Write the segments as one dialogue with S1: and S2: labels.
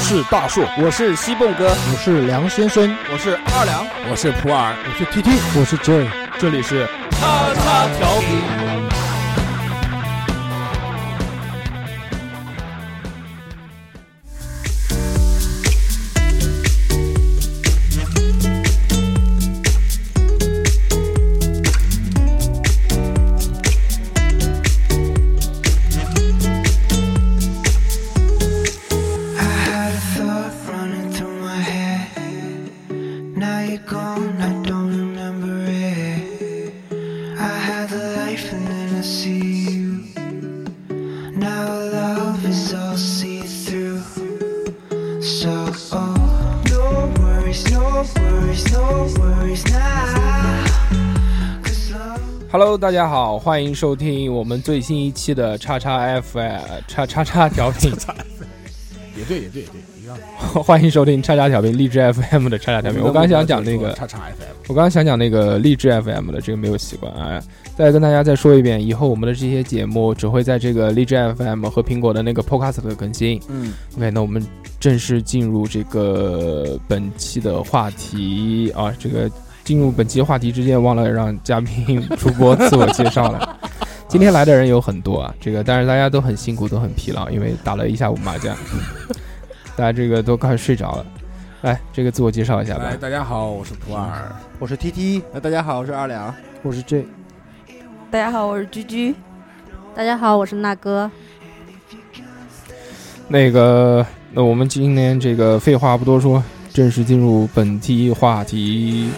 S1: 是大树，我是西蹦哥，
S2: 我是梁先生，
S1: 我是二两，
S3: 我是普洱，
S2: 我是 TT，我是 J，
S1: 这里是
S4: 叉叉调频。
S5: oh,
S3: Hello，大家好，欢迎收听我们最新一期的叉叉 F 呃叉叉叉调频，
S1: 也对也对也对，一样。
S3: 欢迎收听叉叉调频荔枝 FM 的叉叉调频。我刚想讲那个
S1: 叉叉 FM，
S3: 我刚刚想讲那个荔枝 FM 的，这个没有习惯哎。再跟大家再说一遍，以后我们的这些节目只会在这个荔枝 FM 和苹果的那个 Podcast 的更新。
S1: 嗯
S3: OK，那我们正式进入这个本期的话题啊，这个进入本期话题之前，忘了让嘉宾 主播自我介绍了。今天来的人有很多啊，这个但是大家都很辛苦，都很疲劳，因为打了一下午麻将， 大家这个都快睡着了。来，这个自我介绍一下吧
S1: 来，。哎大家好，我是普洱。
S2: 我是 TT，
S1: 来，大家好，我是二两。
S2: 我是 J。
S6: 大家好，我是居居。
S7: 大家好，我是那哥。
S3: 那个，那我们今天这个废话不多说，正式进入本期话题。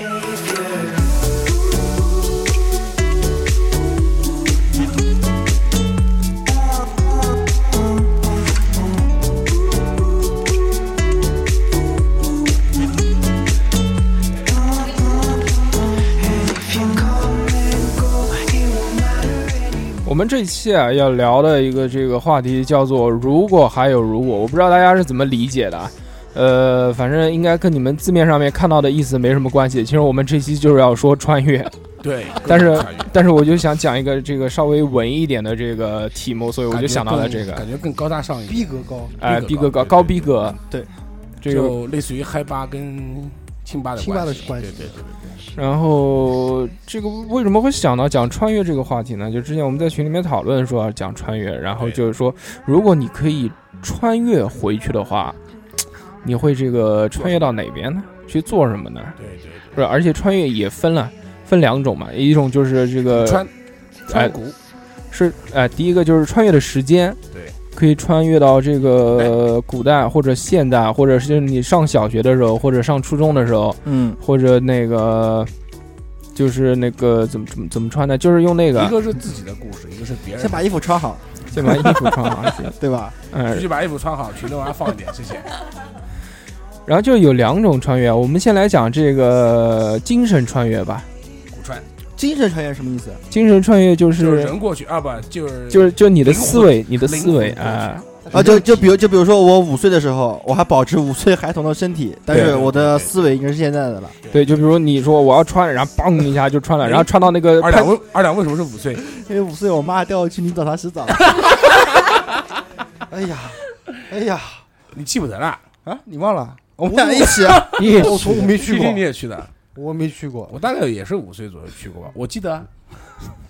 S3: 我们这一期啊要聊的一个这个话题叫做“如果还有如果”，我不知道大家是怎么理解的啊，呃，反正应该跟你们字面上面看到的意思没什么关系。其实我们这期就是要说穿越，
S1: 对，
S3: 但是
S1: 各种穿越
S3: 但是我就想讲一个这个稍微文一点的这个题目，所以我就想到了这个，
S1: 感觉更高大上一点，
S2: 逼格高，
S3: 哎，逼
S1: 逼
S3: 格
S1: 格
S3: 高
S1: 高
S3: 高
S1: 对
S3: 逼格，
S2: 对，
S3: 这个
S1: 就类似于嗨吧跟清吧的
S2: 清吧的
S1: 关
S2: 关
S1: 系
S2: 系，
S1: 对对对对
S3: 然后这个为什么会想到讲穿越这个话题呢？就之前我们在群里面讨论说要讲穿越，然后
S1: 对
S3: 就是说，如果你可以穿越回去的话，你会这个穿越到哪边呢？去做什么呢？
S1: 对对对
S3: 不是，而且穿越也分了，分两种嘛，一种就是这个
S1: 对，穿
S3: 哎
S1: 穿古
S3: 是哎、第一个就是穿越的时间，
S1: 对，
S3: 可以穿越到这个古代或者现代，或者是你上小学的时候，或者上初中的时候，
S2: 嗯，
S3: 或者那个就是那个怎么怎么怎么穿呢？就是用那
S1: 一
S3: 个
S1: 个是自己的故事，一个是别人
S2: 先。把衣服穿好，
S3: 先把衣服穿 好，是
S2: 对吧？
S3: 嗯
S1: 必，须把衣服穿好，裙子往下放一点，谢谢。
S3: 然后就有两种穿越，我们先来讲这个精神穿越吧。
S1: 古穿
S2: 精神穿越什么意思？
S3: 精神穿越就
S1: 就是
S3: 是
S1: 人过去啊，不就是
S3: 就是是就你的
S1: 灵魂
S3: 思维，你的思维
S1: 灵魂
S3: 啊，
S2: 啊，就就比如就比如说我五岁的时候，我还保持五岁孩童的身体，但
S3: 对
S2: 是我的
S1: 对对
S2: 思维已经是现在的了。
S3: 对，就比如你说我要穿，然后嘣一下就穿了，然后穿到那个
S1: 哎二
S3: 派
S1: 两为二两为什么是五岁？
S2: 因为五岁，我妈带我去女澡堂 洗澡。哎呀，哎呀，
S1: 你记不得了？
S8: 啊，你忘了？我
S2: 我
S8: 们
S2: 们
S8: 俩一
S2: 俩一起啊，
S3: 你也
S8: 我从我没去
S1: 弟
S8: 过
S1: 弟你，也去的，
S8: 我没去过。
S1: 我大概也是五岁左右去过吧，我记得啊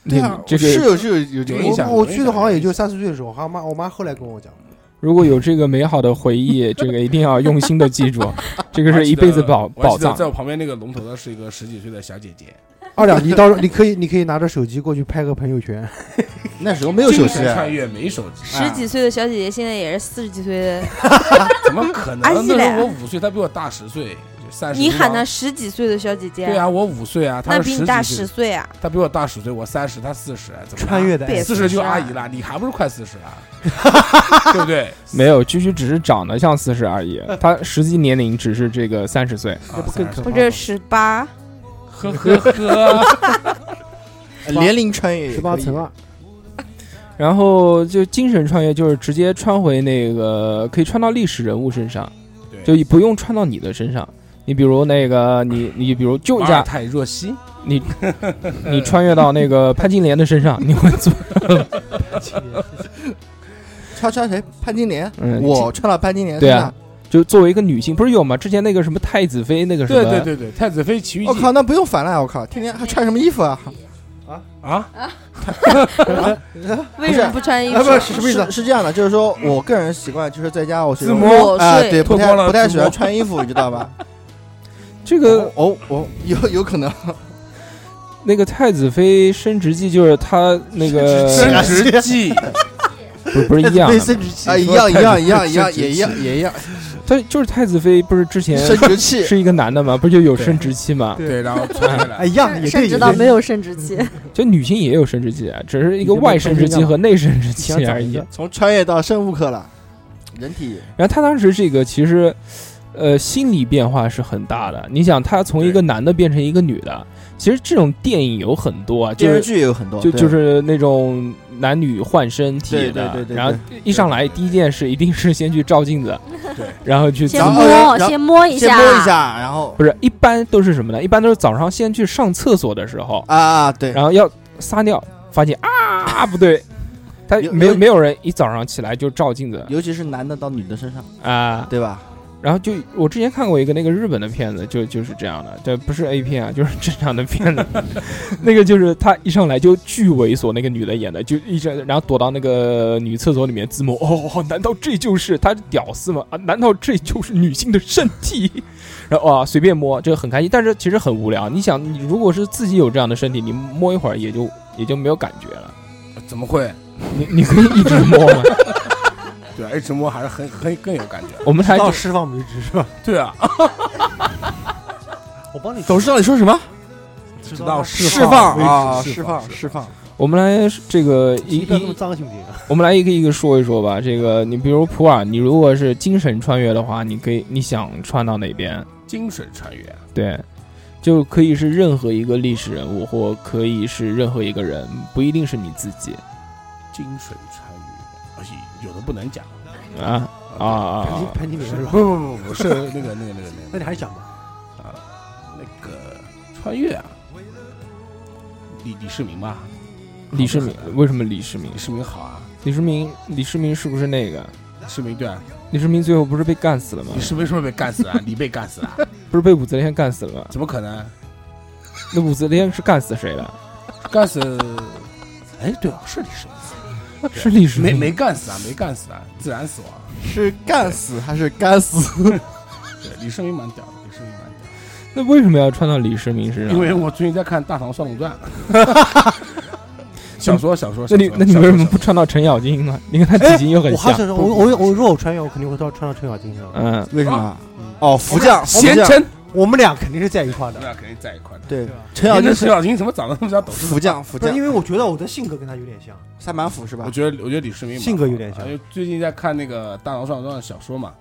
S3: 你
S8: 对啊
S3: 嗯这
S2: 是
S3: 个
S2: 有是有有这
S1: 有
S2: 个
S1: 印象
S8: 我我
S1: 有印
S8: 去的
S1: 象
S8: 好像也就三四岁的时候，我妈我妈后来跟我讲，
S3: 如果有这个美好的回 忆，这个一定要用心的记住，这个
S1: 我还
S3: 是
S1: 记
S3: 一
S1: 得
S3: 辈子宝
S1: 我还
S3: 宝
S1: 记得
S3: 藏
S1: 在。我旁边那个龙头的是一个十几岁的小姐姐，
S8: 二两，你到 时候你可以你可以拿着手机过去拍个朋友 圈，
S2: 那时候没有手
S1: 精
S2: 机
S1: 神，穿越没手机，
S8: 啊
S6: 十几岁的小姐姐现在也是四十几岁的，
S1: 啊 怎么可能？
S6: 啊
S1: 那
S6: 是
S1: 时
S6: 的
S1: 候我五岁，她比我大十岁，就三十。
S6: 你喊她十几岁的小姐姐，
S1: 对啊，我五岁啊，她
S6: 那
S1: 是
S6: 比
S1: 几
S6: 你大
S1: 岁
S6: 十，岁啊。
S1: 她比我大十岁，我三十，她四十，怎么
S8: 穿越的
S6: 对
S1: 四十就
S6: 40啊
S1: 阿姨了？你还不是快四十 啊？对不对？
S3: 没有，居居只是长得像四十而已，
S1: 呃
S3: 他实际年龄只是这个三十岁。
S1: 啊
S8: 不更可
S6: 或
S8: 怕
S6: 者
S8: 吗？
S6: 十八，
S1: 呵呵 呵，
S2: 年龄穿
S1: 啊
S2: 越也
S8: 十八
S2: 可以
S8: 乘
S3: 啊
S8: 二，
S3: 然后就精神穿越，就是直接穿回那个可以穿到历史人物身上，
S1: 对
S3: 就不用穿到你的身上。你比如那个你你比如就一
S1: 马尔
S3: 下
S1: 泰若曦，
S3: 你穿越到那个潘金莲的身上，你会 做
S2: 穿穿谁？潘金莲，
S3: 嗯
S2: 我穿了潘金莲，
S3: 对啊，就作为一个女性，不是有吗？之前那个什么太子妃那个什么，
S1: 对对对对，太子妃奇遇
S2: 我
S1: 记
S2: 靠，那不用烦了，我靠，天天还穿什么衣服啊？
S1: 啊，
S6: 为什么不穿衣服
S8: 哎？不是什么意思啊
S2: 是是这样的，就是说我个人习惯，就是在家我
S1: 自摸
S6: 裸
S2: 啊，
S6: 睡
S2: 对，不
S1: 脱
S2: 太
S1: 光了
S2: 不太
S1: 自
S2: 喜欢
S1: 摸
S2: 穿衣服，你知道吧？
S3: 这个
S2: 哦，我有有可能
S3: 那个太子妃升职记就是她那个
S2: 升
S1: 升职记，
S3: 不不是一样
S8: 被
S3: 的
S8: 生殖器
S2: 啊，一样一样一样一样，也一样也一样，
S3: 她就是太子妃不是之前
S2: 生殖器。
S3: 是一个男的嘛，不就有生殖器嘛？
S1: 对，然后传下
S8: 哎，
S1: 来，
S8: 一样也
S7: 甚
S8: 对，
S7: 至
S8: 也
S7: 到
S8: 对
S7: 没有生殖器，
S3: 就女性也有生殖器啊，只是一个外生殖器和内生殖器而已。啊
S2: 从穿越到生物课了，人体
S3: 然后她当时这个其实，呃，心理变化是很大的。你想，她从一个男的变成一个女的，其实这种电影有很多啊，就
S2: 电视
S3: 是
S2: 剧也有很多，
S3: 就
S2: 对
S3: 就是那种男女换身体的，
S2: 对对对对
S3: 然后一上来第一件事一定是先去照镜 子，
S1: 对，
S3: 然后去
S7: 先
S2: 然后
S7: 摸，
S2: 然后
S7: 先摸一
S2: 先
S7: 下，
S2: 摸一下，然后
S3: 不是一般都是什么呢？一般都是早上先去上厕所的时候，
S2: 啊啊，对，
S3: 然后要撒尿，发现啊不对，他
S2: 有
S3: 没有
S2: 有
S3: 没有人一早上起来就照镜子
S2: 尤其是男的到女的身上，
S3: 啊，
S2: 对吧？
S3: 然后就我之前看过一个那个日本的片子，就就是这样的，这不是 A 片啊，就是正常的片 子，那个就是他一上来就巨猥琐，那个女的演的就一直，然后躲到那个女厕所里面自摸，哦，难道这就是他是屌丝吗？啊，难道这就是女性的身体？ 然后啊，随便摸，这个很开心，但是其实很无聊。你想，你如果是自己有这样的身体，你摸一会儿也就也就没有感觉了。
S1: 怎么会？
S3: 你你可以一直摸 嘛。
S1: 对啊，一直摸还是很很更有感觉。
S3: 我们台
S8: 到释放为止是吧？
S1: 对啊，
S8: 我帮你
S2: 董事长，你说什么？
S1: 直到
S2: 释放啊，释放，释放。
S3: 我们来这个一
S8: 不要那
S3: 一
S8: 么脏行不行？啊
S3: 我们来一个一个说一说吧。这个，你比如普洱，你如果是精神穿越的话，你可以你想穿到哪边？
S1: 精神穿越，啊
S3: 对，就可以是任何一个历史人物，或可以是任何一个人，不一定是你自己
S1: 精神穿越，而且有的不能讲
S3: 啊啊啊！
S8: 潘金
S3: 啊
S8: 潘金莲是吧？
S1: 不不不不是那个那个那个那
S8: 那
S1: 个
S8: 你还是讲吧。
S1: 那个穿越啊，李李世民吧，
S3: 李世民为什么李世民
S1: 李？世民好啊，
S3: 李世民，李世民是不是那个？
S1: 李世民对啊，
S3: 李世民最后不是被干死了吗
S1: 李？世民是不是被干死了？你被干死了？啊
S3: 不是被武则天干死了吗？
S1: 怎么可能？
S3: 那武则天是干死谁了？
S1: 干死？哎，对啊，是李世民，
S3: 是李世
S1: 没
S3: 民。
S1: 没干死啊，没干死啊，自然死亡。
S2: 是干死还是干 死？
S1: 对，李世民蛮屌的，李世民蛮屌的。
S3: 那为什么要穿到李世民身上？
S1: 因为我最近在看《大唐双龙传》小说，小说，
S3: 那你
S1: 小说
S3: 那你为什么？
S1: 小
S3: 不
S1: 说哎
S3: 穿到陈小金呢？你看他体型又很
S8: 我还
S3: 像。
S8: 想说，我我我如果我穿越，我肯定会到穿到程咬金身上。
S3: 嗯，
S2: 为什
S9: 啊
S2: 么？哦，福将，福
S1: 贤
S2: 将，
S1: 臣，
S8: 我们俩肯定是在一块
S1: 我
S8: 的
S1: 们，俩肯定在一块的。哎
S2: 对
S8: 对吧，
S2: 陈小
S1: 那
S2: 金
S1: 陈
S2: 是
S1: 小金怎么长得那么像董事
S2: 福将，福
S8: 不是
S2: 将
S8: 因，为我觉得我的性格跟他有点像，
S2: 三板斧是吧
S1: 我？觉得，我觉得李世民蛮哎
S8: 性格有点像
S1: 因为最近在看那个《大唐双龙传》的小说嘛，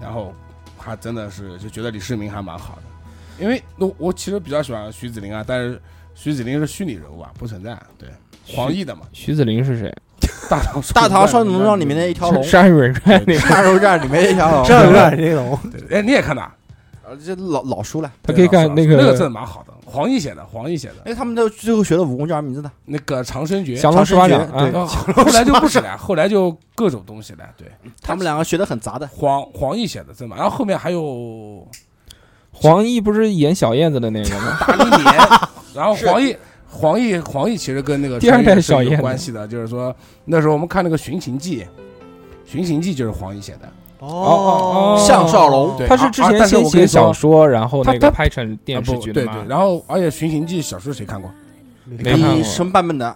S1: 然后还真的是就觉得李世民还蛮好的，因为我我其实比较喜欢徐子林啊，但是徐子林是虚拟人物啊，不存在啊，对，黄奕的嘛，
S3: 徐子林是谁？
S1: 《大唐
S2: 大唐双龙传里面的一条龙，
S3: 山水传里面，
S2: 大肉战里面的 一条龙，
S8: 这有点那种。
S1: 对，哎，你也看的啊，
S2: 呃这老老书了。
S3: 他可以
S1: 对
S3: 干
S1: 那
S3: 那
S1: 个
S3: 个
S1: 真的蛮好的，黄奕写的，黄奕写的
S2: 因哎为他们都最后学的武功叫什么名字的？
S1: 那个《长生诀》
S3: 降龙十八掌
S2: 长生诀
S3: 啊。
S1: 然后后来就不写了，后来就各种东西了，对，
S2: 他们两个学的很杂的。
S1: 黄黄奕写的真的，然后后面还有
S3: 黄奕不是演小燕子的那个吗？
S1: 大历年，然后黄奕。黄奕，黄奕其实跟那个
S3: 第二代
S1: 穿越
S3: 小
S1: 是
S3: 燕
S1: 有
S3: 子
S1: 关系的，就是说那时候我们看那个《寻秦记》，《寻秦记》就是黄奕写的，
S3: 哦哦
S2: 项少龙
S1: 对
S3: 他是之
S1: 啊啊
S3: 前
S1: 但是
S3: 先
S1: 我跟
S3: 写
S1: 你说
S3: 小说，然后
S1: 他
S3: 那个
S1: 他
S3: 拍成电视
S1: 啊不
S3: 剧的
S1: 对对
S3: 嘛。。
S1: 然后，而且《寻秦记》小说谁看过？
S3: 没看过
S2: 你什么版本的？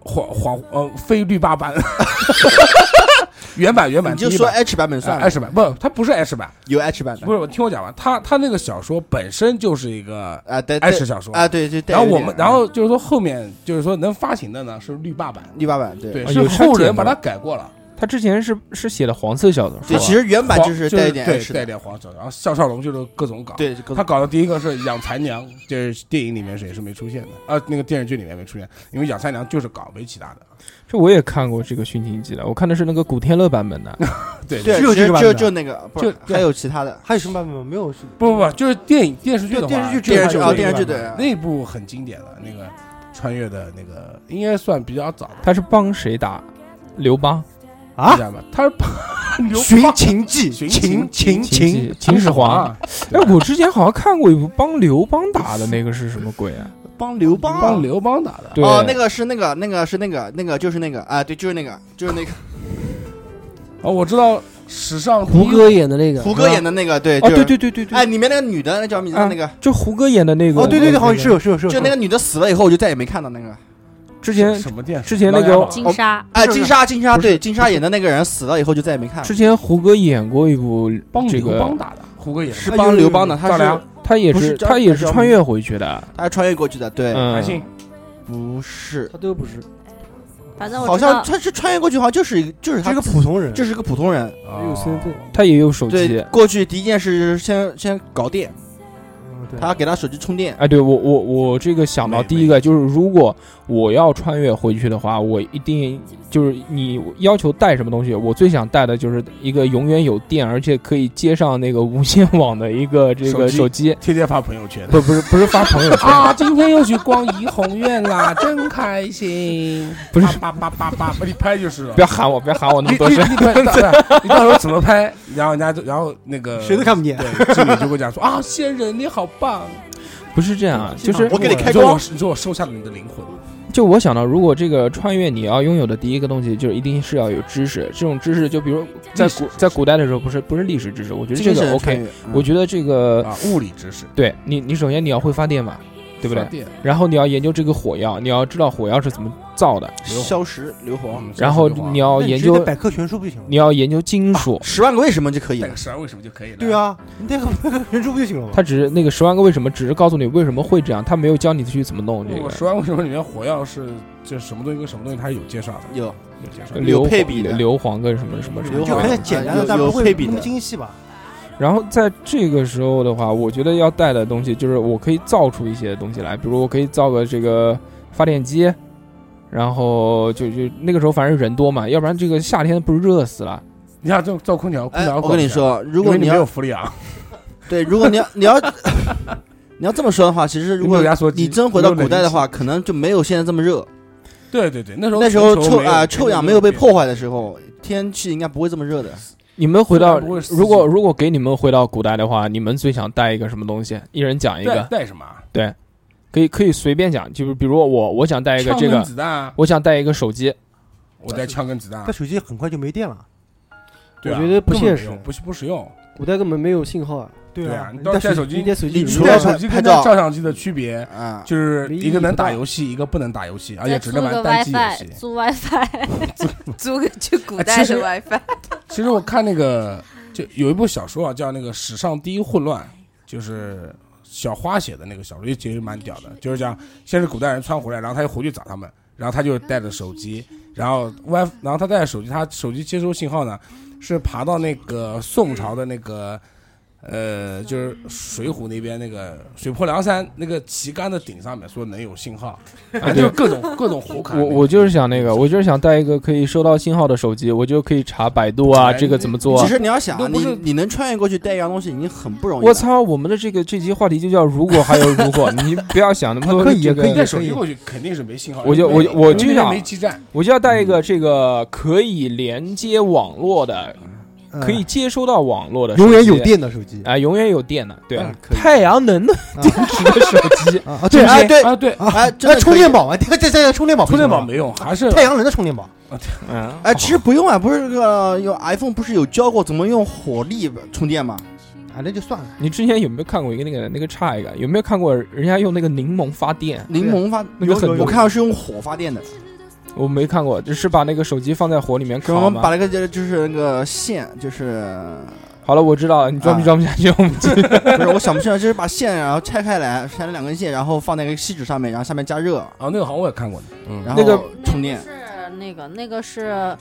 S1: 黄黄呃，非绿八 版，原版原版
S2: 你就
S1: 第一
S2: 说
S1: 版
S2: H 版本算
S1: 啊
S2: 了，
S1: H 版不，它不是 H 版，
S2: 有 H 版的
S1: 不。是我听我讲完，他他那个小说本身就是一个
S2: 啊，对
S1: H
S2: 对
S1: 小说，
S2: 啊，对对。带
S1: 然
S2: 有
S1: 后我
S2: 点
S1: 们然后就是说后面就是说能发行的呢是绿霸版，
S2: 绿八版对。
S1: 对，
S3: 啊
S1: 是
S3: 有删
S1: 后
S3: 减
S1: 人把
S3: 的
S1: 它改过了，
S3: 他之前是是写的黄色小说吧，
S2: 对，其实原版
S1: 黄
S2: 就是
S1: 就
S2: 带一点
S1: 对
S2: H
S1: 带一
S2: 的，
S1: 点黄色，然后项少龙就是各种搞，
S2: 对，各
S1: 他
S2: 种
S1: 搞的第一个是养蚕娘，就是电影里面是也是没出现的啊，那个电视剧里面没出现，因为养蚕娘就是搞没其他的，
S3: 这我也看过这个《寻秦记》的，我看的是那个古天乐版本的。
S1: 对
S2: 对，
S8: 只有
S2: 就
S8: 这个版
S2: 就
S8: 本
S2: 就那个，不
S1: 就对
S2: 还有其他的
S8: 还有什么版本吗没有？
S1: 不不不，就是电影电视剧
S8: 对
S1: 的话，
S8: 电视剧只有
S2: 电
S8: 还
S2: 视剧
S8: 有
S2: 啊，
S8: 那个
S2: 电视剧
S8: 版
S2: 对
S8: 本。
S1: 那部很经典的那个穿越的那个，应该算比较早的。
S3: 他是帮谁打？刘邦
S8: 啊
S1: 你知道吗？他是把刘
S8: 寻
S1: 邦
S8: 秦记》
S1: 寻
S8: 秦
S1: 秦
S8: 秦
S3: 秦
S8: 秦，
S3: 秦始皇。
S1: 啊，
S3: 哎，我之前好像看过一部帮刘邦打的那个是什么鬼啊？
S2: 帮刘邦
S1: 帮刘邦打的。
S3: 对，
S2: 哦，那个是那个，那个是那个，那个就是那个啊，对，就是那个，就是那个
S1: 哦，我知道史上第一
S8: 胡歌演的那个，
S2: 胡歌演的那个，对，就
S3: 哦，
S2: 是
S3: 对对对对对，
S2: 哎，里面那个女的，那叫什么名字
S3: 啊
S2: 那个，
S3: 就胡歌演的那个，
S8: 哦，对对对，好像是有是有是有，
S2: 就那个女的死了以后，我就再也没看到那个。
S3: 之前
S1: 什么店？
S3: 之前那个
S1: 琅琊榜
S7: 金沙，
S2: 哎，
S8: 是
S2: 金莎，金莎，
S3: 不是
S2: 对，金莎演的那个人死了以后就再也没看了
S3: 之。前胡歌演过一部
S1: 帮
S3: 这
S1: 嗯刘邦
S3: 个，
S1: 打的，胡歌演的
S2: 是帮刘邦的，
S3: 赵
S2: 他是
S3: 良，他也
S2: 不是
S3: 是
S2: 叫
S3: 他也是
S2: 叫
S3: 穿越回去的，
S2: 他是穿越过去的，对，
S1: 韩
S3: 嗯，
S1: 信，
S2: 不是，
S8: 他都不是，
S7: 反正我
S2: 好
S7: 知
S2: 像
S7: 道
S2: 他是穿越过去，好像就是一就是
S8: 这
S2: 他
S8: 个普通人，
S2: 就是个普通人。
S1: 没
S3: 哦
S8: 没有身份，
S3: 他也有手
S2: 对
S3: 机，。
S2: 过去第一件事是先先搞电，
S8: 嗯对
S2: 他给他手机充电。
S3: 哎，对我我我这个想到
S1: 没
S3: 第一个就是，如果我要穿越回去的话，我一定就是你要求带什么东西，我最想带的就是一个永远有电，而且可以接上那个无线网的一个这个
S1: 手机
S3: 手机。
S1: 天天发朋友圈。
S3: 不不是不是发 朋友圈，
S1: 啊，今天又去逛怡红院啦，真开心！
S3: 不是
S1: 叭叭叭叭叭，你拍就是了
S3: 不。要喊我，不要喊我那
S1: 你
S3: 么
S1: 你
S3: 多声。
S1: 你拍，不是你到时候怎么拍？然后人家就，然后那个
S8: 谁都看不见。
S1: 对，经理就会讲说啊，仙人你好棒，
S3: 不是这样啊，就是
S2: 我给你开
S1: 你说
S2: 光
S1: 我，你说我收下了你的灵魂，
S3: 就我想到，如果这个穿越你要拥有的第一个东西，就是一定是要有知识。这种知识，就比如在古在古代的时候，不是不是历史知识，我觉得这
S2: 精
S3: 个
S2: 神穿
S3: OK。
S2: 越。嗯
S3: 我觉得这个
S1: 啊，物理知识，
S3: 对你，你首先你要会发电嘛，对不对
S1: 发？电？
S3: 然后你要研究这个火药，你要知道火药是怎么造的，
S1: 硫
S2: 消食硫磺，
S3: 然后你
S1: 要
S3: 要
S8: 那你
S3: 研
S8: 直接
S3: 究
S8: 百科全书不就行了？
S3: 你要研究金属。
S2: 十万个为什么就可以
S1: 带
S2: 了
S1: 个。十二为什么就可以了？
S8: 对，啊，你带个百 科全书不就行了吗？
S3: 它只是那个十万个为什么，只是告诉你为什么会这样，它没有教你去怎么弄这
S1: 我
S3: 个
S1: 十万为什么里面火药是就什么东西跟什么东西，它有介绍的，
S2: 有
S1: 有介绍的。
S3: 硫
S2: 有配
S3: 磺
S2: 比的
S3: 硫磺跟什么什么什么
S2: 硫
S3: 之
S8: 就
S3: 类的
S2: 磺
S8: 可能
S1: 呃
S8: 简单的
S2: 有，
S8: 但不
S2: 有
S8: 会
S2: 配比的
S8: 那么精细吧？
S3: 然后在这个时候的话，我觉得要带的东西就是我可以造出一些东西来，比如我可以造个这个发电机，然后就就那个时候反正人多嘛，要不然这个夏天不是热死了。
S1: 你看这造空调，哦空
S2: 哎，
S1: 调
S2: 我跟你，说，如
S1: 如
S2: 果
S1: 你没
S2: 要
S1: 有氟利昂，
S2: 对，如果你要你要 你要这么说的话，其实如果
S1: 有压缩机
S2: 你真回到古代的话，可能就没有现在这么热。
S1: 对对对，那时候
S2: 那时候
S1: 全球
S2: 臭
S1: 没有
S2: 啊臭氧没有被破坏的时候，天气应该不会这么热的。
S3: 你们回到
S1: 自然不会死
S3: 如果如果给你们回到古代的话，你们最想带一个什么东西？一人讲一
S1: 带
S3: 个，
S1: 带什么啊？
S3: 可以可以随便讲，就是比如我我想带一个
S1: 枪
S3: 这
S1: 跟
S3: 个，
S1: 子弹啊，
S3: 我想带一个手机，
S1: 我带枪跟子弹啊
S8: 但，手机很快就没电了，
S1: 对啊
S9: 我觉得不
S1: 根本没
S9: 现
S1: 用
S9: 实
S1: 不不实用。
S9: 古代根本没有信号啊，
S1: 对啊
S8: 啊，
S1: 你
S8: 你
S1: 到
S8: 带
S1: 带手机
S9: 你带手
S2: 你
S9: 机
S2: 除
S1: 除
S9: 有
S2: 了
S1: 了
S9: 用
S1: 手
S9: 吗
S1: 机
S2: 拍
S1: 跟
S2: 照
S1: 照相机的区别，
S2: 啊，
S1: 就是
S9: 没意义
S1: 一个能打
S9: 吧
S1: 游戏，一个不能打游戏，而
S7: 再
S1: 且
S7: 租
S1: 只能玩
S7: 个
S1: 单机游
S7: WiFi，
S1: 戏。
S7: 租 WiFi，
S6: 租个去古
S1: 哎
S6: 代
S1: 其
S6: 的
S1: 实
S6: WiFi，
S1: 其实我看那个，就有一部小说啊，叫那个《史上第一混乱》，就是小花写的那个小说，也其实蛮屌的。就是讲先是古代人穿回来，然后他又回去找他们，然后他就带着手机，然后 WiFi，然后他带着手机，他手机接收信号呢是爬到那个宋朝的那个。呃，就是水浒那边那个水泊梁山那个旗杆的顶上面说能有信号，
S3: 啊
S1: 啊，就
S3: 对
S1: 是各种各种胡侃
S3: 我
S1: 那个。
S3: 我就是想那个，我就是想带一个可以收到信号的手机，我就可以查百度啊，
S1: 哎
S3: 这个怎么做
S2: 其
S3: 啊？
S2: 实你要想
S1: 都，不
S2: 你
S1: 是
S2: 你能穿越过去带一样东西已经很不容易了。
S3: 我操，我们的这个这期话题就叫如果还有如果，你不要想那么多。
S8: 可以
S3: 这个
S8: 可以
S1: 带手机过去肯定是没信号，
S3: 我就
S1: 因为
S3: 我
S1: 因
S3: 我
S1: 为
S3: 就
S1: 那边
S3: 想
S1: 没基站，
S3: 我就要带一个这个可以连接网络的，
S8: 嗯
S3: 可以接收到网络的手机，
S8: 永远有电的手机，
S3: 啊，永远有电的，对啊
S2: 嗯，可以
S3: 太阳能的电池的手机
S8: 啊 啊啊！对啊
S2: 哎对，
S1: 啊，对，
S2: 哎真
S8: 那
S2: 的
S8: 充
S2: 可以
S8: 电宝啊，这这这充电宝不
S1: 充
S8: 行
S1: 电
S8: 吗，
S1: 宝没用，还是
S8: 太阳能的充电宝，
S3: 嗯，
S2: 哎，其实不用啊，不是这个有 iPhone 不是有教过怎么用火力充电吗？
S8: 啊，那就算了。
S3: 嗯你之前有没有看过一个那个那个差一个？有没有看过人家用那个柠檬发电？
S2: 柠檬发，
S3: 那个很
S2: 我看到是用火发电的，
S3: 我没看过，就是把那个手机放在火里面
S2: 我
S3: 烤
S2: 们把
S3: 嘛。
S2: 那个就就是那 个线，就是
S3: 好了，我知道了，你装逼
S2: 啊
S3: 装不下去，我们继续
S2: 不是我想不起来，就是把线然后拆开来，拆成两根线，然后放在那个锡纸上面，然后下面加热，
S1: 啊，那个好像我也看过的，嗯
S2: 然
S3: 那个
S2: 后充电。
S7: 是那个那个是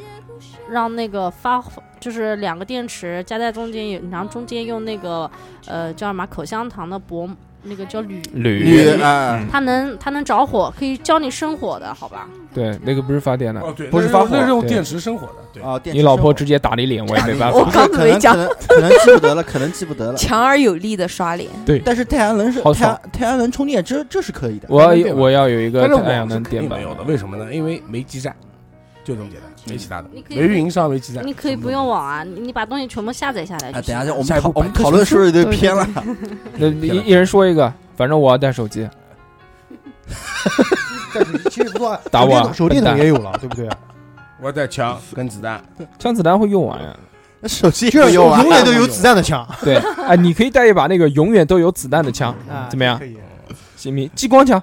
S7: 让那个发，就是两个电池夹在中间，有然后中间用那个呃叫什么口香糖的薄，那个叫铝，
S3: 铝
S2: 女哎，
S7: 它能它能着火，可以教你生火的好吧？
S3: 对那个不是发电的，
S1: 哦，对，
S2: 不是
S1: 那
S2: 发火
S1: 那是用
S3: 对
S1: 电池生火的，对，
S7: 啊
S2: 哦，电池
S3: 你老
S2: 生
S3: 婆
S2: 火
S3: 直接打你脸，我也没办
S6: 我
S3: 法。
S6: 刚
S2: 可
S6: 没
S2: 能可
S6: 讲，
S2: 能可能记不得了，可能记不 得了。
S6: 强而有力的刷脸，
S2: 但是太阳能是
S3: 好
S2: 太
S3: 爽
S2: 阳太阳能充电，这这是可以的。
S3: 我
S1: 太阳能
S3: 要
S1: 电吧
S3: 我要有一个
S1: 但是
S3: 太
S1: 网
S3: 阳
S1: 是
S3: 能
S1: 肯
S3: 电
S1: 定
S3: 板
S1: 没，有的，为什么呢？因为没基站，就这么简单，没其他的，
S7: 你可
S1: 没
S7: 以
S1: 运营商，没其他。
S7: 你可以不用网啊，你你把东西全部下载下来就
S2: 哎，
S7: 行
S3: 啊
S2: 等一下，
S7: 了。
S2: 我
S1: 下
S2: 们
S1: 一步
S2: 讨我们
S1: 百科
S2: 讨论是不是有点
S6: 对
S2: 偏了？
S3: 那一一人说一个，反正我要带手机。
S8: 但是其实不错啊
S3: 打我啊
S8: 手电
S3: 笨蛋
S8: 筒也有了，对不对？
S1: 我带枪跟子弹，
S3: 枪子弹会用完呀。
S2: 那手机
S8: 这
S2: 也有啊
S8: 永，远都有子弹的枪，
S3: 对，哎，你可以带一把那个永远都有子弹的枪，
S2: 啊
S3: 怎么样
S8: 可？以，
S3: 行不行？激光枪，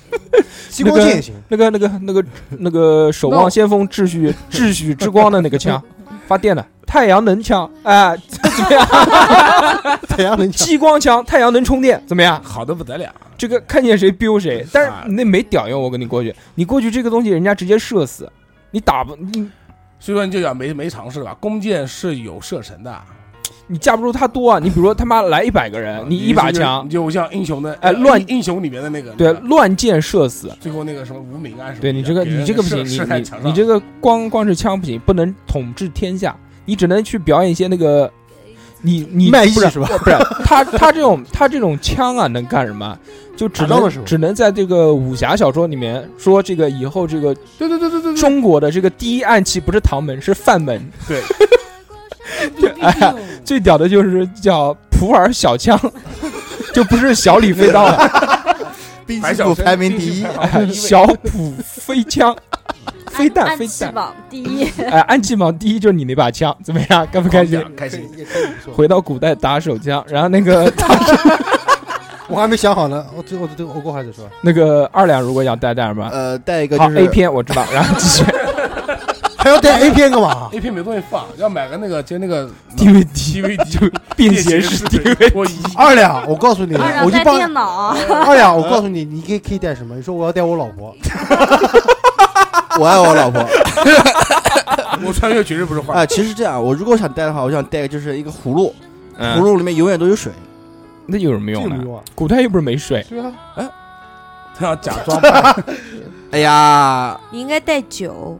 S8: 激光剑也行。
S3: 那个、那个、那个、那个守望先锋秩序秩序之光的那个枪，发电的太阳能枪，哎，怎么样？
S8: 太阳能枪，
S3: 激光枪，太阳能充电，怎么样？
S1: 好的不得了。
S3: 这个看见谁 biu 谁，但
S1: 啊
S3: 是你那没屌用，我跟你过去，你过去这个东西人家直接射死，你打不你
S1: 所以说你就讲没没尝试吧，弓箭是有射程的，啊
S3: 你架不住他多啊！你比如说他妈来一百个人，你一把枪
S1: 你，就你就像英雄的
S3: 哎乱
S1: 英雄里面的那个
S3: 对，
S1: 那个
S3: 乱箭射死。
S1: 最后那个什么无名啊什么，
S3: 对你这个
S1: 给人
S3: 你这个不行，
S1: 射
S3: 你
S1: 射在
S3: 你
S1: 墙上
S3: 你这个光光是枪不行，不能统治天下，你只能去表演一些那
S2: 呃
S3: 个，你你
S8: 卖艺
S3: 不是
S8: 是吧？
S3: 不是他他这种他这种枪啊能干什么？就只
S8: 打仗的时
S3: 能
S8: 候
S3: 只能在这个武侠小说里面说这个以后这个
S1: 对对对对对对，
S3: 中国的这个第一暗器不是唐门是范门，
S1: 对
S3: 哎最屌的就是叫普洱小枪，就不是小李飞刀了。
S2: 兵
S1: 白
S2: 器
S1: 小
S2: 部
S1: 生
S2: 排名第一，
S3: 小普飞枪，飞弹
S7: 安
S3: 飞
S7: 安
S3: 弹
S7: 琪，榜第一，
S3: 哎，暗器盲第一就是你那把枪，怎么样？开不开心？
S1: 开心。
S3: 回到古代打手枪，然后 那个
S8: 我还没想好呢，我这我这我过会儿再说。
S3: 那个二两如果要带带什么？
S2: 呃，带一个
S3: 好
S2: 就
S3: A
S2: 是
S3: 片我知道，然后继 续
S8: 还要带 A 片干嘛？
S1: A 片没东西放，要买个那个就那个
S3: DVD
S1: DVD
S3: 便携式 DVD，
S1: 我一
S8: 二两，我告诉你，
S7: 二
S8: 我就
S7: 两带
S8: 帮
S7: 电脑，
S8: 二两，我告诉你，你可以可以带什么？你说我要带我老婆，
S2: 我爱我老婆
S1: 我穿越绝对不是
S2: 啊。
S1: 坏。
S2: 其实这样，我如果想带的话，我想带就是一个葫芦，葫
S3: 嗯，
S2: 芦里面永远都有水。
S3: 那有什么
S8: 这
S3: 用
S8: 个没
S3: 呢？
S8: 用啊。
S3: 古代又不是没水，
S8: 对啊，
S1: 哎他要假装扮
S2: 哎呀，
S6: 你应该带 酒，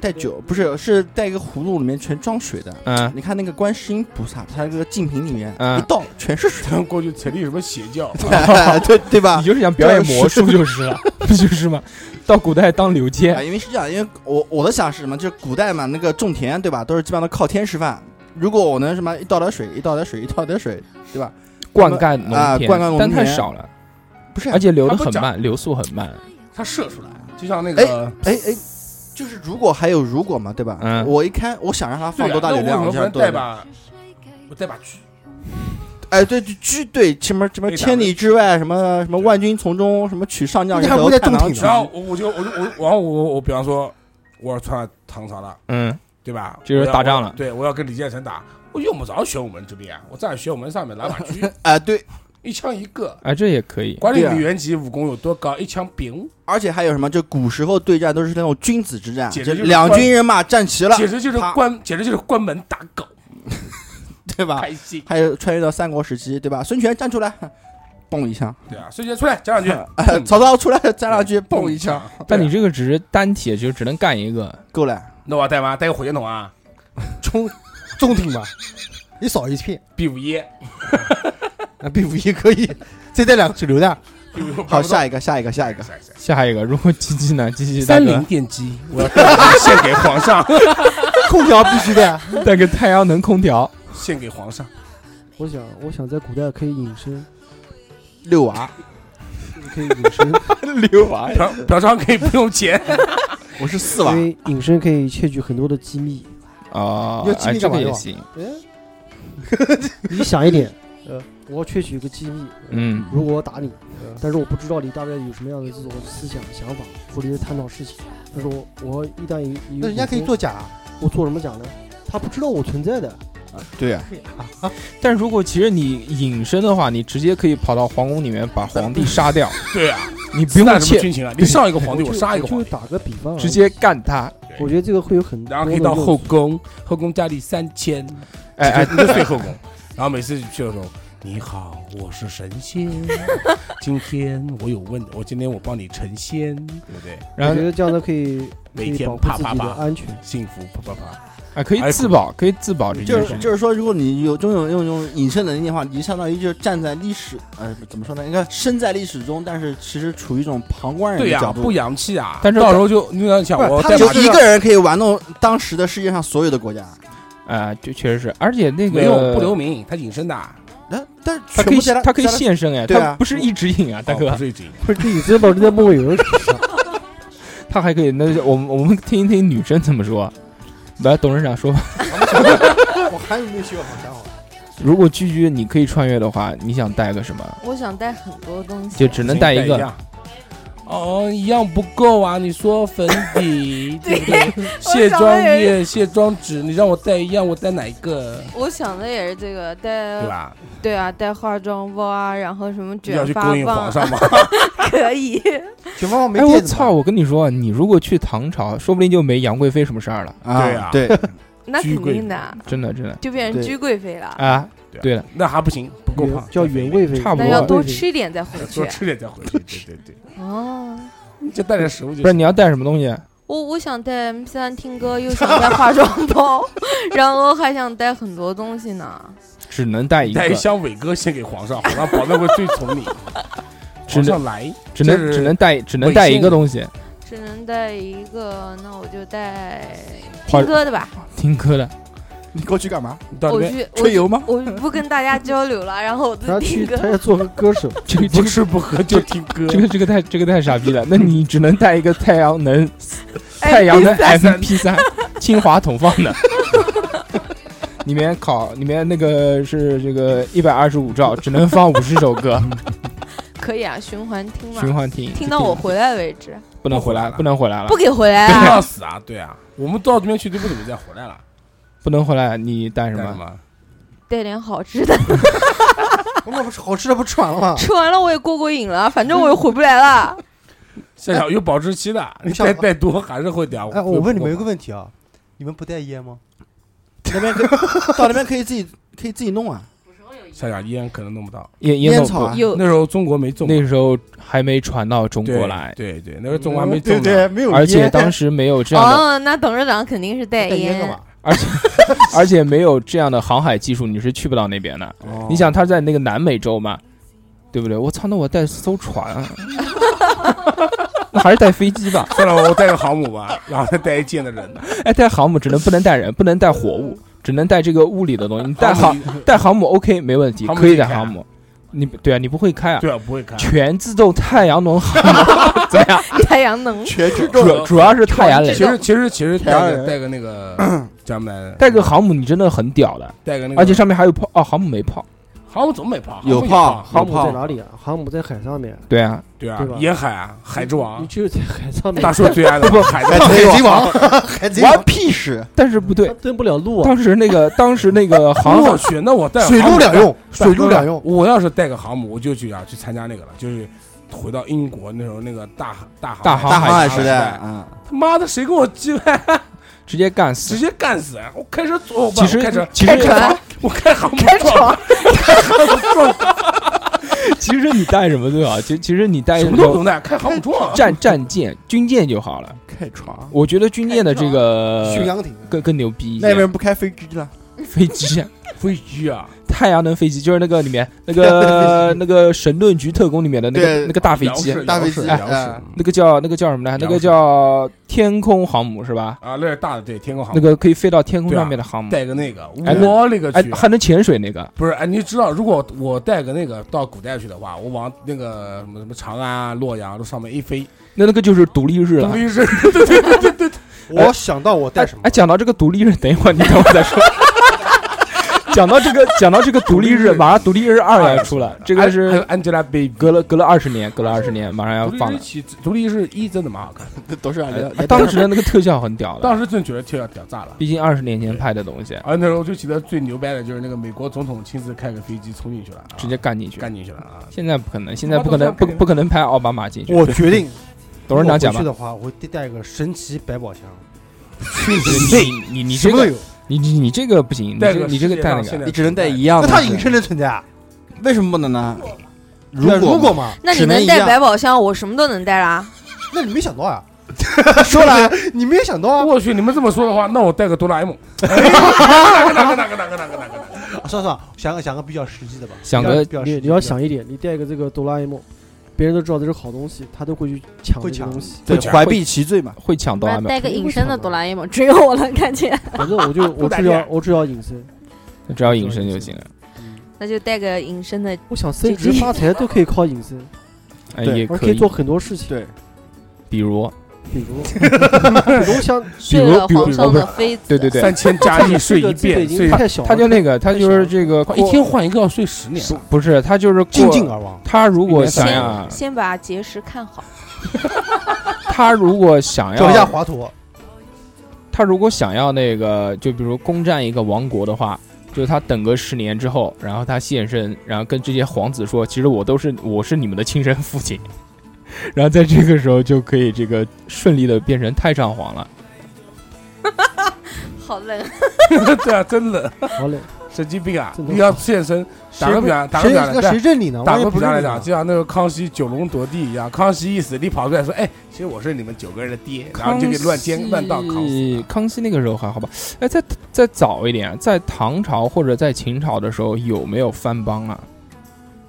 S2: 带酒不是是带一个葫芦里面全装水的。
S3: 嗯，
S2: 你看那个观世音菩萨，他那个净瓶里面
S3: 嗯
S2: 一倒全 是水，
S1: 他过去成立什么邪教，
S2: 对对吧
S3: 你？就是想表演魔术就是 了，不就是吗？到古代当刘
S2: 啊，
S3: 谦，
S2: 因为是这样，因为我我的想是什么，就是古代嘛，那个种田对吧，都是基本上都靠天吃饭。如果我能什么一倒点水，一倒点水，一倒点水，对吧？
S3: 灌溉农
S2: 啊
S3: 田
S2: 灌溉农，
S3: 但太
S2: 田
S3: 少了，
S2: 不是，
S3: 而且流的
S1: 他不
S3: 很
S1: 讲
S3: 慢，流速很 慢。
S1: 他射出来，
S2: 啊
S1: 就像那个
S2: 哎哎，就是如果还有如果嘛，对吧？
S3: 嗯
S2: 我一开我想让它
S1: 对
S2: 放
S1: 啊
S2: 多大
S1: 那
S2: 流
S1: 我
S2: 量，
S1: 为
S2: 我
S1: 什么
S2: 想让
S1: 不
S2: 多
S1: 能带
S2: 大流量。
S1: 把我带把狙？
S2: 哎，对，狙对，什么什么
S1: 对打
S2: 千里之外，什么什么万军从中，什么取上将
S8: 你
S2: 人
S8: 还
S2: 头，
S8: 不带
S2: 探
S8: 动
S2: 囊
S8: 挺
S2: 取
S8: 呢
S1: 然后
S2: 物
S1: 我我就我就我，然后我我比方说，我要穿唐朝了，
S3: 嗯，
S1: 对吧？
S3: 就是
S1: 我要
S3: 打仗了
S1: 对，我要跟李建成打，我用不着选我们这边，啊我再选我们上面 拿把狙，
S2: 哎，对，
S1: 一枪一个。
S3: 啊，这也可以。
S1: 管理
S2: 对啊
S1: 李元吉武功有多高，一枪柄，
S2: 而且还有什么？就古时候对战都是那种君子之战，
S1: 简
S2: 啊就
S1: 直就是
S2: 两
S1: 关
S2: 军人马站齐了，
S1: 简直就是
S2: 啪
S1: 关，简直就是关门打狗，
S2: 对吧？
S1: 开心。
S2: 还有穿越到三国时期，对吧？孙权站出来，嘣一枪；
S1: 对啊，孙权出来讲两句，
S2: 哎 曹操出来站上去，
S1: 嘣
S2: 嘣一枪，。
S3: 但你这个只是单体，就只能干一个。
S2: 啊够了。
S1: 那我要带吗？带个火箭筒 啊
S8: 中中挺吧， 一扫一片，
S1: ，B 五一，
S8: 啊，B 五一可以，再带两个手榴弹，
S2: 好，下一个，下一个，下一个。
S1: 下一个。
S3: 下一个，如果鸡鸡呢？鸡鸡大
S1: 三
S3: 哥
S1: 菱电机，我要带 回去献给皇上，
S8: 空调必须带，
S3: 带个太阳能空调，
S1: 献给皇上。
S9: 我想，我想在古代可以隐身，
S2: 遛娃，
S9: 可以隐 身，
S3: 溜娃
S1: 嫖嫖娼可以不用钱，
S2: 我是四娃
S9: 因，为隐身可以窃取很多的机密。
S3: 啊
S8: 要鸡
S3: 哎
S8: 你
S3: 这
S8: 干嘛
S3: 个也
S8: 用啊
S3: 行。
S9: 你想一点，呃，我要窃取一个机密，
S3: 嗯，
S9: 如果我打你，呃但是我不知道你大概有什么样的这种思想、想法，或者是探讨事情。但是我我一旦有，有
S8: 那人家可以
S9: 隐身
S8: 做假，
S9: 我做什么假呢？他不知道我存在的，
S2: 对呀，
S3: 但如果其实你隐身的话，你直接可以跑到皇宫里面把皇帝杀掉，
S1: 对啊，
S3: 你不
S1: 不
S3: 用
S1: 用什么
S3: 切，
S1: 军情啊，你上一个皇帝，
S9: 就
S1: 我杀一个
S9: 就
S1: 皇帝，
S9: 打个比方啊，
S3: 直接干他。
S9: 我觉得这个会有很多
S1: 然后可以
S9: 的
S1: 到
S9: 用
S1: 后
S9: 处
S1: 宫，后宫佳丽三千，
S3: 哎哎，
S1: 你就睡后宫， 然后每次去的时候。你好，我是神仙。今天我有问，我今天我帮你成仙，对不对？
S3: 然
S9: 我觉
S3: 后
S9: 得这样子可以可
S1: 每
S9: 以
S1: 天
S9: 保护
S1: 啪
S9: 自
S1: 啪
S9: 己的
S1: 啪，
S9: 安全。
S1: 幸福啪啪啪。
S3: 啊，可以自保，可以自保这
S2: 就
S3: 件事
S2: 是
S3: 情。
S2: 就是说，如果你有拥有拥有隐身能力的话，你就相当于就是站在历史，呃，怎么说呢？应该身在历史中，但是其实处于一种旁观人
S1: 对
S2: 的
S1: 呀、
S2: 角
S1: 不
S2: 度。
S1: 洋气啊！
S3: 但是
S1: 到时候就你想想，
S8: 不是
S1: 我
S8: 他
S1: 代
S8: 就
S1: 码
S2: 就是一个人可以玩弄当时的世界上所有的国家，
S3: 啊，就确实是，而且那个
S1: 没有不留名，他隐身的，
S2: 但但
S3: 他
S2: 全
S3: 可以
S2: 部在
S3: 他可以
S2: 在
S3: 现身哎，
S2: 对啊
S3: 他不是一直影啊，大
S1: 哦
S3: 哥
S1: 不，是一 直
S8: 不是这椅子老是在梦游是啥？
S3: 他还可以。那就我们我们听一听女生怎么说。来，董事长说吧。
S8: 我还有没有学好家伙？
S1: 啊
S3: 如果居居你可以穿越的话，你想带个什么？
S6: 我想带很多东西，
S3: 就只能带一 个。。
S1: 哦，一样不够啊！你说粉 底对不对？
S6: 想
S1: 卸妆
S6: 的也
S1: 液、卸妆纸，你让我带一样，我带哪一个？
S6: 我想的也是这个，带
S1: 对吧？
S6: 对啊，带化妆包啊，然后什么
S1: 你要
S6: 卷
S1: 去
S6: 发
S1: 勾引
S6: 棒
S1: 皇
S6: 啊
S1: 上吗？
S6: 可 以。
S8: 卷发棒没
S3: 哎，我
S8: 电子
S3: 操！
S8: 版，
S3: 我跟你说，你如果去唐朝，说不定就没杨贵妃什么事儿了。
S1: 对啊
S2: 啊，对，
S6: 那
S1: 居
S6: 肯
S1: 贵
S6: 定的，
S3: 真的，真的
S6: 就变成
S2: 对
S6: 居贵妃了。
S3: 啊！
S1: 对啊
S3: 对了，
S1: 那还不行，不够胖，
S8: 叫袁贵妃，
S3: 差不
S6: 那
S3: 多
S6: 要多
S8: 对对
S6: 吃一点再回
S1: 多
S6: 去。
S1: 吃点再回去。对对对，
S6: 哦，
S1: 就带点食物就
S3: 不是你要带什么东西？
S6: 我我想带 M 三听歌，又想带化妆包， 然后还想带很多东西呢。
S3: 只能带一个
S1: 带一，箱伟哥献给皇上，皇上保证会最宠 你。
S3: 只
S1: 皇
S3: 能
S1: 上来，
S3: 只能
S1: 这是
S3: 只能带只能带一个东西，
S6: 只能带一个，那我就带
S3: 化
S6: 听歌的吧。
S3: 听歌的。
S2: 你过去干嘛？
S1: 你到
S6: 我
S1: 那边
S6: 去，我
S2: 吹油吗？
S6: 我不跟大家交流了，然后我自
S8: 他要
S6: 己
S8: 去
S6: 听歌
S8: 他。要做个歌手，
S3: 这个这
S1: 不
S3: 个
S1: 吃不喝就听歌。
S3: 这个这个太这个太傻逼了，那你只能带一个太阳能
S6: 哎
S3: 太阳能 MP 三，清华统放的， 里面考里面那个是这个一百二十五兆，只能放五十 首歌，
S6: 可以啊，循环听嘛，
S3: 循环听，
S6: 听到我回来为止，
S3: 不能回来，不能回来了
S6: 不，给回来
S1: 听
S6: 啊！
S1: 到死啊！对啊，我们到这边去就不怎么再回来了。
S3: 不能回来，你带什
S1: 干什
S3: 么？
S1: 么？
S6: 带点好吃的，
S8: 我们不是好吃的不吃完了
S9: 啊
S8: 吗？
S6: 吃完了我也过过瘾了，反正我也回不来了。
S1: 夏小有保质期的，你
S8: 像
S1: 带带多还是会掉。
S8: 哎，我问你们一个
S1: 题，
S8: 问题啊，你们不带烟吗？
S2: 那边可以到那边可以自己可以自己弄啊，
S1: 夏小烟可能弄不到，
S3: 烟
S2: 烟
S3: 烟
S2: 草啊，
S6: 有
S1: 那时候中国没种，
S3: 那时候还没传到中国来，
S1: 对对，那时候中国还没种
S2: 对
S1: 呢。
S2: 嗯对，没有烟，
S3: 而且当时 没有这样的，
S6: 哦，那董事长肯定是带
S2: 带烟干
S6: 烟，
S2: 嘛？
S3: 而且没有这样的航海技术，你是去不到那边的。
S2: 哦
S3: 你想他在那个南美洲嘛，对不对？我操，那我带艘船啊， 那还是带飞机吧？
S1: 算了，我带个航母吧，然后再带一见的人。
S3: 哎，带航母只能不能带人，不能带活物，只能带这个物理的东西。你带航
S1: 母
S3: 带航母 OK 没问题，
S1: 航母
S3: 可以
S1: 自己
S3: 带
S1: 开啊
S3: 航母。你不对啊，你不会开啊？
S1: 对啊，不会开。
S3: 全自动太阳能航母 怎么样？
S6: 太阳 能。
S2: 全是
S1: 主
S3: 主主要是太阳能
S1: 其。实其实其实带
S2: 太阳
S1: 个
S2: 能
S1: 带个那 个叫什么来着？
S3: 带个航母，你真的很屌的，
S1: 带个那个，
S3: 而且上面还有炮哦，航母没炮，
S1: 航母总没炮，
S2: 有
S1: 航母航母
S2: 炮有
S9: 航母在
S2: 炮
S9: 哪里啊？航母在海上面，
S3: 对啊，
S1: 对啊
S9: 对吧，
S1: 沿海啊，海之
S9: 你
S1: 王，
S9: 只有在海上面，
S1: 大叔最爱的
S3: 不
S1: 海
S2: 海
S1: 之
S2: 贼
S1: 王，
S2: 王， 海贼王屁事，
S3: 但是不
S9: 他
S3: 对，
S9: 登不了路啊。
S3: 当时那个当时那 个航
S1: 我去，那我带
S8: 水
S1: 航
S8: 陆
S1: 母
S8: 两用，
S1: 大
S8: 水陆两用。
S1: 我要是带个航母，我就去啊去参加那个了，就是回到英国那时候那个大大
S3: 大
S1: 航
S3: 航
S2: 大航海
S1: 时
S2: 时代啊，
S1: 他妈的谁跟我鸡巴
S3: 直接干死
S1: 直，接干死！啊我开车左，我
S3: 其实
S1: 开车
S3: 其
S1: 开
S3: 实
S1: 船，我开航母撞，
S3: 其实你带什么最好？其其实你带
S1: 什么都不用带，开航母撞。
S3: 战战舰、军舰就好了。
S2: 开
S1: 啊
S2: 船，
S3: 我觉得军舰的这
S8: 巡
S3: 个
S8: 洋艇，
S3: 更更牛逼一
S2: 那
S3: 些。
S2: 边不开飞机了，
S3: 飞机，
S1: 飞机啊，
S3: 太阳能飞机就是那个里面那 个那个神盾局特工里面的那个
S2: 对
S3: 那个大飞机
S1: 粮，食
S2: 大 飞机
S1: 粮食粮
S2: 哎
S1: 食
S3: 那个叫那个叫什么来？那个叫天空航母是吧？
S1: 啊，那是大的，对，天空航
S3: 那
S1: 母，啊
S3: 个可以飞到天空上面的航母，
S1: 带个那个，
S3: 哎
S1: 我勒个
S3: 哎
S1: 去，！
S3: 还能潜水那个。
S1: 不是，哎，你知道，如果我带个那个到古代去的话，我往那个什么什么长安啊、洛阳啊都上面一飞，
S3: 那那个就是独立日了
S1: 独。立日，
S8: 我想到我带什么
S3: 哎，，讲到这个独立日，等一会儿你等我再说。讲到这个，讲到这个独立日，马上独立日二要出了，这个是
S1: 还有 Angelababy
S3: 隔了隔了二十年，隔了二十年，马上要
S1: 独
S3: 放
S1: 立日
S3: 了。
S1: 起，独立日一真的蛮好看的，
S2: 都是
S1: 哎
S3: 啊当时的那个特效很屌的，
S1: 当时真觉得跳屌炸了。
S3: 毕竟二十年前拍的东西，
S1: 而那时候我就记得最牛掰的就是那个美国总统亲自开个飞机冲进去了啊，
S3: 直接干进去。
S1: 干进去了 啊！
S3: 现在不可能，现在不可能，不不可能拍奥巴马进去。
S8: 我决定，
S3: 董事长讲
S8: 如果回
S3: 吧
S8: 去，的话，我得带个神奇百宝箱，
S3: 你你你
S8: 什
S3: 这
S8: 么都
S3: 个
S8: 有。
S3: 你你你这个不行，你
S1: 带
S3: 这
S1: 个
S3: 你这个带那
S1: 世界上现
S3: 个
S1: 在
S2: 你只能带一样
S8: 那
S2: 的。
S8: 它隐身能存在啊？
S2: 为什么不能呢？啊如
S8: 那如
S2: 果
S8: 果
S2: 嘛
S8: 嘛，
S6: 那你
S2: 只能
S6: 能
S2: 一
S6: 带啊
S2: 样
S6: 百宝箱，我什么都能带啦。
S8: 那你没想到呀？
S2: 说了，
S8: 你没有想到啊！
S1: 我去，你们这么说的话，那我带个哆啦 A 梦。
S3: 啊
S1: 哎哪个哪个哪个哪个哪个哪个哪个？
S10: 啊算了算了，想个想个比较实际的吧。
S3: 想个
S10: 比较
S9: 你
S10: 实际
S9: 你
S10: 的
S9: 要想一点，你带个这个哆啦 A 梦，别人都知道这是好东西，他都会去抢
S10: 会
S9: 这
S10: 抢
S9: 个东西。
S2: 对，
S3: 讲
S2: 怀璧其罪嘛。
S3: 会 抢
S7: 不
S3: 到啊
S7: 然
S3: 没
S7: 带个隐身的哆啦 A 梦，只有我能看 见。
S9: 反正我 就我
S1: 带
S9: 只要
S1: 电
S9: 我只要隐身，
S3: 有，只要隐身就行了。
S6: 那就带个隐身的，
S9: 我想升职发财都可以靠隐身，
S3: 哎，
S2: 对
S3: 也
S9: 而
S3: 可以
S9: 做，很多事情。
S2: 对，
S3: 比如，
S9: 比如，比如像
S3: 比
S6: 睡
S3: 如，
S6: 了
S3: 比如，
S6: 皇
S3: 不
S6: 上
S3: 是
S6: 的，妃子。
S3: 对对对，
S1: 三千加一睡一
S9: 这个
S1: 遍，
S9: 已
S1: 睡
S9: 经太小了，
S3: 他就那个，他就是这个
S1: 一天换一个要睡十年。
S3: 不不是他就是
S10: 静
S3: 过
S10: 静而亡，
S3: 他如果想
S6: 先
S3: 要，
S6: 先把结石看好，
S3: 他如果想
S10: 找一下
S3: 要，
S10: 华佗，
S3: 他如果想要那个，就比如攻占一个王国的话，就他等个十年之后，然后他现身，然后跟这些皇子说，其实我都是我是你们的亲生父亲，然后在这个时候就可以这个顺利的变成太上皇了。
S6: 好 冷。
S1: 对啊，真的
S9: 好嘞，
S1: 神经病啊！
S9: 真的
S1: 你要现身，打个比方，打个
S10: 谁
S1: 比方来
S10: 那谁
S1: 讲，
S10: 认你呢？
S1: 打
S10: 万一
S1: 个比
S10: 不
S1: 方来
S10: 认你呢
S1: 讲，就像那个康熙九龙夺地一样，康熙一死，你跑出来说，哎，其实我是你们九个人的爹，然后你就给乱奸乱当康
S3: 熙
S1: 熙。
S3: 康熙那个时候还好吧？哎，再再早一点，在唐朝或者在秦朝的时候，有没有藩邦啊？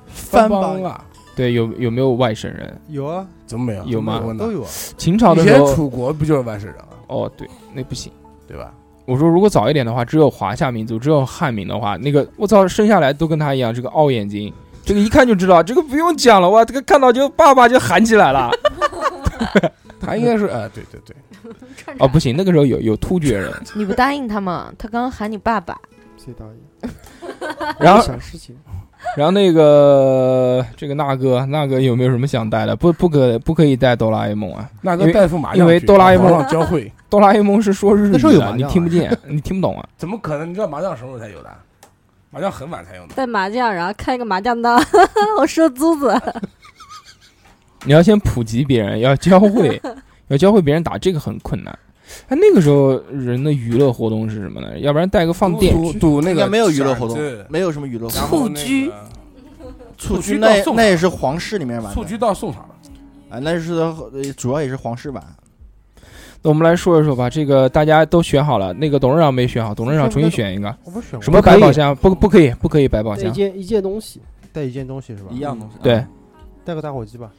S1: 翻帮啊？
S3: 对，有有没有外省人？
S10: 有啊，
S1: 怎么没有？
S3: 有吗
S1: 怎么没
S10: 都
S1: 有呢
S10: 有啊。
S3: 秦朝
S1: 以
S3: 的时
S1: 前
S3: 候，
S1: 楚国不就是外省人啊？
S3: 哦，对，那不行。
S1: 对吧？
S3: 我说，如果早一点的话，只有华夏民族，只有汉民的话，那个我操，生下来都跟他一样，这个凹眼睛，这个一看就知道，这个不用讲了，哇，这个看到就爸爸就喊起来 了。
S1: 他应该是哎，对对对，
S3: 呃哦，不行，那个时候有有突厥人，
S6: 你不答应他吗？他刚刚喊你爸爸，
S9: 谁答应？
S3: 然后
S9: 想事情，
S3: 然后那个这个那个那个有没有什么想带的？不不可不可以带哆啦 A 梦啊？
S1: 那
S3: 因
S1: 个
S3: 为
S1: 大夫马上
S3: 因为
S1: 去
S3: 哆啦 A 梦
S1: 马上教会，
S3: 哆啦 A 梦是说日语
S10: 那时候有麻
S3: 的，
S10: 将
S3: 你听不见，你听不懂啊？
S1: 怎么可能？你知道麻将什么时候才有的？麻将很晚才有的。
S7: 带麻将，然后开个麻将档， 我射珠 子。
S3: 你要先普及别人，要教会，要教会别人打，这个很困难。哎，那个时候人的娱乐活动是什么呢？要不然带个放电
S1: 赌赌那
S2: 应
S1: 个
S2: 该没有娱乐活动
S1: 骰子，
S2: 没有什么娱乐活
S1: 然
S2: 动。
S1: 后
S6: 蹴鞠
S1: 那个
S2: 蹴
S1: 鞠
S2: 鞠
S1: 到
S2: 那
S1: 宋朝
S2: 那也是皇室里面玩
S1: 蹴
S2: 的
S1: 鞠到宋朝了。
S2: 啊，那是呃主要也是皇室玩。
S3: 那我们来说一说吧，这个大家都选好了，那个董事长没选好，董事长重新选一个。
S10: 我不是选过
S3: 什么百宝箱？不，不可以，不可以百宝
S9: 一
S3: 箱。嗯
S9: 件一件东西，
S10: 带一件东西是吧？
S2: 样东西。
S3: 对，
S10: 带个打火机吧。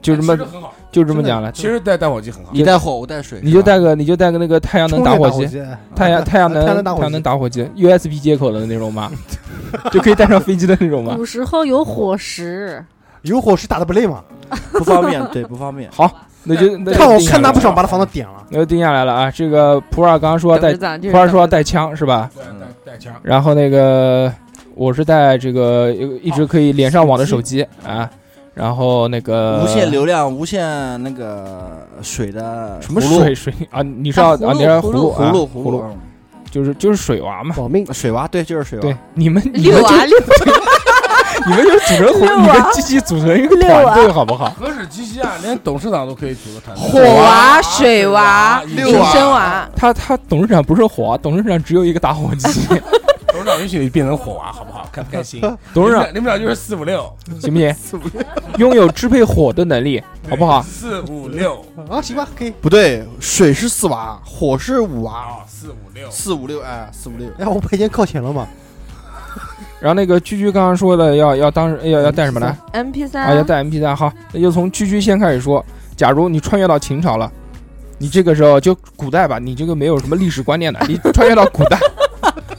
S3: 就这么
S1: 哎其实很好，
S3: 就这么讲了。
S1: 其实带打火机很好。
S2: 你带火，我带水，
S3: 你就
S2: 带
S3: 带 个你就带个那个太阳能打火
S10: 充
S3: 机
S10: 电，打火机，啊
S3: 太阳 太阳能
S10: 太阳能打火机
S3: 能打火机，USB 接口的那种吗？ 就可以带上飞机的那种吗？
S7: 古时候有火石，
S10: 有火石打的不累吗？
S2: 不方便，对，不方 便。
S3: 好，那就那就
S10: 看我
S3: 定下
S10: 看他
S3: 来
S10: 不爽，
S3: 了
S10: 把他房子点了。
S3: 那就定下来了啊。这个普洱刚刚说要带
S6: 董事，长就是
S3: 普洱说要
S6: 董事
S3: 带枪是吧？嗯
S1: 对，带带枪。
S3: 然后那个我是带这个一一直可以连上网的手机啊，然后那个
S2: 无限流量，无限那个水的
S3: 什么
S2: 葫芦
S3: 水水啊？你是要
S6: 啊葫芦
S3: 啊？你是要
S6: 葫
S3: 芦
S2: 葫芦
S3: 芦
S2: 葫
S3: 葫芦，啊
S2: 芦
S3: 就是就是水娃嘛。
S9: 保命。
S2: 水娃，对，就是水
S3: 对
S2: 娃。，
S3: 你们你
S6: 六
S3: 们就
S6: 娃六
S3: 你们就 组成
S6: 六
S3: 红，
S6: 娃
S3: 你们积极组成一个
S6: 六
S3: 团
S6: 娃
S3: 队好不好？
S1: 啊何止鸡鸡啊，连董事长都可以组个团队。
S6: 火娃、水娃、
S1: 六
S6: 隐
S1: 娃
S6: 身娃，
S3: 他他董事长不是火，董事长只有一个打火机。
S1: 董事长允许你变成火娃，好不好？开不开心？
S3: 董事长
S1: 你们俩就是四五六，
S3: 行不行？拥有支配火的能力，好不 好？
S1: 四五六
S10: 啊，行吧，可以。
S2: 不对，水是四娃，火是五娃，
S1: 啊，四五六。
S2: 四五六哎，四五六。
S10: 哎，我赔钱靠前了嘛？
S3: 然后那个居居刚刚说的要要当要要带什么呢？
S6: MP
S3: 啊，要
S6: 三，
S3: 带 MP 三。好，那就从居居先开始说。假如你穿越到秦朝了，你这个时候就古代吧，你这个没有什么历史观念的，你穿越到古代，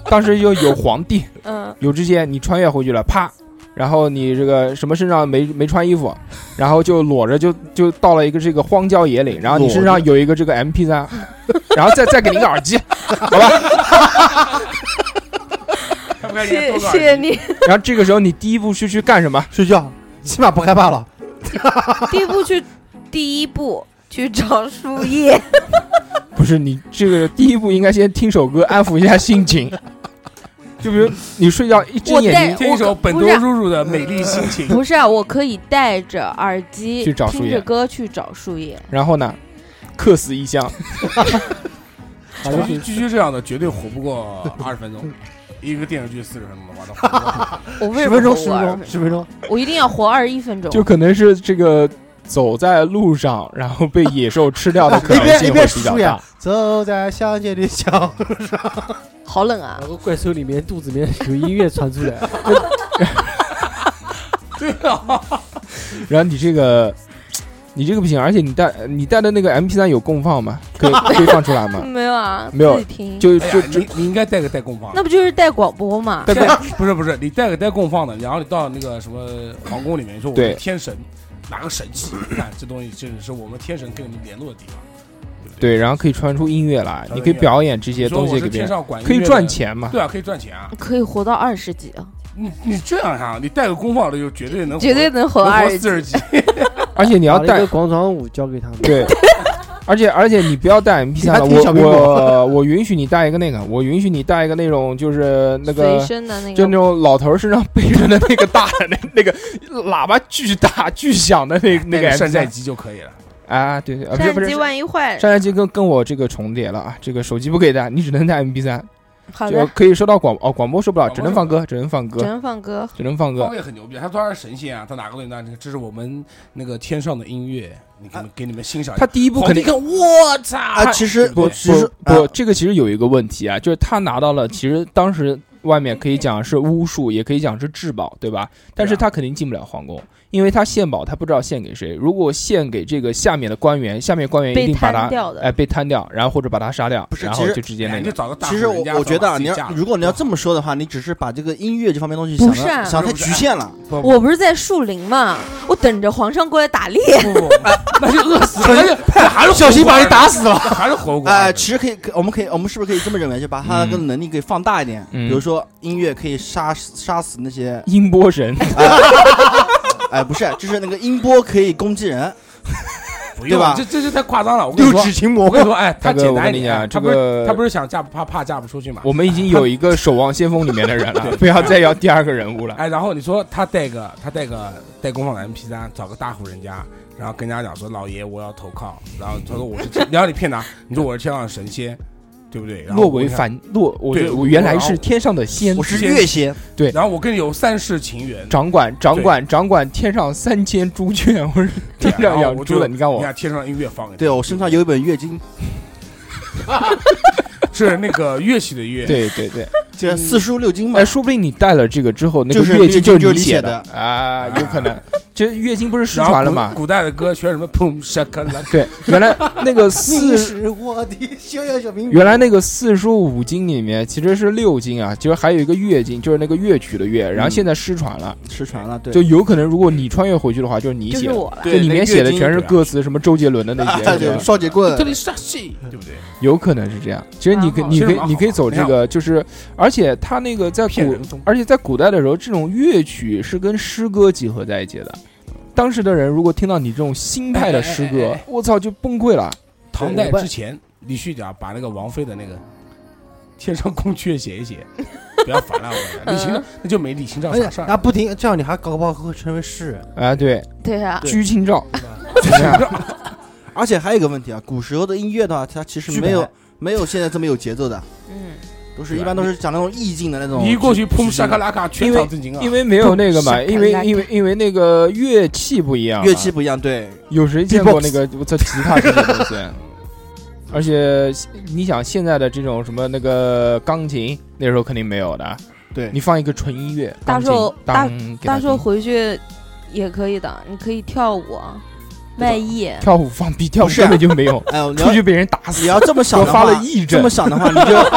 S3: 当时就有皇帝，
S6: 嗯，
S3: 有这些你穿越回去了，啪，然后你这个什么身上没没穿衣服，然后就裸着就就到了一个这个荒郊野岭，然后你身上有一个这个 MP 三， 然后再再给你个耳机，
S1: 开不开心？
S6: 谢谢谢
S1: 多个耳机
S6: 谢你。
S3: 然后这个时候你第一步是去干什么？
S10: 睡觉，起码不害怕了。
S6: 第一步去， 第一步去找树叶，
S3: 不是你这个第一步应该先听首歌安抚一下心 情，就比如你睡觉一睁
S6: 我
S3: 眼
S6: 带
S3: 睛
S1: 听一首本多
S6: 不是
S1: 入入的《美丽心情》。
S6: 不是啊，我可以戴着耳机
S3: 去找树
S6: 听
S3: 叶
S6: 着歌去找树叶。
S3: 然后呢，客死异 乡，
S9: 反正
S1: 居居这样的绝对活不过二十分钟，一个电视剧四十分钟的话，都活不
S6: 我
S1: 过。
S6: 为什
S10: 十
S6: 么
S10: 分
S6: 活
S10: 钟，十分
S6: 二
S10: 钟，十分钟。
S6: 我一定要活二十一分钟。
S3: 就可能是这个走在路上，然后被野兽吃掉 的可
S10: 一
S3: 能
S10: 边一
S3: 性会
S10: 边
S3: 比 较
S10: 数呀
S3: 大。，
S10: 走在乡间的小
S6: 好冷啊
S9: 然！后怪兽里面肚子里面有音乐传出来，
S3: 然后你这个，你这个不行，而且你带你带的那个 MP 三有功放吗？可以可以放出来 吗？
S6: 没有啊，
S3: 没有
S6: 自己听，
S3: 就
S1: 哎
S3: 就
S1: 呀，
S3: 就
S1: 你你应该带个带供放的，
S6: 那不就是带广播嘛？
S3: 带
S1: 带 不是不是，你带个带供放的，然后你到那个什么皇宫里面，你说我
S3: 对
S1: 们天神拿个神器，你看这东西这是我们天神跟你们联络的地方。
S3: 对，然后可以传出音乐来，
S1: 传
S3: 你
S1: 出
S3: 可以
S1: 音乐
S3: 表演这些
S1: 你说
S3: 东
S1: 我
S3: 西
S1: 是
S3: 给
S1: 天
S3: 别人，
S1: 上管音
S3: 可以
S1: 乐
S3: 赚
S1: 的，
S3: 钱嘛？
S1: 对啊，可以赚钱啊。
S6: 可以活到二十几啊，
S1: 你你这样啊，你带个功放的就绝对能
S6: 绝对能活
S1: 能
S6: 到二
S1: 活
S6: 十
S1: 四
S6: 几。
S1: 十几。
S3: 而且你
S9: 把
S3: 要
S9: 那
S3: 带
S9: 个广场舞交给他们。
S3: 对，而且而且你不要带 MP 三了，
S10: 你还挺小苹
S3: 我我我允许你带一个那个，我允许你带一个那种就是那个
S6: 随身的那
S3: 就那
S6: 个，
S3: 种老头身上背着的那个大的 那那个喇叭巨大巨响的那那
S1: 带
S3: 个
S1: 山寨
S3: MP3
S1: 机就可以了。
S3: 啊，对对啊，不是不
S6: 战
S3: 是
S6: 机。万一坏了，
S3: 山寨机跟跟我这个重叠了啊，这个手机不可以带，你只能带 MP 三，
S6: 好
S3: 就
S6: 的，
S3: 可以收到广哦广播收不了，
S1: 广
S3: 只
S1: 播
S3: 能
S1: 收
S3: 放
S1: 不了
S3: 歌，只能放
S6: 只
S3: 歌，
S6: 能放歌。
S3: 只能放歌
S1: 方。也很牛逼，他说他是神仙啊，他哪个东西呢？这是我们那个天上的音乐，你给你们给你们欣赏一下。
S3: 啊他第一步
S1: 皇
S3: 肯
S1: 帝
S3: 定
S1: 一看，我操！
S2: 啊，其实
S3: 不
S2: 其实
S3: 不
S2: 啊
S3: 不，这个其实有一个问题啊，就是他拿到了，其实当时外面可以讲是巫术，也可以讲是至宝，对吧？但是他肯定进不了皇宫，因为他献宝，他不知道献给谁。如果献给这个下面的官员，下面官员一
S6: 被
S3: 定把
S6: 摊
S3: 他
S6: 掉的
S3: 哎被摊掉，然后或者把他杀掉
S2: 不，是
S3: 然
S2: 其
S3: 后
S2: 实
S3: 就直接
S1: 哎
S3: 那
S1: 你
S3: 个
S1: 就。找个大户
S2: 其实我
S1: 人家
S2: 我觉得啊，
S1: 把自
S2: 你
S1: 己
S2: 要
S1: 嫁了
S2: 如果你要这么说的话，你只是把这个音乐这方面东西
S6: 不
S2: 想
S6: 是啊
S2: 的想太局限了。
S1: 不不
S6: 我不是在树林嘛，我等着皇上过来打猎。
S1: 不不，那就饿死了，那就那还是
S10: 小心把人打
S1: 死了，还是活过来
S2: 哎，
S1: 的。
S2: 其实可以，可我们可以，我们是不是可以这么认为，就把他的
S3: 嗯
S2: 能力可以放大一点？
S3: 嗯
S2: 比如说音乐可以杀死杀死那些，
S3: 音波神，
S2: 哎，不是，就是那个音波可以攻击人。
S1: 不用
S2: 对吧
S1: 这这就太夸张了。我跟你说，
S10: 琴
S1: 我
S10: 魔
S1: 跟你说，哎，他
S3: 大哥，
S1: 简
S3: 我
S1: 单
S3: 跟
S1: 一
S3: 你
S1: 点，
S3: 讲，这
S1: 他不是
S3: 个
S1: 他不是想嫁怕怕嫁不出去嘛？
S3: 我们已经有一个《守望先锋》里面的人了，不要再要第二个人物了。
S1: 哎，然后你说他带个他带个带工坊的 MP 三，找个大户人家，然后跟人家讲说老爷我要投靠，然后他说我是 天，然后你骗他，你说我是天上的神仙，对不对？然后
S3: 落
S1: 我
S3: 为
S1: 看，
S3: 反落，我
S1: 对
S3: 我原来
S1: 然后
S3: 是天上的仙
S2: 我是乐仙，
S1: 然后我跟你有三世情缘，
S3: 掌管掌管掌管天上三千猪圈， 我是
S1: 对啊
S3: 天上
S1: 然后
S3: 养
S1: 我
S3: 猪
S1: 就
S3: 的，你看
S1: 你
S3: 我
S1: 看天上的音乐放给他
S2: 对我身上有一本月经，
S1: 是那个乐器的乐，
S3: 对对对，
S2: 这四书六经嘛
S3: 哎，。说不定你带了这个之后，那个
S2: 就是
S3: 月经
S2: 就是
S3: 你
S2: 你
S3: 写
S2: 写
S3: 的
S2: 的
S3: 啊，有可 能。这月经不是失
S1: 然后
S3: 传了
S1: 古
S3: 嘛？
S1: 古代的歌全什么 砰沙克拉，
S3: 对，原来那个四，
S10: 是我的逍遥小民。
S3: 原来那个四书五经里面其实是六经啊，其实还有一个乐经，就是那个乐曲的乐，然后
S2: 嗯
S3: 现在失传了，
S2: 失传了，对，
S3: 就有可能如果你穿越回去的话，就是你
S6: 就
S3: 写
S6: 是
S3: 的，
S6: 我了，
S3: 就
S2: 对
S3: 里面写的全是
S1: 那个乐经
S3: 歌词，什么周杰伦的那些，
S2: 啊
S3: 对吧
S2: 对，双节棍
S1: 这，里啥戏，对不对？
S3: 有可能是这样。其实你可
S6: 蛮好
S1: 其
S3: 你可
S1: 实蛮
S3: 以
S1: 啊好
S3: 你可以走这个，就是而且他那个在
S1: 骗
S3: 古
S1: 人风，
S3: 而且在古代的时候，这种乐曲是跟诗歌结合在一起的。当时的人如果听到你这种新派的诗
S1: 哎哎哎
S3: 歌
S1: 哎，
S3: 我操就崩溃了。
S1: 唐
S10: 对
S1: 代
S10: 我问
S1: 之前，李旭讲把那个王菲的那个《天上宫阙》写一写，不要烦了 我。李清照那就没李清照
S10: 哎
S1: 啥
S10: 呀
S1: 事，儿。
S10: 那不停这样，你还搞不好会成为诗人。
S2: 哎
S3: 啊，对，
S6: 对啊，
S3: 居清照，
S2: 而且还有一个问题啊，古时候的音乐的话，它其实没有没有现在这么有节奏的，
S6: 嗯，
S2: 都是一般都是讲那种意境的那种。
S1: 你一过去砰沙克
S2: 拉，
S1: 拉卡，全场震惊啊！
S3: 因为没有那个 嘛，
S6: 不
S3: 因为
S6: 想看
S3: 因为因为那个乐器不一样嘛，
S2: 乐器不一样，对，
S3: 有谁见过那个我操吉他这些东西？ 而且你想现在的这种什么那个钢琴，那时候肯定没有的。
S2: 对
S3: 你放一个纯音乐，
S6: 大寿
S3: 当
S6: 大硕回去也可以的，你可以跳舞啊，外艺。
S3: 跳舞放屁，跳舞
S2: 不是
S3: 根
S2: 啊
S3: 本就没有，
S2: 哎呦，你
S3: 出
S2: 要
S3: 去被人打
S2: 你
S3: 死。
S2: 要这么想
S3: 我
S2: 的
S3: 发
S2: 话，
S3: 了癔
S2: 这
S3: 症
S2: 么，想的话，你就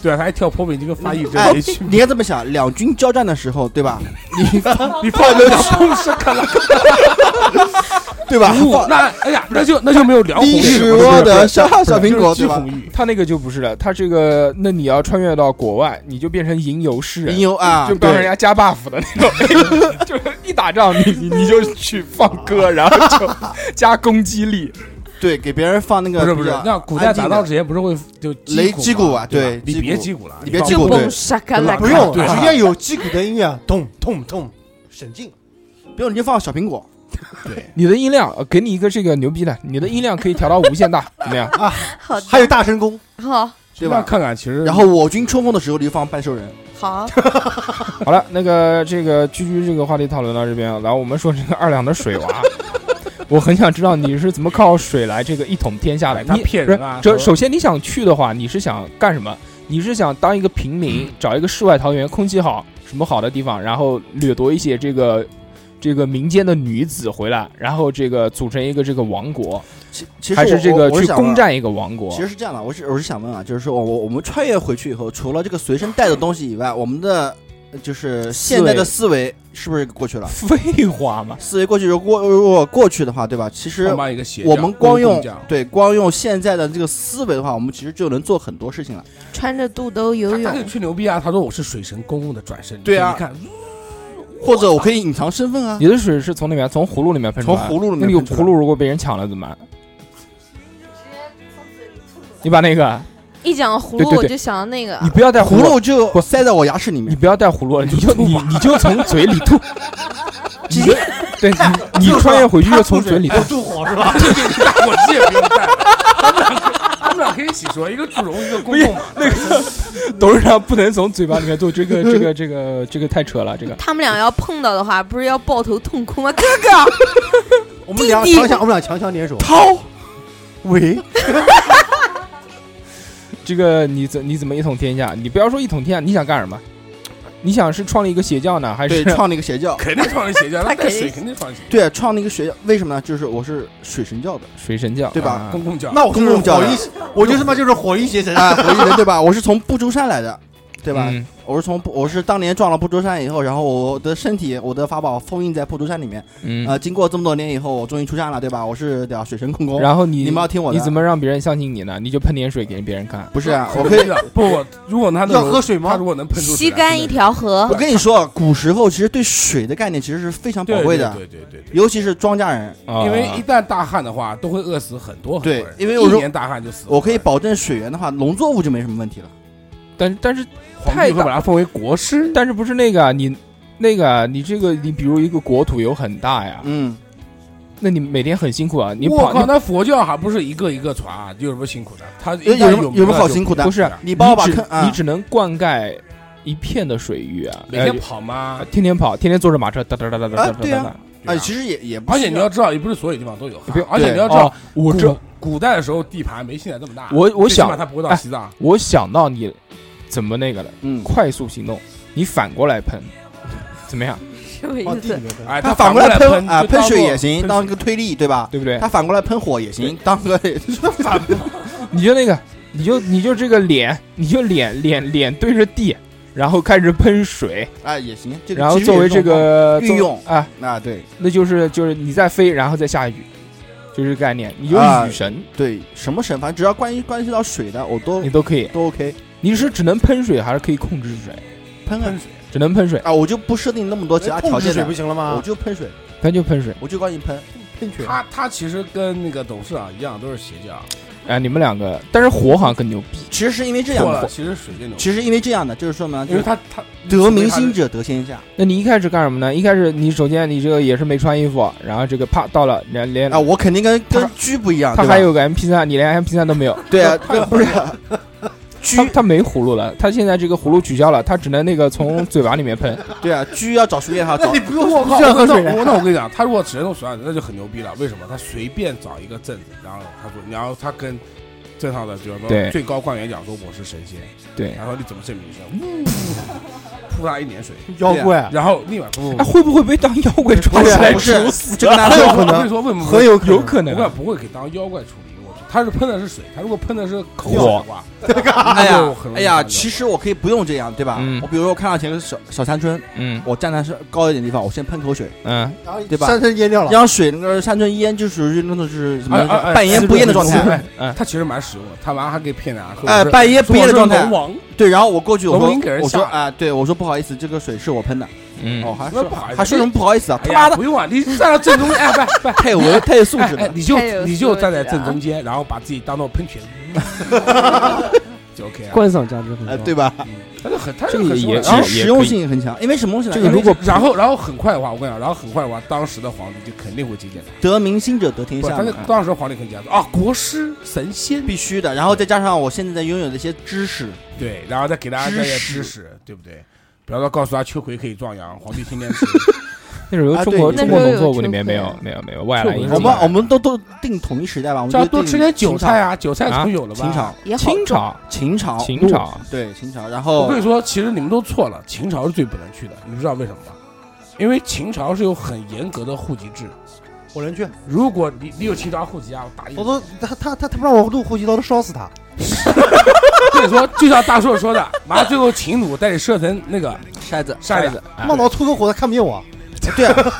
S1: 对啊，他还跳坡北京跟发一
S2: 哎
S1: 针没去。
S2: 你应该这么想，两军交战的时候，对吧？
S1: 你放 的砰沙克拉卡，
S2: 对吧？
S1: 呜
S2: 放
S1: 那哎呀，那就那就没有梁红
S2: 你
S1: 玉
S2: 是
S1: 了
S2: 我的小
S1: 不是
S2: 小苹
S1: 就是
S2: 果，
S1: 姬
S2: 对吧？
S1: 红玉，
S3: 他那个就不是了，他这个那你要穿越到国外，你就变成吟游诗
S2: 银
S3: 人。
S2: 油啊
S3: 就，帮人家加 buff 的那种，就是一打仗你你你就去放歌，然后就加攻击力。
S2: 对，给别人放那个
S1: 不是不是
S2: 比较，
S1: 那古代
S2: 安静
S1: 打
S2: 的
S1: 仗之前不是会就
S2: 擂击鼓
S1: 嘛
S2: 啊
S1: 对吧
S2: 对
S1: 你
S2: 击
S1: 别
S2: 鼓
S1: 击鼓了，
S2: 你别
S1: 放
S2: 击
S6: 就
S2: 鼓
S6: 蹦
S2: 对
S6: 沙嘎
S1: 对
S6: 啦
S1: 吧
S10: 不用，
S1: 对
S10: 直接有击鼓的音乐，啊咚咚咚，省劲。
S2: 不用你就放小苹果，
S1: 对，
S3: 你的音量，呃给你一个这个牛逼的，你的音量可以调到无限大， 怎么样？
S2: 啊
S6: 好的，
S10: 还有大神功，
S6: 好，
S2: 对
S1: 那
S2: 吧？
S1: 看看其实，
S2: 然后我军冲锋的时候，你就放半兽人，
S6: 好，
S3: 好了，那个这个居居这个话题讨论到这边，然后我们说这个二两的水 娃，我很想知道你是怎么靠水来这个一统天下的？
S1: 他
S3: 你
S1: 骗人啊
S3: 这
S1: 他说
S3: 首先你想去的话，你是想干什么？你是想当一个平
S2: 嗯
S3: 民，找一个世外桃源、空气好、什么好的地方，然后掠夺一些这个这个民间的女子回来，然后这个组成一个这个王国，
S2: 其其实
S3: 还是
S2: 我
S3: 这个
S2: 我我
S3: 去
S2: 想啊问
S3: 攻占一个王国
S2: 其？实是这样的，我是我是想问啊，就是说我我我们穿越回去以后，除了这个随身带的东西以外，我们的呃就是现在的思维是不是过去了？
S3: 废话嘛，
S2: 思维过去，如果如果过去的话，对吧？其实
S1: 他妈一个邪教
S2: 我们光用
S1: 公众教
S2: 对光用现在的这个思维的话，我们其实就能做很多事情了。
S6: 穿着肚兜游
S1: 他就
S6: 泳，
S1: 吹牛逼啊！他说我是水神公公的转身，
S2: 对啊
S1: 你看你看
S2: 或者我可以隐藏身份啊
S3: 你，的水是从里面从葫芦里面喷出
S2: 从
S3: 来的？
S2: 葫芦里
S3: 那
S2: 面
S3: 你有
S2: 喷出来
S3: 葫芦如果被人抢了怎么办？你把那 个，
S6: 一讲葫
S3: 对
S6: 芦
S3: 对
S6: 我
S3: 对
S6: 就想到那个
S3: 你不要带
S2: 葫
S3: 芦，
S2: 芦就
S3: 不
S2: 塞在我牙齿里
S3: 你
S2: 面。
S3: 不要带葫芦，你就你你就从嘴里 吐。你就对你你穿越回去就从嘴里吐
S10: 我。住火是吧？
S1: 对对，大火机也不用带了。他们俩可以一起说，一个祝融，一个公公嘛。那个
S3: 董事长不能从嘴巴里面吐，这 个这个这个这个太扯了，这个
S6: 他们俩要碰到的话，不是要抱头痛哭 吗？哥哥，
S10: 我们俩
S6: 弟弟
S10: 强强，我们俩强强联手。
S2: 掏，
S10: 喂，
S3: 这个你怎你怎么一统天下？你不要说一统天下，你想干什么？你想是创立一个邪教呢，还
S2: 对，
S3: 是
S2: 创了一个邪教，
S1: 肯定创立邪教，
S6: 他
S1: 他带
S6: 肯定
S1: 水肯定创立邪教
S2: 对，创了一个邪教，为什么呢？就是我是水神教的，
S3: 水神教
S2: 对
S3: 啊
S2: 吧
S1: 公共教。
S10: 那我就是
S2: 公共教
S10: 火
S2: 育
S10: 一，我就他妈就是火一邪神。
S2: 啊，我以为对 吧？我是从不周山来的，对吧？
S3: 嗯
S2: 我是从不我是当年撞了不周山以后，然后我的身体我的法宝封印在不周山里面。
S3: 嗯，
S2: 呃，经过这么多年以后，我终于出山了，对吧？我是对吧？水神空空。
S3: 然后你
S2: 哦你们要听我的，啊
S3: 你怎么让别人相信你呢？你就喷点水给别人看。
S2: 不 是啊？我
S1: 我
S2: 可
S1: 跟你
S2: 以，
S1: 讲，不，如果他 能
S10: 要喝水
S1: 他
S10: 吗
S1: 如？果能喷出
S6: 吸干一条河
S2: 我，跟你说，古时候其实对水的概念其实是非常宝
S1: 对
S2: 贵的，
S1: 对对对对。
S2: 尤其是庄稼人。
S3: 啊
S1: 因为一旦大旱的话，都会饿死很多很多
S2: 对
S1: 人。
S2: 因为
S1: 一
S2: 我说
S1: 年大旱就死很多人。
S2: 我可以保证水源的话，农作物就没什么问题了。
S3: 但但是
S1: 皇
S3: 太
S1: 帝会
S3: 大
S1: 把它奉为国师。
S3: 但是不是那个啊你那个啊你这个你比如一个国土有很大呀，
S2: 嗯，
S3: 那你每天很辛苦啊，你
S1: 我
S3: 跑
S1: 靠，
S3: 你
S1: 那佛教还不是一个一个船啊，有什么辛苦的？他
S2: 有
S1: 一旦
S2: 有什么有什么好辛苦的
S3: 不是
S2: 你帮我把
S3: 只
S2: 坑啊
S3: 你只能灌溉一片的水域啊，
S1: 每天
S3: 呃
S1: 跑吗？
S3: 天天跑，天天坐着马车哒哒哒哒哒哒
S2: 啊对
S3: 哒
S2: 啊
S3: 哒。
S2: 啊，
S1: 对
S2: 其实也也不
S1: 而
S2: 是
S1: 且你要知道，也不是所有地方都有
S3: 你不
S1: 旱
S3: 要，
S1: 而且
S2: 对
S1: 你要知
S3: 哦
S1: 道，，
S3: 我
S1: 古
S3: 这
S1: 古代的时候地盘没现在这么大。
S3: 我我
S1: 啊最起码
S3: 想
S1: 他不会到
S3: 哎
S1: 西藏。
S3: 我想到你怎么那个了，
S2: 嗯，
S3: 快速行动，你反过来喷，怎么样？
S6: 什么
S10: 往
S6: 意
S10: 地
S6: 思
S10: 里？面喷。
S1: 哎，
S2: 他
S1: 反
S2: 反过来
S1: 喷
S2: 啊，
S1: 就
S2: 喷
S1: 当
S2: 水
S1: 做
S2: 也行，
S1: 喷
S2: 当一个推力，对吧？
S3: 对不对
S2: 他？反过来喷火也行，当 个反
S3: 你就那个，你就你就这个脸，你就脸脸脸对着地，然后开始喷水，
S2: 啊也行。这个
S3: 然后
S2: 其实
S3: 作
S2: 也
S3: 为
S2: 是
S3: 这
S2: 一种
S3: 个
S2: 运
S3: 作
S2: 用
S3: 啊，
S2: 方法啊，对
S3: 那就是就是你在飞，然后再下雨，就是这个概念。你有
S2: 啊
S3: 雨神，
S2: 对，什么神，反正只要关于关系到水的，我都
S3: 你都可以。
S2: 都 OK
S3: 你是只能喷水，还是可以控制水？
S2: 喷啊
S1: 喷水。
S3: 只能喷水，
S2: 啊，我就不设定那么多其他条
S10: 哎控制
S2: 件
S10: 水
S2: 的
S10: 不，行了
S2: 我
S10: 吗？
S2: 就喷水，
S3: 那就喷水。
S2: 我就关于喷
S10: 喷泉。
S1: 他他其实跟那个董事长一样，都是邪教。
S3: 哎，你们两个，但是火好像更牛逼。
S2: 其实是因为这样
S1: 错了，
S2: 的，
S1: 其实水这种，
S2: 其实因为这样的，就是说呢，就
S1: 因为
S2: 是
S1: 他他
S2: 得民心者得 天下
S3: 那你一开始干什么呢？一开始你首先你这个也是没穿衣服，然后这个啪到了，连连
S2: 啊，我肯定跟
S3: 他
S2: 跟居不一样，
S3: 他
S2: 对
S3: 还
S2: 吧？
S3: 有个 MP 三，你 连 MP 三都没有。
S2: 对 啊，对不是居
S3: 他他没葫芦了，他现在这个葫芦取消了，他只能那个从嘴巴里面喷。
S2: 对啊，居要找熟练哈，
S10: 那
S2: 找
S10: 你不用我
S1: 那那我那我跟你讲，他如果只能用手上，那就很牛逼了。为什么？他随便找一个镇子，然后他说，然后他跟镇上的，比方
S3: 对
S1: 说最高官员讲说我是神仙，
S3: 对，
S1: 然后你怎么证明是？呜，泼他一脸水，啊
S10: 妖怪，
S1: 然后立马不不不，
S3: 哎，会不会被当妖怪抓
S2: 不
S3: 起
S2: 是
S3: 来
S2: 不
S3: 吃？
S2: 是，这个大
S10: 很有
S1: 哎
S10: 可
S1: 我跟你
S10: 能，
S1: 说为什么
S10: 很有可
S3: 有
S10: 能。
S3: 可
S1: 我跟
S3: 能
S1: 你。讲啊不会给当妖怪处理。我去，他是喷的是水，他如果喷的是口水的话，
S2: 哎
S1: 那就
S2: 呀
S1: 很容易
S2: 哎呀，
S1: 上当
S2: 其实我可以不用这样，对吧？
S3: 嗯
S2: 我比如说我看到前个小小山村，
S3: 嗯
S2: 我站在是高一点的地方，我先喷口水，
S3: 嗯，
S10: 然后
S2: 对吧
S10: 三层淹掉了。
S2: 让水那个山村淹就属于那种就是什么
S1: 哎哎哎
S2: 半淹不淹的状态，
S1: 哎
S3: 嗯
S1: 他其实蛮实用的，他完还可以骗人啊。说我
S2: 哎，
S1: 是
S2: 半淹不
S1: 说
S2: 淹
S1: 我
S2: 的
S1: 是
S2: 状态
S1: 龙。王，
S2: 对，然后我过去我
S1: 龙
S2: 说
S1: 鳞给人
S2: 我说
S1: 吓
S2: 啊，对我说不好意思，这个水是我喷的。
S3: 嗯
S2: 哦，还
S1: 说
S2: 说
S1: 不好意思
S2: 还说什么不好意思啊？
S1: 哎
S2: 他
S1: 呀
S2: 妈的
S1: 不用啊，你站到正中间，哎，不不，
S2: 太有文太有素质啊
S1: 哎，
S2: 了。
S1: 你就
S6: 太有
S1: 你就
S6: 素啊
S1: 站在
S6: 质
S1: 正
S6: 了
S1: 中间，然后把自己当做喷泉，就 OK 啊。
S8: 观赏价值很高，
S2: 哎，对吧？
S1: 它就很，它
S3: 这个
S1: 很
S3: 也
S1: 受欢迎
S3: 也
S2: 然后
S1: 然后
S2: 实用性很强，因为什么东西呢？
S1: 这个
S2: 因为
S1: 如果然后然后很快的话，我跟你讲，然后很快的话，当时的皇帝就肯定会进谏他。
S2: 得民心者得天
S1: 不，
S2: 下
S1: 他就
S2: 嘛，啊
S1: 当时皇帝肯定讲说啊，国师神仙，
S2: 必须的。然后再加上我现在拥有的一些知识，
S1: 对，然后再给大家
S2: 知
S1: 加点
S2: 识
S1: 知识，对不对？比方说告诉他秋葵可以壮阳，皇帝天天吃。
S3: 那时候
S2: 啊
S3: 中
S2: 对
S3: 国
S2: 那
S3: 中
S6: 时
S3: 国
S6: 候
S3: 农
S6: 有
S3: 作物里
S6: 秋
S3: 面没
S6: 葵
S3: 有
S6: 啊
S3: 没有没有外来
S1: 秋
S3: 因
S1: 葵
S3: 素
S2: 我
S1: 是
S2: 们
S1: 吧
S3: 啊，
S2: 我们都都定统一时代吧，我们
S1: 这
S2: 就
S1: 样多
S2: 定
S1: 吃点韭
S2: 秦朝
S1: 菜，啊，韭菜
S3: 啊
S1: 总有了吧？
S2: 秦朝，
S6: 也好种。
S3: 清朝
S2: 秦朝，
S3: 秦朝
S2: 对秦朝。然
S1: 我跟
S2: 后
S1: 你说，其实你们都错了，秦朝是最不能去的，你知道为什么吗？因为秦朝是有很严格的户籍制，
S10: 我能去，
S1: 如果你你有秦朝户籍啊，我打一
S10: 我都他他他他不让我录后期刀，都烧死他。
S1: 跟你说，就像大硕说的，妈最后秦弩带你射成那个
S2: 筛子，
S1: 筛子，
S3: 啊
S10: 冒脑出个火，他看不见我，
S2: 对啊，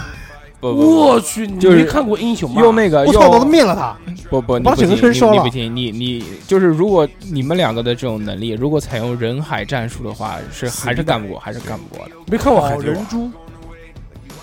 S3: 不不
S1: 我去，你
S3: 就是
S1: 没看过英雄
S3: 不，
S1: 吗？
S3: 用那个
S10: 我操，我都
S3: 用
S10: 灭了他。
S3: 不不，你
S10: 把
S3: 不
S10: 整个
S3: 行，
S10: 村
S3: 你
S10: 烧
S3: 你
S10: 了
S3: 不行，你你就是如果你们两个的这种能力，如果采用人海战术的话，是还是干不过，还是干不过的，
S1: 没看过海
S10: 哦
S1: 贼
S10: 人
S1: 王，
S10: 猪，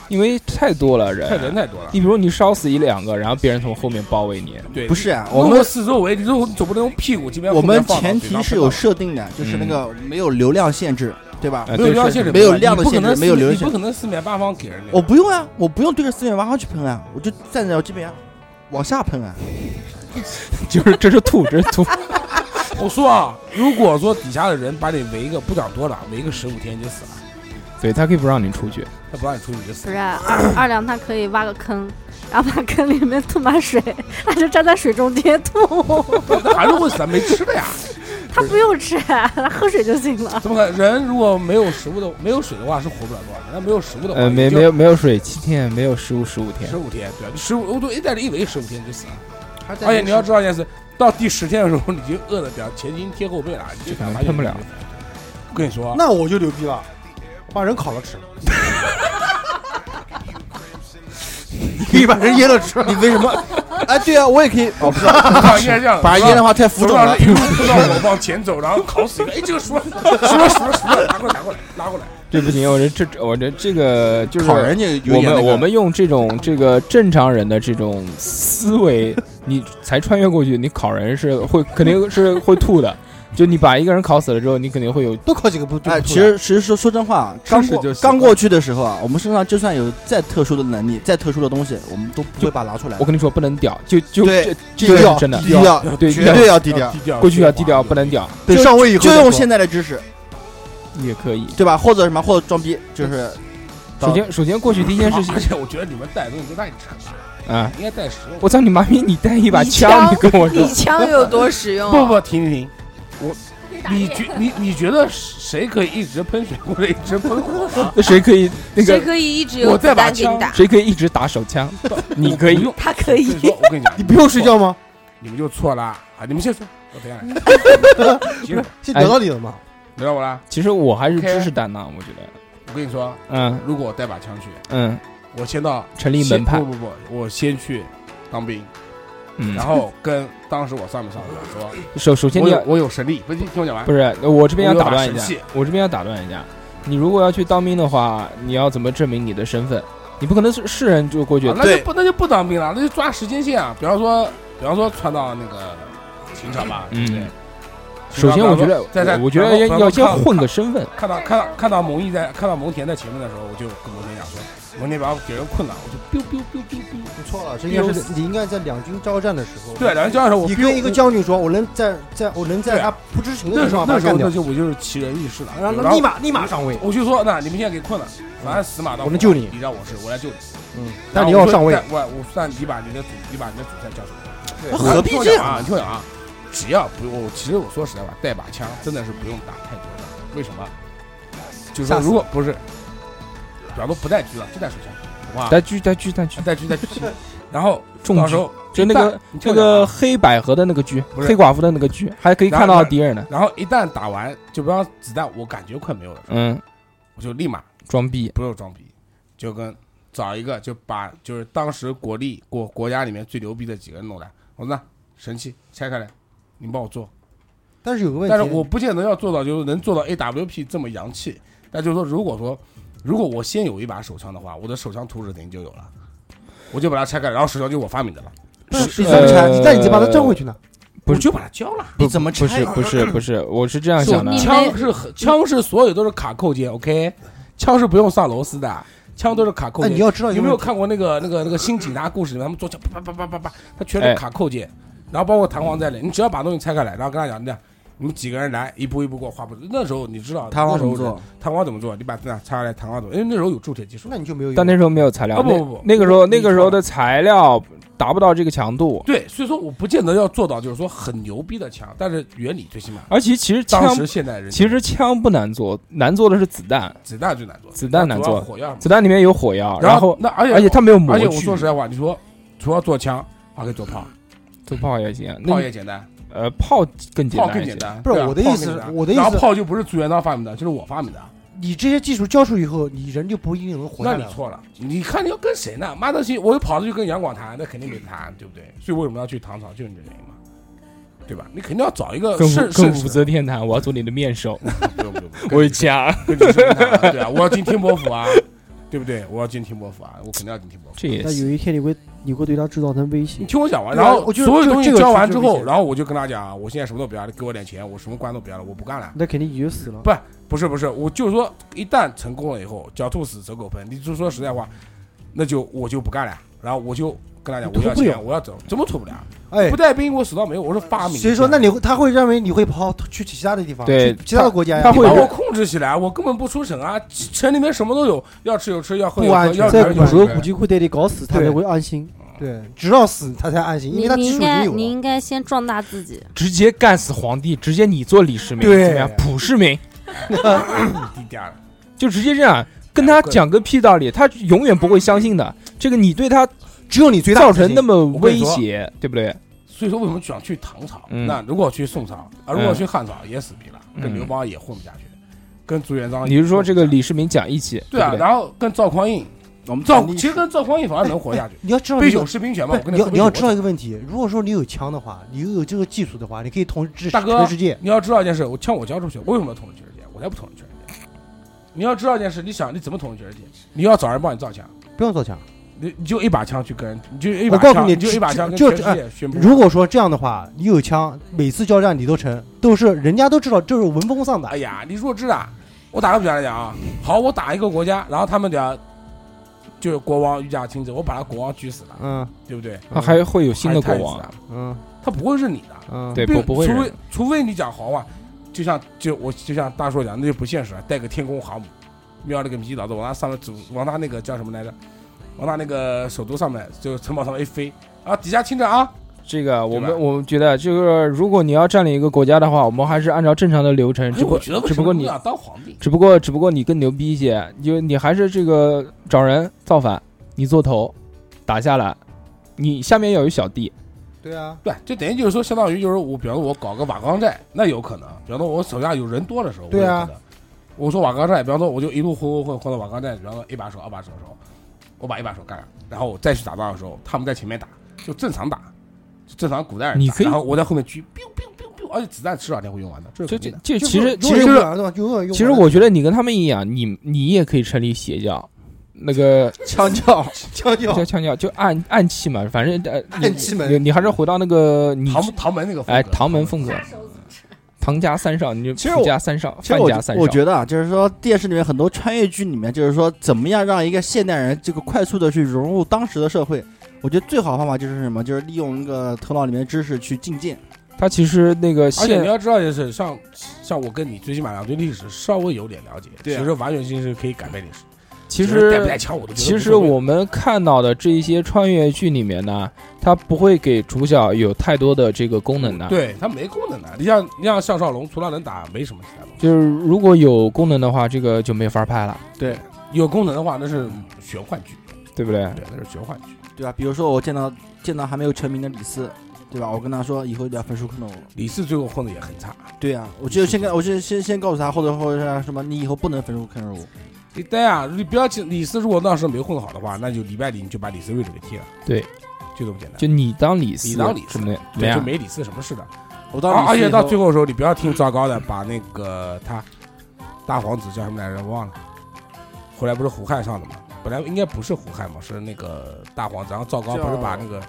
S3: 因为太多了人，啊
S1: 太人太多了。
S3: 你比如你烧死一两个，然后别人从后面包围你，
S1: 对，
S2: 不是啊，
S1: 弄
S2: 我
S1: 个
S2: 们
S1: 四周围，你总总不能用屁股这边
S2: 我
S1: 后面
S2: 们
S1: 放到
S2: 前
S1: 嘴
S2: 提
S1: 上
S2: 是
S1: 碰
S2: 有
S1: 到
S2: 设定的，就是那个没有流量限制，对吧？
S1: 没
S3: 啊
S1: 有
S3: 对
S1: 量
S3: 是
S1: 限制，
S2: 没有量的
S1: 你不可能
S2: 限制没
S1: 四
S2: 有流
S1: 面
S2: 量
S1: 你
S2: 限
S1: 不可能四面八方给人那个。
S2: 我不用啊，我不用对着四面八方去喷啊，我就站在我这边啊，往下喷啊。
S3: 就是这是吐，这是吐，
S1: 我说啊，如果说底下的人把你围个，不讲多了，围个十五天你就死了，
S3: 对他可以不让你出去，
S1: 他不让你出去你就死
S7: 不
S1: 了。
S7: 是啊二 二两，他可以挖个坑，然后把坑里面吐满水，他就站在水中间吐，
S1: 那还是会死啊，没吃 的呀。
S7: 他不用吃，啊他喝水就行了。
S1: 怎么可能？人如果没有食物的，没有水的话是活不了多少天。那没有食物的话，
S3: 呃，没没有没有水七天，没有食物十五天
S1: 十，五天，对啊，你十五，我都一带你一围十五天你就死了。
S2: 而
S1: 而且你要知道一件事，到第十天的时候你就饿得比较前倾贴后背了，你就
S3: 就可
S1: 想
S3: 能
S1: 把
S2: 哎
S1: 你
S3: 嗯碰不了。
S1: 我跟你说，
S10: 那我就牛逼了，我把人烤了 吃，你可以把人腌了 吃。
S2: 你为什么？哎，对啊，我也可以，哦，不是，
S1: 那 应该这样，
S2: 把人腌的
S1: 话，
S2: 话太浮
S1: 从
S2: 肿
S1: 那
S2: 了
S1: 儿一。路扑到我往前走，然后烤死一个。哎，这个熟了，熟了，熟了，熟了，拿过来，拿过来，拿过来。
S3: 这不行，我这这我这这个就是
S2: 烤人家有
S3: 我
S2: 点那
S3: 们
S2: 个
S3: 我们用这种这个正常人的这种思维，你才穿越过去，你烤人是会肯定是会吐的。就你把一个人烤死了之后，你肯定会有
S10: 多烤几个不？就
S2: 哎，
S10: 不
S2: 其
S10: 出来
S2: 实其实说说真话，刚
S1: 吃屎
S2: 过
S1: 就习惯
S2: 刚过去的时候啊，我们身上就算有再特殊的能力、再特殊的东西，我们都不会把它拿出来
S3: 我。跟你说不能屌，就就
S2: 对
S3: 这这
S2: 低
S3: 个
S2: 调，
S3: 真的
S2: 低调，
S3: 对
S2: 绝对要低
S1: 要
S2: 调。
S1: 低调，
S3: 过去要低调，不能屌
S2: 对
S10: 等上位以后
S2: 就
S10: 再
S2: 用
S10: 说
S2: 现在的知识，
S3: 也可以。
S2: 对吧？或者什么，或者装逼，就是
S3: 首先首先过去第一件事情
S1: 而且我觉得你们带的东西都太沉了，
S3: 啊，
S1: 应该带实用。
S3: 我操你妈逼，你带一把
S6: 你
S3: 枪，
S6: 枪
S3: 你跟我说
S6: 你枪有多实用？啊
S1: 不，不，停停停，你觉你你觉得谁可以一直喷水或者一直喷火吗？
S3: 那谁可以那
S6: 谁
S3: 个
S6: 可以一直有
S1: 我再
S6: 子
S1: 把
S6: 弹给你
S1: 枪
S6: 打？
S3: 谁可以一直打手枪？你可以
S1: 我 不用，
S6: 他可以
S1: 我跟你说，我跟你 讲，
S10: 你不用睡觉吗？
S1: 你们就错了 啊！你们先说，我等下来。
S3: 哎
S1: 行，
S10: 这聊到你了吗？
S1: 轮到我了。
S3: 其实我还是
S1: OK
S3: 知识担当，我觉得，
S1: 我跟你说，
S3: 嗯
S1: 如果我带把枪去，
S3: 嗯，
S1: 我先到
S3: 成立门
S1: 先
S3: 派
S1: 不，不不，我先去当兵，
S3: 嗯，
S1: 然后跟当时我上面上司说，
S3: 首首先
S1: 我
S3: 你
S1: 有
S3: 要
S1: 我有神力，不是听我讲完
S3: 不。是我这边要打断
S1: 我有
S3: 一
S1: 把神
S3: 下
S1: 器，
S3: 我这边要打断一下，你如果要去当兵的话，你要怎么证明你的身份？你不可能是是人就过去
S1: 啊，那
S2: 对
S1: 就不那就不当兵了，那就抓时间线啊。比方说，比方说穿到那个秦朝吧，对不对
S3: 嗯？首先，我觉得
S1: 在在，
S3: 我我觉得
S1: 然后
S3: 要要先
S1: 然后
S3: 混个身份。
S1: 看到看到看到蒙毅在看到蒙恬在前面的时候，我就跟蒙恬讲说，蒙恬把我给人困了，我就 biu biu biu biu biu。
S10: 你错啊了，这应该是你应该在两军交战的时候。
S1: 对，然后这样的时候我
S10: 你
S1: biu-
S10: 跟一个将军说，我能在在我能在
S1: 对啊
S10: 他不知情的
S1: 那
S10: 地
S1: 时候
S10: 方把
S1: 那
S10: 他
S1: 时候
S10: 干掉
S1: 那，就我就是奇人异事
S3: 啊
S1: 了，
S10: 然
S1: 然
S10: 后
S1: 后
S10: 立马立马上位。
S1: 我就说，那你们现在给困了，反正死马当活
S10: 我能救你
S1: 你让我是，我来救你。
S10: 嗯，
S1: 然
S10: 但
S1: 后
S10: 你
S1: 我
S10: 要
S1: 说
S10: 上位
S1: 但，我我算你把你的主，你把你的主菜叫出来。
S2: 那何必
S1: 听我
S2: 这
S1: 讲啊？
S2: 样？
S1: 你听我讲啊，只要不用，我其实我说实在话，带把枪真的是不用打太多的。为什么？就是说，如果不是，比方说不带狙了，就带手枪，好不好？
S3: 带狙，带狙，带狙，
S1: 带狙，带狙。 然后
S3: 重
S1: 到时
S3: 狙，
S1: 候
S3: 就那个
S1: 一旦
S3: 那个，黑百合的那个狙，
S1: 不是
S3: 黑寡妇的那个狙，还可以
S1: 啊然
S3: 看
S1: 后
S3: 到
S1: 呢
S3: 敌人的。
S1: 然后一旦打完，就不让子弹，我感觉快没有了，
S3: 嗯，
S1: 我就立马
S3: 装逼。
S1: 不用装逼，就跟找一个就把就是当时国力国国家里面最牛逼的几个人弄来，我说那神器拆开来，你帮我做。
S10: 但是有个问题，
S1: 但是我不见得要做到就是能做到 AWP 这么洋气。那就是说，如果说如果我先有一把手枪的话，我的手枪图纸肯定就有了，我就把它拆开，然后手枪就我发明的了。
S10: 不是
S3: 是
S10: 你怎么拆？
S3: 呃
S10: 你但你把它挣回去呢？
S3: 不是
S1: 我就把它交了。
S2: 你怎么拆
S3: 不是不是不是，我是这样想的啊
S7: 你，
S1: 枪是很枪是所有都是卡扣件，OK，枪是不用上螺丝的，枪都是卡扣
S8: 哎，
S1: 件。
S8: 你要知道
S1: 有没
S8: 个
S1: 有看过那个那个那个新警察故事里面，他们做枪啪啪啪啪啪啪，他全
S3: 哎
S1: 是卡扣件，然后包括弹簧在内，你只要把东西拆开来，然后跟他讲这样。你们几个人来，一步一步给我画布。那时候你知道
S2: 弹簧
S1: 那时
S2: 怎
S1: 候
S2: 么做？
S1: 弹簧怎么做？你把这样拆下来，弹簧怎么？因为那时候有铸铁技术。
S8: 那你就没有用。
S3: 但那时候没有材料，
S1: 啊不
S3: 那
S1: 不不
S3: 那个时候
S1: 你
S3: 那个时候的材料达不到这个强度，
S1: 对，所以说我不见得要做到就是说很牛逼的枪，但是原理最起码
S3: 而且其实
S1: 当
S3: 枪
S1: 时现代人
S3: 其实枪不难做，难做的是子弹，
S1: 子弹最难做，
S3: 子弹难
S1: 主
S3: 做
S1: 要火药嘛。
S3: 子弹里面有火药，啊然后
S1: 那而且
S3: 而且它没有模
S1: 而且
S3: 具，
S1: 我说实在话，你说除了做枪，还可以做炮，
S3: 做炮也行，那
S1: 炮
S3: 你
S1: 也简单，
S3: 呃炮更简
S1: 炮
S3: 单
S1: 更
S3: 一
S1: 简
S3: 些，
S1: 单。
S8: 不是
S1: 对啊
S8: 我的
S1: 炮
S8: 意
S1: 更
S8: 思
S1: 简单
S8: 我的意
S1: 然后
S8: 思
S1: 炮就不是朱元璋发明的，就是我发明的。
S8: 你这些技术教出以后，你人就不一定能活
S1: 那
S8: 下
S1: 你
S8: 来了。
S1: 错了，你看你要跟谁呢？妈的，去我跑着去跟杨广谈，那肯定没得谈，对不对？所以为什么要去唐朝？就是你这原因嘛，对吧？你肯定要找一个
S3: 跟
S1: 盛
S3: 武跟
S1: 盛
S3: 武
S1: 世
S3: 则天谈，我要做你的面首，
S1: 的， 不用不用，不用
S3: 我有枪，
S1: 跟你说谈啊对 啊，我要进天伯府啊，对不对？我要进天伯府啊，我肯定要进天伯府。
S3: 这也
S9: 但
S3: 行
S9: 有一天你会你会对他制造成威
S1: 你
S9: 胁。
S1: 听我讲完，
S8: 对啊
S1: 然后
S8: 我觉得
S1: 所有
S8: 这
S1: 东西
S8: 这个
S1: 交
S8: 是
S1: 完
S8: 最
S1: 之
S8: 危
S1: 后，
S8: 险的
S1: 然后我就跟他讲啊，我现在什么都不要了，给我点钱，我什么官都不要了，我不干了。
S9: 那肯定你就死了
S1: 不。不是不是，我就说一旦成功了以后，狡兔死，走狗烹。你就说实在话，那就我就不干了，然后我就跟他讲，
S9: 你
S1: 我
S9: 脱
S1: 要
S9: 不
S1: 钱，
S9: 了
S1: 我要走，怎么脱不了？
S8: 哎
S1: 不，带兵我死到没有，我是发明。
S8: 所以说，那你会他会认为你会跑去其他的地方，
S3: 对
S8: 啊去其他的国家呀，
S3: 他
S1: 你
S3: 会
S1: 把我控制起来，我根本不出城啊，城里面什么都有，要吃有吃，要喝有
S8: 不
S1: 喝，
S8: 安全
S1: 要
S8: 这
S9: 在
S1: 玩
S9: 古
S1: 有
S9: 时候，
S1: 玩
S9: 古籍会带你搞死，他才会安心。
S8: 对，直到死他才安心，因
S7: 你
S8: 为他
S7: 你
S8: 技术已
S7: 应
S8: 经
S7: 该
S8: 有
S7: 你
S8: 了。
S7: 应该先壮大自己，
S3: 直接干死皇帝，直接你做李世民，
S8: 对
S3: 怎么样？普世民
S1: 低调了。
S3: 就直接这样。跟他讲个屁道理，他永远不会相信的。这个你对他
S8: 只有你最大
S3: 造
S8: 自信
S3: 成那么
S1: 我跟
S3: 威
S1: 你说
S3: 胁，对不对？
S1: 所以说为什么想去唐朝？
S3: 嗯
S1: 那如果去宋朝啊，如果去汉朝也死逼了，
S3: 嗯
S1: 跟刘邦也混不下去，跟朱元璋也混不下去。
S3: 你是说这个李世民讲义气，
S1: 对啊
S3: 不？对？
S1: 然后跟赵匡胤，
S2: 我们
S1: 赵
S2: 传递
S1: 其实跟赵匡胤反而能活下去。
S8: 哎你要知道
S1: 杯
S8: 一个
S1: 酒释兵权嘛，我
S8: 不
S1: 跟
S8: 是，你
S1: 喝
S8: 要
S1: 杯
S8: 你要
S1: 酒
S8: 知道一个问题，如果说你有枪的话，你又有这个技术的话，你可以统治
S1: 大哥
S8: 全世界。
S1: 你要知道一件事，我枪我交出去，我为什么要统治全世界？我才不统治全世界！你要知道一件事，你想你怎么统治全世界？你要找人帮你造枪，
S8: 不用造枪。
S1: 你你就一把枪去跟人，你就一把
S8: 我告诉
S1: 枪，
S8: 你
S1: 就一把枪跟
S8: 就
S1: 全世界宣布。
S8: 哎如果说这样的话，你有枪，每次交战你都成，都是人家都知道这是文风丧胆
S1: 哎。呀，你弱智啊！我打个比方来讲啊，好，我打一个国家，然后他们讲就是国王御驾亲至，我把他国王狙死了，
S8: 嗯
S1: 对不对？
S3: 他还会有新的
S1: 还是太
S3: 国
S1: 子
S3: 王，
S1: 啊，
S8: 嗯
S1: 他不会认你的。
S8: 嗯，
S3: 对，
S1: 并
S3: 不不会
S1: 除
S3: 忍
S1: 非除非你讲豪华，就像就我就像大叔讲，那就不现实了，带个天宫航母，瞄了个米老子往他上面走，往他那个叫什么来着？往他那个首都上面，就城堡上面一飞，啊，底下听着啊，
S3: 这个我
S1: 对吧
S3: 们我们觉得，就是如果你要占领一个国家的话，我们还是按照正常的流程，只
S1: 哎
S3: 不过
S1: 我觉得为
S3: 只
S1: 什
S3: 不
S1: 么
S3: 过
S1: 你
S3: 你
S1: 想当皇帝？
S3: 只不过只不过你更牛逼一些，你就你还是这个找人造反，你做头，打下来，你下面要有小弟，
S8: 对啊，
S1: 对，就等于就是说，相当于就是我，比方说我搞个瓦岗寨，那有可能；比方说我手下有人多的时候，
S8: 对啊
S1: 我有可能，我说瓦岗寨，比方说我就一路混混混混到瓦岗寨，比方说一把手、二把手的时候，我把一把手干了，然后我再去打仗的时候，他们在前面打，就正常打，就正常古代人打
S3: 你可以
S1: 然后我在后面狙，biu biu biu biu，而且子弹迟早天会用完的，这
S3: 这
S1: 是
S3: 这
S1: 肯定的。
S3: 这其实
S8: 就
S3: 其
S8: 是
S3: 实
S8: 永远用不了永远用不了
S3: 其实我觉得你跟他们一样，你你也可以成立邪教，那个
S2: 枪教，
S8: 枪
S3: 叫
S8: 教
S3: 强调就暗暗器嘛，反正呃你
S8: 暗器门
S3: 你你还是回到那个你
S1: 唐唐门那个风格
S3: 哎唐门风格，唐家三少，你就
S2: 其实
S3: 富
S2: 我
S3: 家三少，
S2: 其实
S3: 范
S2: 我
S3: 家三少，
S2: 我觉得啊，就是说电视里面很多穿越剧里面，就是说怎么样让一个现代人这个快速的去融入当时的社会。我觉得最好的方法就是什么？就是利用那个头脑里面的知识去进谏。
S3: 他其实那个
S1: 而且
S3: 现
S1: 你要知道，就是像像我跟你最起码对历史稍微有点了解，
S2: 对啊
S1: 其实完全性是可以改变历史。
S3: 其
S1: 只是带不带
S3: 实
S1: 枪我都觉得
S3: 其
S1: 无
S3: 实
S1: 所谓
S3: 我们看到的这一些穿越剧里面呢，它不会给主角有太多的这个功能的。
S1: 对他没功能的。你像你像项少龙，除了能打，没什么其他东西。
S3: 就是如果有功能的话，这个就没法拍了，
S1: 对，有功能的话，那是玄幻剧，
S3: 对不对？
S1: 对，那是玄幻剧。
S2: 对吧？比如说我见到见到还没有成名的李斯，对吧？我跟他说以后你要分数克隆我。
S1: 李四最后混的也很差，
S2: 对啊，我就先跟我就先先告诉他，或者或者是什么，你以后不能分数克隆我。
S1: 你对啊，你不要紧。李四如果当时没混好的话，那就礼拜里你就把李四位置给替了。
S3: 对，
S1: 就这么简单。
S3: 就你当李斯，
S1: 你当李斯
S3: 什么的，啊怎么
S1: 对，就
S3: 样？
S1: 没李四什么事的。
S2: 我到
S1: 啊而且到最
S2: 后，
S1: 后的时候，你不要听赵高的，把那个他大皇子叫什么来着，忘了。后来不是胡亥上的嘛？本来应该不是胡亥嘛，是那个大皇子。然后赵高不是
S2: 叫
S1: 把那个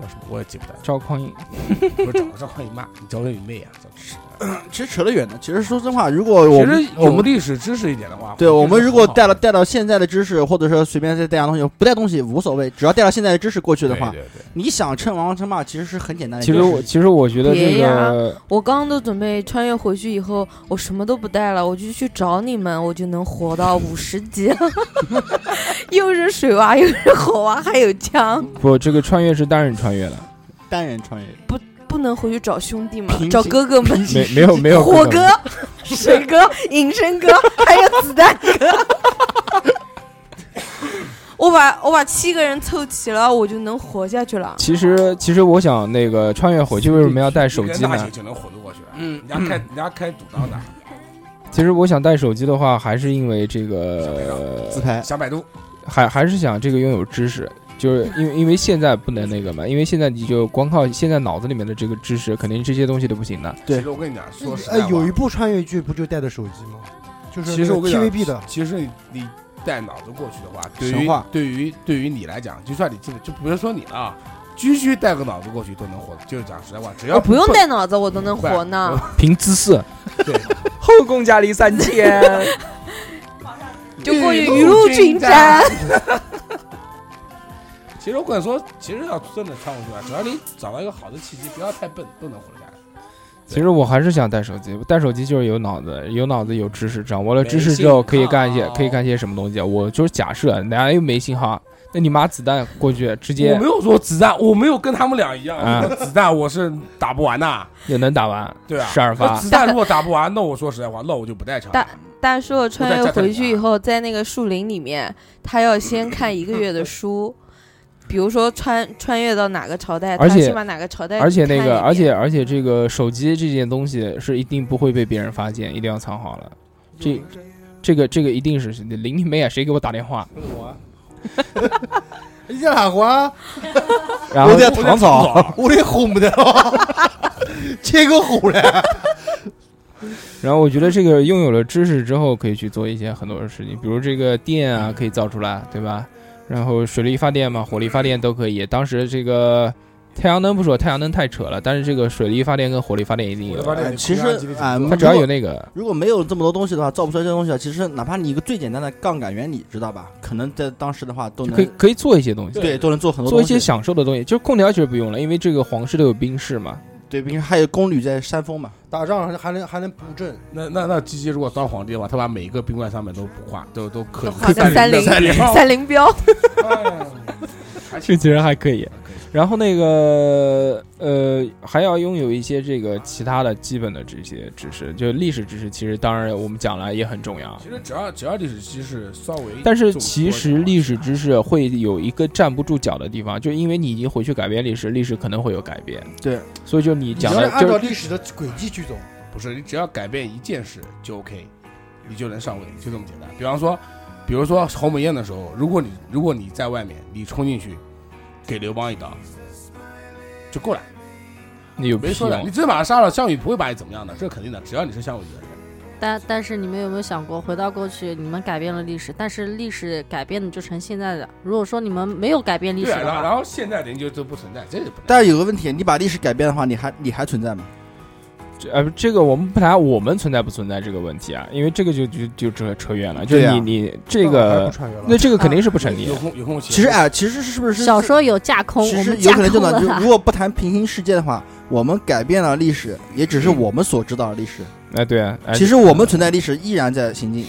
S1: 叫什么我也记不得了，
S3: 赵匡胤
S1: 不是找赵匡胤妈，你赵匡胤妹啊，真是。
S2: 其实扯得远的。其实说真话，如果我
S1: 其
S2: 们
S1: 实有历史知识一点的话，
S2: 对我们如果带
S1: 了
S2: 了带到现在的知识，或者说随便再带点东西，不带东西无所谓，只要带到现在的知识过去的话，
S1: 对对对
S2: 你想称王称霸其实是很简单的一
S3: 其
S2: 个事
S3: 实
S2: 情。
S3: 我其实我觉得这
S6: 别呀
S3: 个
S6: 我刚刚都准备穿越回去以后，我什么都不带了，我就去找你们，我就能活到五十级。 又是水娃，又是火娃，还有枪，
S3: 不，这个穿越是单人穿越了，
S2: 单人穿越，
S6: 不能回去找兄弟吗
S2: 平？行
S6: 找哥哥们，
S3: 没没有没 有
S6: 火
S3: 各
S6: 哥
S3: 种，、
S6: 水哥、隐身哥， 还有子弹哥。 我把我把七个人凑齐了，我就能活下去了。
S3: 其实其实我想那个穿越回去为什么要带手机
S1: 一个人大
S3: 呢
S1: 姐？就能混得过去了。嗯，人家开人家开赌档的，
S3: 其实我想带手机的话，还是因为这个
S2: 自拍
S1: 想百度，
S3: 还还是想这个拥有知识，就是因为因为现在不能那个嘛，因为现在你就光靠现在脑子里面的这个知识，肯定这些东西都不行的。
S2: 对
S1: 其实我跟你讲，说实在
S10: 哎，
S1: 话
S10: 有一部穿越剧不就带着手机吗？就是
S1: 其实我跟你讲
S10: TVB 的，
S1: 其实你带脑子过去的话，对
S2: 神
S1: 于
S2: 话
S1: 对于对于你来讲，就算你这个，就不是说你了啊，区区带个脑子过去都能活，就是讲实在话，只要
S6: 我不用
S1: 笨
S6: 带脑子，我都能活呢。。
S3: 凭姿势，
S1: 对，
S3: 后宫佳丽三千，
S6: 就 过于雨露均沾。
S1: 其实我跟你说，其实要真的穿过去啊，只要你找到一个好的契机，不要太笨，都能活下来。
S3: 其实我还是想带手机，带手机就是有脑子，有脑子有知识，掌握了知识之
S1: 没信
S3: 后
S1: 号
S3: 可以干一些，可以干一些什么东西。我就是假设哪有没信号，啊那你妈子弹过去直
S1: 我
S3: 接
S1: 没有说子弹，我没有跟他们俩一样，
S3: 啊
S1: 那 子弹我是打不完的，
S3: 也能打完，
S1: 对啊，
S3: 十二
S1: 那
S3: 发。
S1: 子弹如果打不完，那我说实在话，那我就不带枪
S6: 打
S1: 了。
S6: 大硕穿
S1: 我
S6: 越
S1: 在家
S6: 回去以后，在那个树林里面，他要先看一个月的书，比如说穿穿越到哪个朝代，
S3: 而且
S6: 哎他先把哪个朝代看
S3: 而
S6: 一
S3: 且
S6: 遍，
S3: 那个，而且而且这个手机这件东西是一定不会被别人发现，一定要藏好了。这这个这个一定是林你妹啊！谁给我打电话？
S1: 哎
S10: 你在哪玩？
S3: 然后
S10: 我在
S1: 唐朝，
S10: 我得哄的，切个哄嘞。
S3: 然后我觉得这个拥有了知识之后，可以去做一些很多的事情，比如这个电啊，可以造出来，对吧？然后水力发电嘛，火力发电都可以。当时这个太阳能不说，太阳能太扯了，但是这个水力发电跟火力发电一定
S1: 我
S3: 有
S1: 就。发
S2: 哎
S1: 现
S2: 其实
S3: 它
S2: 啊，如
S3: 只要有
S2: 果
S3: 那个，
S2: 如果没有这么多东西的话，造不出来这些东西啊。其实哪怕你一个最简单的杠杆原理，知道吧？可能在当时的话都
S3: 就
S2: 能
S3: 可以可以做一些东西，
S2: 对都能做很多
S3: 做
S2: 东
S3: 一
S2: 西，
S3: 些享受的东西。就是空调其实不用了，因为这个皇室都有冰室嘛。
S2: 对，毕竟还有宫女在山峰嘛。
S10: 打仗还能还能布阵，
S1: 那那那鸡鸡如果当皇帝的话，他把每一个冰冠上面都不画，都都刻
S6: 都画个
S1: 三
S6: 三菱
S1: 三菱，
S6: 三菱标，
S10: 哎
S3: 这其实还可以。然后那个呃，还要拥有一些这个其他的基本的这些知识，就历史知识，其实当然我们讲了也很重要。
S1: 其实只要只要历史知识稍微，
S3: 但是其实历史知识会有一个站不住脚的地方，就因为你已经回去改变历史，历史可能会有改变。
S2: 对，
S3: 所以就你
S10: 你
S3: 讲
S10: 要是
S3: 的
S10: 按
S3: 就
S10: 照
S3: 是
S10: 历史的轨迹去走，
S1: 不是你只要改变一件事就 OK，你就能上位，就这么简单。比方说，比如说鸿门宴的时候，如果你如果你在外面，你冲进去给刘邦一刀就够了，
S3: 你有
S1: 没
S3: 屁哦
S1: 说的，
S3: 用
S1: 你。真把他杀了，项羽不会把你怎么样的，这是肯定的，只要你是项羽的人。
S7: 但但是你们有没有想过，回到过去，你们改变了历史，但是历史改变的就成现在的。如果说你们没有改变历史
S1: 对啊，
S7: 的
S1: 然后
S7: 话，
S1: 然后现在人就都不存在，这也不能。
S2: 但是有个问题，你把历史改变的话，你还你还存在吗？
S3: 这呃，这个我们不谈我们存在不存在这个问题啊，因为这个就就就扯扯远了。就
S2: 对
S3: 是
S2: 啊
S3: 你你这
S10: 还不
S3: 个，
S10: 穿越了
S3: 那。这个肯定是不成立
S1: 有。空有空
S2: 其实哎，其实是不是是
S7: 小时候有架
S3: 哦
S7: 空，
S2: 其
S7: 我
S2: 实
S7: 们
S2: 有
S7: 架
S2: 可能就
S7: 空
S2: 能，就
S7: 了
S2: 如。果不谈平行世界的话，我们改变了历史，也只是
S1: 嗯
S2: 我们所知道的历史。
S3: 哎，对啊，哎
S2: 其实我们存在历史依然在行进。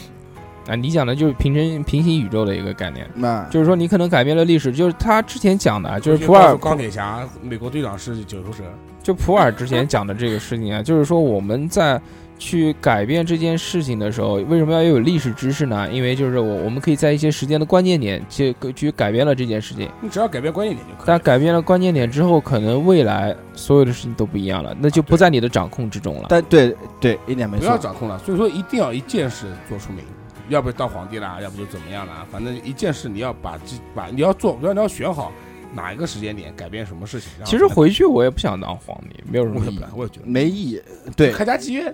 S3: 啊，你讲的就是平行平行宇宙的一个概念，
S2: 那
S3: 就是说你可能改变了历史，就是他之前讲的啊，就是普
S1: 普尔
S3: 洱
S1: 钢铁侠，美国队长是九头蛇，
S3: 就普洱之前讲的这个事情啊，就是说我们在去改变这件事情的时候，为什么要有历史知识呢？因为就是我我们可以在一些时间的关键点去去改变了这件事情，
S1: 你只要改变关键点就可以了。
S3: 但改变了关键点之后，可能未来所有的事情都不一样了，那就
S1: 啊对
S3: 不在你的掌控之中了。
S2: 但对对，一点没
S1: 不要
S2: 错。
S1: 掌控了，所以说一定要一件事做出名，要不就当皇帝啊啦，要不就怎么样啦，反正一件事你要把这把你要做，要你要选好哪一个时间点改变什么事情。然后
S3: 其实回去我也不想当皇帝，没有什
S1: 我
S3: 么
S1: 也
S3: 意
S1: 不
S3: 义。
S1: 然，我也觉得
S2: 没意义，对，
S1: 开家妓
S8: 哎
S1: 院，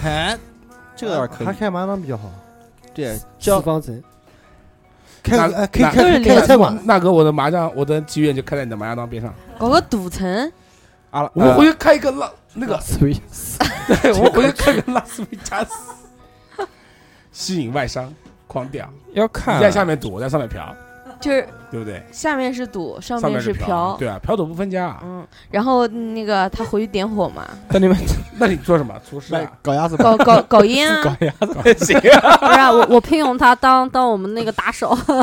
S2: 还这个有点可
S10: 还
S1: 啊
S2: 以，
S10: 开麻将比较好。
S2: 对，
S9: 四
S2: 叫
S9: 方城，
S8: 开
S1: 那
S8: 个哎，可以
S1: 那
S8: 开
S6: 就是
S8: 开开个
S6: 连
S8: 菜馆，
S1: 那哥，我的麻将，我的妓院就开在你的麻将档边上。
S6: 搞个赌城，
S1: 啊了，我
S3: 呃
S1: 们回去开一个拉那个，
S9: 所以
S1: 对，我们回去开个拉斯维加斯，吸引外商狂屌。
S3: 要
S1: 你
S3: 看啊
S1: 在下面赌，我在上面嫖，
S6: 就是
S1: 对不对？
S6: 下面是赌，上
S1: 上面
S6: 是
S1: 嫖，对啊，嫖赌不分家啊。
S6: 嗯，然后那个他回去点火嘛，
S3: 在那边
S1: 那你做什么厨 师
S2: 来
S1: 啊？
S2: 搞鸭子
S6: 搞
S2: 吧，
S6: 搞搞烟啊，
S3: 搞 牙子行啊，
S7: 不是啊我我聘用他当当我们那个打手，
S1: 对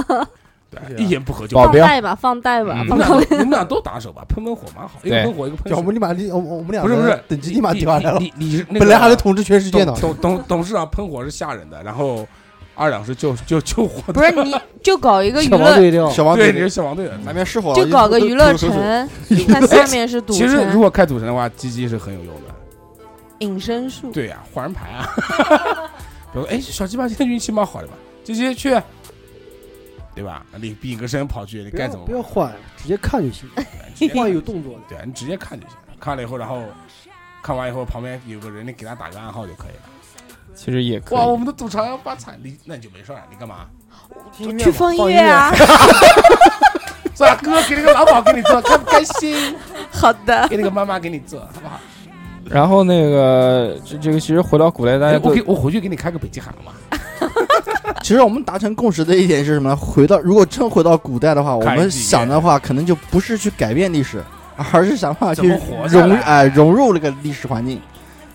S1: 啊
S2: 对啊
S1: 一言 不合就
S3: 保
S1: 打。
S7: 放
S3: 镖
S7: 贷吧，放贷吧
S3: 嗯，
S1: 你
S7: 放
S1: 们
S7: 贷
S1: 俩都 你们俩都打手吧，喷喷火蛮好，一个
S3: 对
S1: 哎喷火一个喷
S8: 我们
S1: 水。
S8: 立马立我我我们俩
S1: 不是不是
S8: 的，等级立马
S1: 你
S8: 掉下来了，
S1: 你你你是那个
S8: 本来还能统治全世界呢
S1: 董。董董董事长喷火是吓人的，然后二两是救救救火的。
S6: 不是你就搞一个娱
S9: 小王
S6: 乐，
S9: 对调，
S2: 小王
S1: 对，
S2: 子
S1: 你是消防队的。
S2: 南边失火了，
S6: 就搞个
S2: 吐
S6: 娱乐，
S2: 吐口水
S6: 城，它下面是赌
S1: 哎其实如
S6: 城，
S1: 果开赌城的话，鸡鸡是很有用的。
S6: 隐身
S9: 嗯
S6: 术，
S1: 对呀、换人牌啊。 比如说，哎，小鸡巴今天运气蛮好的吧？鸡鸡去，对吧？你比个身跑去，你
S9: 不
S1: 该
S9: 要
S1: 怎么
S9: 不
S1: 办
S9: 要换，直接看就行，
S1: 你直接
S9: 换有动作的。
S1: 对啊，你直接看就行了。看了以后，然后看完以后，旁边有个人，你给他打个暗号就可以了。
S3: 其实也可
S1: 哇，我
S3: 以。
S1: 们的赌场发财，你那你就没事了。你干嘛？
S6: 去放音乐啊，
S1: 是吧？哥给你个老鸨给你做，开不开心？
S6: 好的，
S1: 给你个妈妈给你做，好不好？
S3: 然后那个这这个其实回到古代，大家
S1: 哎
S3: 都
S1: 我给我回去给你开个北极航嘛。
S2: 其实我们达成共识的一点是什么呢？回到如果真回到古代的话，我
S1: 看一
S2: 们
S1: 集
S2: 想的话，可能就不是去改变历史，而是想办法
S1: 怎
S2: 去
S1: 么活下来
S2: 融哎融入这个历史环境，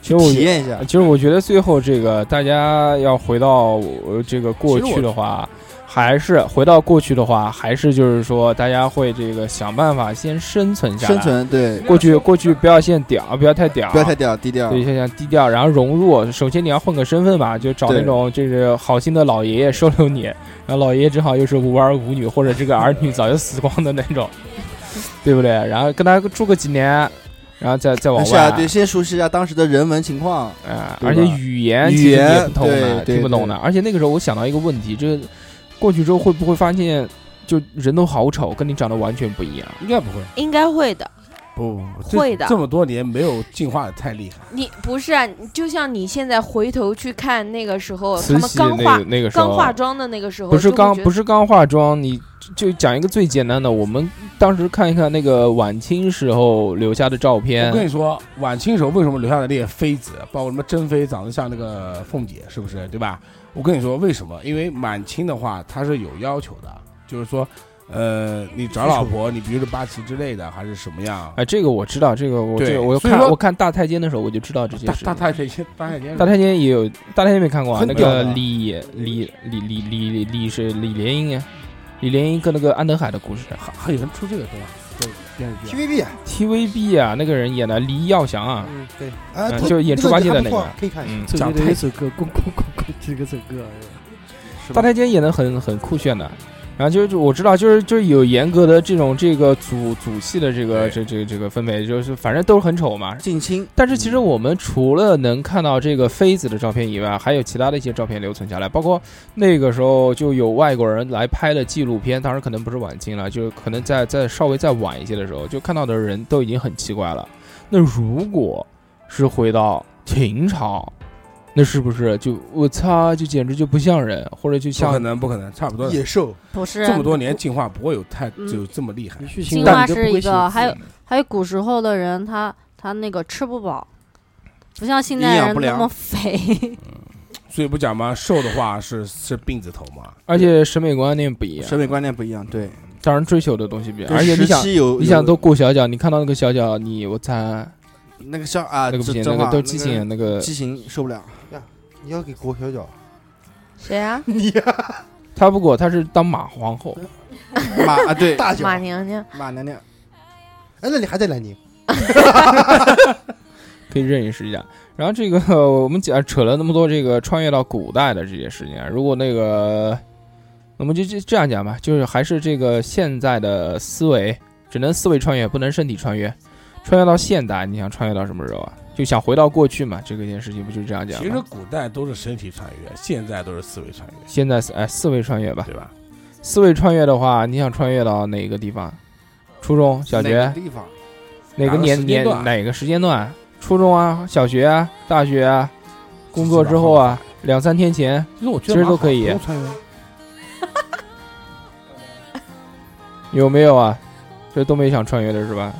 S3: 其实我
S2: 体
S3: 觉
S2: 验一下。
S3: 其实我觉得最后这个大家要回到呃这个过去的话，还是回到过去的话，还是就是说大家会这个想办法先生存下来。
S2: 生存对，
S3: 过去过去不要先屌，不要太屌，
S2: 不要太屌低调。
S3: 对，想想低调，然后融入。首先你要混个身份吧，就找那
S2: 对
S3: 种就是好心的老爷爷收留你，然后老爷爷正好又是无儿无女，或者这个儿女早就死光的那 种，对不对？然后跟他住个几年，然后再再往
S2: 是
S3: 外。
S2: 啊，对，先熟悉一下当时的人文情况。
S3: 啊，
S2: 对
S3: 而且
S2: 吧
S3: 语言
S2: 语
S3: 其实
S2: 言
S3: 也不通的，
S2: 对对
S3: 听不懂的。而且那个时候我想到一个问题，这过去之后会不会发现，就人都好丑，跟你长得完全不一样？
S1: 应该不会，
S6: 应该会的。
S1: 不不
S6: 这会的
S1: 这么多年没有进化的太厉害。
S6: 你不是啊？你就像你现在回头去看那个时候，他
S3: 慈
S6: 们
S3: 禧
S6: 刚
S3: 那
S6: 化
S3: 个那个时
S6: 刚
S3: 候啊
S6: 化妆的那个时候，
S3: 不是
S6: 就会
S3: 刚
S6: 觉得
S3: 不 是刚化妆，你就讲一个最简单的，我们当时看一看那个晚清时候留下的照
S1: 我跟
S3: 片，
S1: 你说，晚清时候为什么留下来那些妃子，包括什么珍妃长得像那个凤姐，是不是？对吧？我跟你说为什么？因为满清的话，它是有要求的，就是说，呃，你找老婆，你比如说八旗之类的，还是什么样？
S3: 哎，这个我知道，这个我
S1: 对
S3: 这个我
S1: 所以
S3: 看
S1: 说
S3: 我看大太监的时候我就知道这些
S1: 大
S3: 事
S1: 大
S3: 情。
S1: 太监，大太监，
S3: 大太监也有，大太监没看过啊？
S8: 很
S3: 那
S8: 屌
S3: 个
S8: 的
S3: 李李李李李李是李莲英啊，李莲英跟那个安德海的故事啊
S1: 还还有人出这个东西，对电视剧啊。
S8: TVB
S3: ，TVB 啊，那个人演的李耀祥啊，
S8: 嗯对，啊
S3: 嗯
S8: 对
S3: 就演猪八戒的
S8: 那
S3: 那个
S8: 还不错可以看一下。
S3: 嗯，
S9: 走
S1: 讲
S9: 的
S1: 太
S9: 一首歌，滚滚滚滚，这个首 歌而啊已。
S3: 大太监演的很很酷炫的。然后就是我知道，就是就是有严格的这种这个组组系的这个这这这个分配，就是反正都是很丑嘛。
S2: 近亲，
S3: 但是其实我们除了能看到这个妃子的照片以外，还有其他的一些照片留存下来，包括那个时候就有外国人来拍的纪录片，当然可能不是晚清了，就是可能在在稍微再晚一些的时候，就看到的人都已经很奇怪了。那如果是回到秦朝，那是不是就我操，就简直就不像人，或者就
S1: 不可
S3: 像
S1: 能，不可能，差不多。
S8: 野兽，
S7: 不是
S1: 这么多年进化不会有太
S7: 嗯
S1: 就这么厉害
S9: 你。去
S7: 进
S9: 新
S7: 化
S9: 你都不
S7: 是一
S9: 会写
S7: 个，还有
S9: 字
S7: 还有古时候的人，他他那个吃不饱，不像现
S2: 营
S7: 代
S2: 养
S7: 人
S2: 不
S7: 那
S2: 良
S7: 么肥。
S1: 所以不讲嘛，瘦的话是是病字头嘛。
S3: 而且审美观念不一样
S2: 审，美观念不一样，对。
S3: 当然追求的东西不一样，而且你
S2: 时
S3: 想。
S2: 期有
S3: 你想都过小脚，你看到那个小脚，你我操，
S2: 那个像啊，
S3: 那个不
S2: 这
S3: 行，
S2: 真
S3: 那个
S2: 话
S3: 都畸形，那个
S2: 畸形受不了。
S8: 你要给裹小脚，
S6: 谁啊？
S8: 你
S3: 他不裹，他是当马皇后，
S2: 马啊，对，
S8: 大脚。
S6: 马
S8: 哎，
S6: 娘娘，
S2: 马娘娘，
S10: 哎
S8: 那你还在南 宁？
S3: 可以认识一下。然后这个 我们讲啊扯了那么多这个穿越到古代的这些事情啊，如果那个，我们就这这样讲吧，就是还是这个现在的思维，只能思维穿越，不能身体穿越。穿越到现代，你想穿越到什么时候啊？就想回到过去嘛，这个件事情不就这样讲
S1: 其
S3: 吗？
S1: 实古代都是身体穿越，现在都是思维穿越，
S3: 现在是哎四维穿越吧，
S1: 对吧？
S3: 四维穿越的话，你想穿越到哪个地方？初中小
S2: 哪
S3: 学
S2: 个地方
S3: 哪个
S1: 哪个
S3: 年
S1: 时间
S3: 年
S1: 段
S3: 哪个时间段？初中啊，小学啊，大学啊，工作之后啊，两三天前，
S1: 其实我觉
S3: 其
S1: 得
S3: 实
S1: 蛮
S3: 都
S1: 好
S3: 可以
S1: 不用穿越
S3: 有没有啊？这都没想穿越的是吧？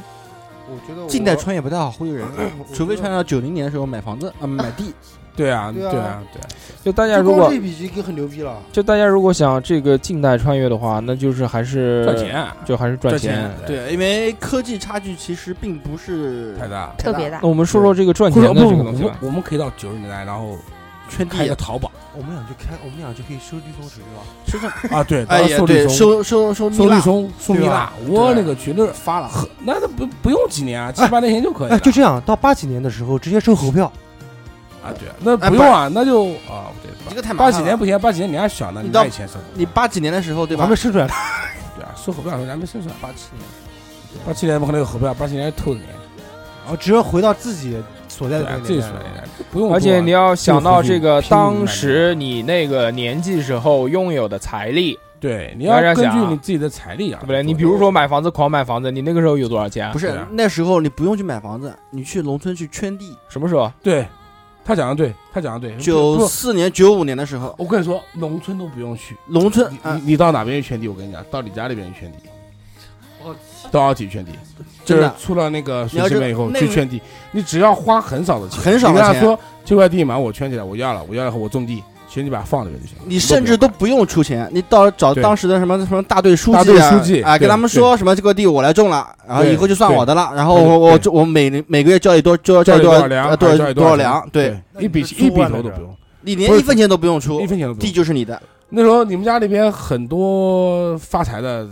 S8: 我觉得我
S2: 近代穿越不太好忽悠人，除非穿越到九零年的时候买房子啊、买地。
S1: 对啊，
S8: 对
S1: 对
S8: 啊
S1: 啊，对啊，
S3: 嗯就大家
S8: 就
S3: 如
S8: 光
S3: 果
S8: 这笔就已经很牛逼了。
S3: 就大家如果想这个近代穿越的话，那就是还是
S1: 赚，钱啊
S3: 就还是赚
S1: 赚钱
S2: 对，因为科技差距其实并不是
S1: 太大。
S6: 特别大
S3: 那。我们说说这个赚
S1: 或
S3: 钱
S1: 者
S3: 的
S1: 不，
S3: 这
S1: 不
S3: 个
S1: 我
S3: 东西
S1: 们
S3: 吧。
S1: 我们可以到九十年代，然后
S2: 圈
S1: 开一
S2: 地
S1: 个。淘宝
S8: 我们俩就开，我们俩就可以收绿松水了。
S1: 啊，对，到
S2: 哎呀，
S1: 时候
S2: 对，
S1: 松
S2: 收收收蜜
S1: 送绿
S2: 蜡
S1: 松、送蜜
S2: 对
S1: 蜡
S2: 吧，
S1: 我
S2: 对
S1: 勒个去，那
S2: 发了，
S1: 很那都不不用几年啊，七八年前就可以
S8: 哎，
S1: 了。
S8: 就这样，到八几年的时候直接收猴票，
S1: 啊，对，那
S2: 哎
S1: 不用啊，那就啊，不对，
S2: 这个太麻
S1: 八
S2: 烦了。
S1: 几年不行，八几年你还小呢，
S2: 你
S1: 你
S2: 到
S1: 拿以前收，
S2: 你八几年的时候对
S8: 还
S2: 吧
S8: 没？生出来呢。
S1: 对啊，收猴票的时候还没生出来，
S2: 八七年，
S1: 八七年不可能有猴票，八七年是偷的年，
S8: 然后只要回到自己所在
S1: 对
S8: 的那
S1: 啊
S8: 个，
S1: 这
S8: 年
S1: 是
S8: 代
S1: 说
S8: 了，
S1: 的不用多啊。
S3: 而且你要想到这个
S1: 就回去拼命买
S3: 当时你那个年纪时候拥有的财力，
S1: 对，你
S3: 大家
S1: 要根据
S3: 想啊
S1: 你自己的财力啊，
S3: 对不对？你比如说买房子狂买房子，你那个时候有多少钱
S2: 不？
S1: 对
S2: 是
S1: 啊
S2: 那时候你不用去买房子，你去农村去圈地。
S3: 什么时候？啊
S1: 对，他讲的对，他讲的对，
S2: 九
S1: 不。
S2: 四年、九五年的时候，
S1: 我跟你说，农村都不用去，
S2: 农村
S1: 你
S2: 啊，
S1: 你你到哪边去圈地？我跟你讲，到你家里边去圈地，到二级圈地，就
S2: 真
S1: 是
S2: 的
S1: 出了那个
S2: 你
S1: 水
S2: 要
S1: 性
S2: 是
S1: 面以后
S2: 那
S1: 去
S2: 个
S1: 圈地，你只要花很少的钱，
S2: 很少
S1: 你
S2: 的
S1: 跟他
S2: 钱
S1: 说这块地嘛，我圈起来，我要了，我要了以后我种地，选你把它放那边就行了。
S2: 你甚至都
S1: 不
S2: 不用出钱，你到找
S1: 对
S2: 当时的什么什么大队书
S1: 大
S2: 记
S1: 队
S2: 啊，
S1: 书记
S2: 啊，
S1: 对
S2: 跟他们说什么这个地我来种了，然后
S1: 对
S2: 以后就算我的了，然后
S1: 对
S2: 我我
S1: 对
S2: 我每每个月交你多交
S1: 交
S2: 交
S1: 易
S2: 多
S1: 多
S2: 少
S1: 少粮，
S2: 呃
S1: 还
S2: 多
S1: 是
S2: 少
S1: 交易
S2: 多
S1: 少
S2: 少粮，对，，
S1: 一笔
S8: 那
S1: 一笔
S8: 租啊
S1: 头
S8: 那
S1: 都
S8: 是
S1: 不用，
S2: 你
S1: 不
S2: 连
S1: 是
S2: 一分钱都不用出
S1: 一，分钱都不
S2: 地
S1: 用。
S2: 就是你的，
S1: 那时候你们家里边很多发财的，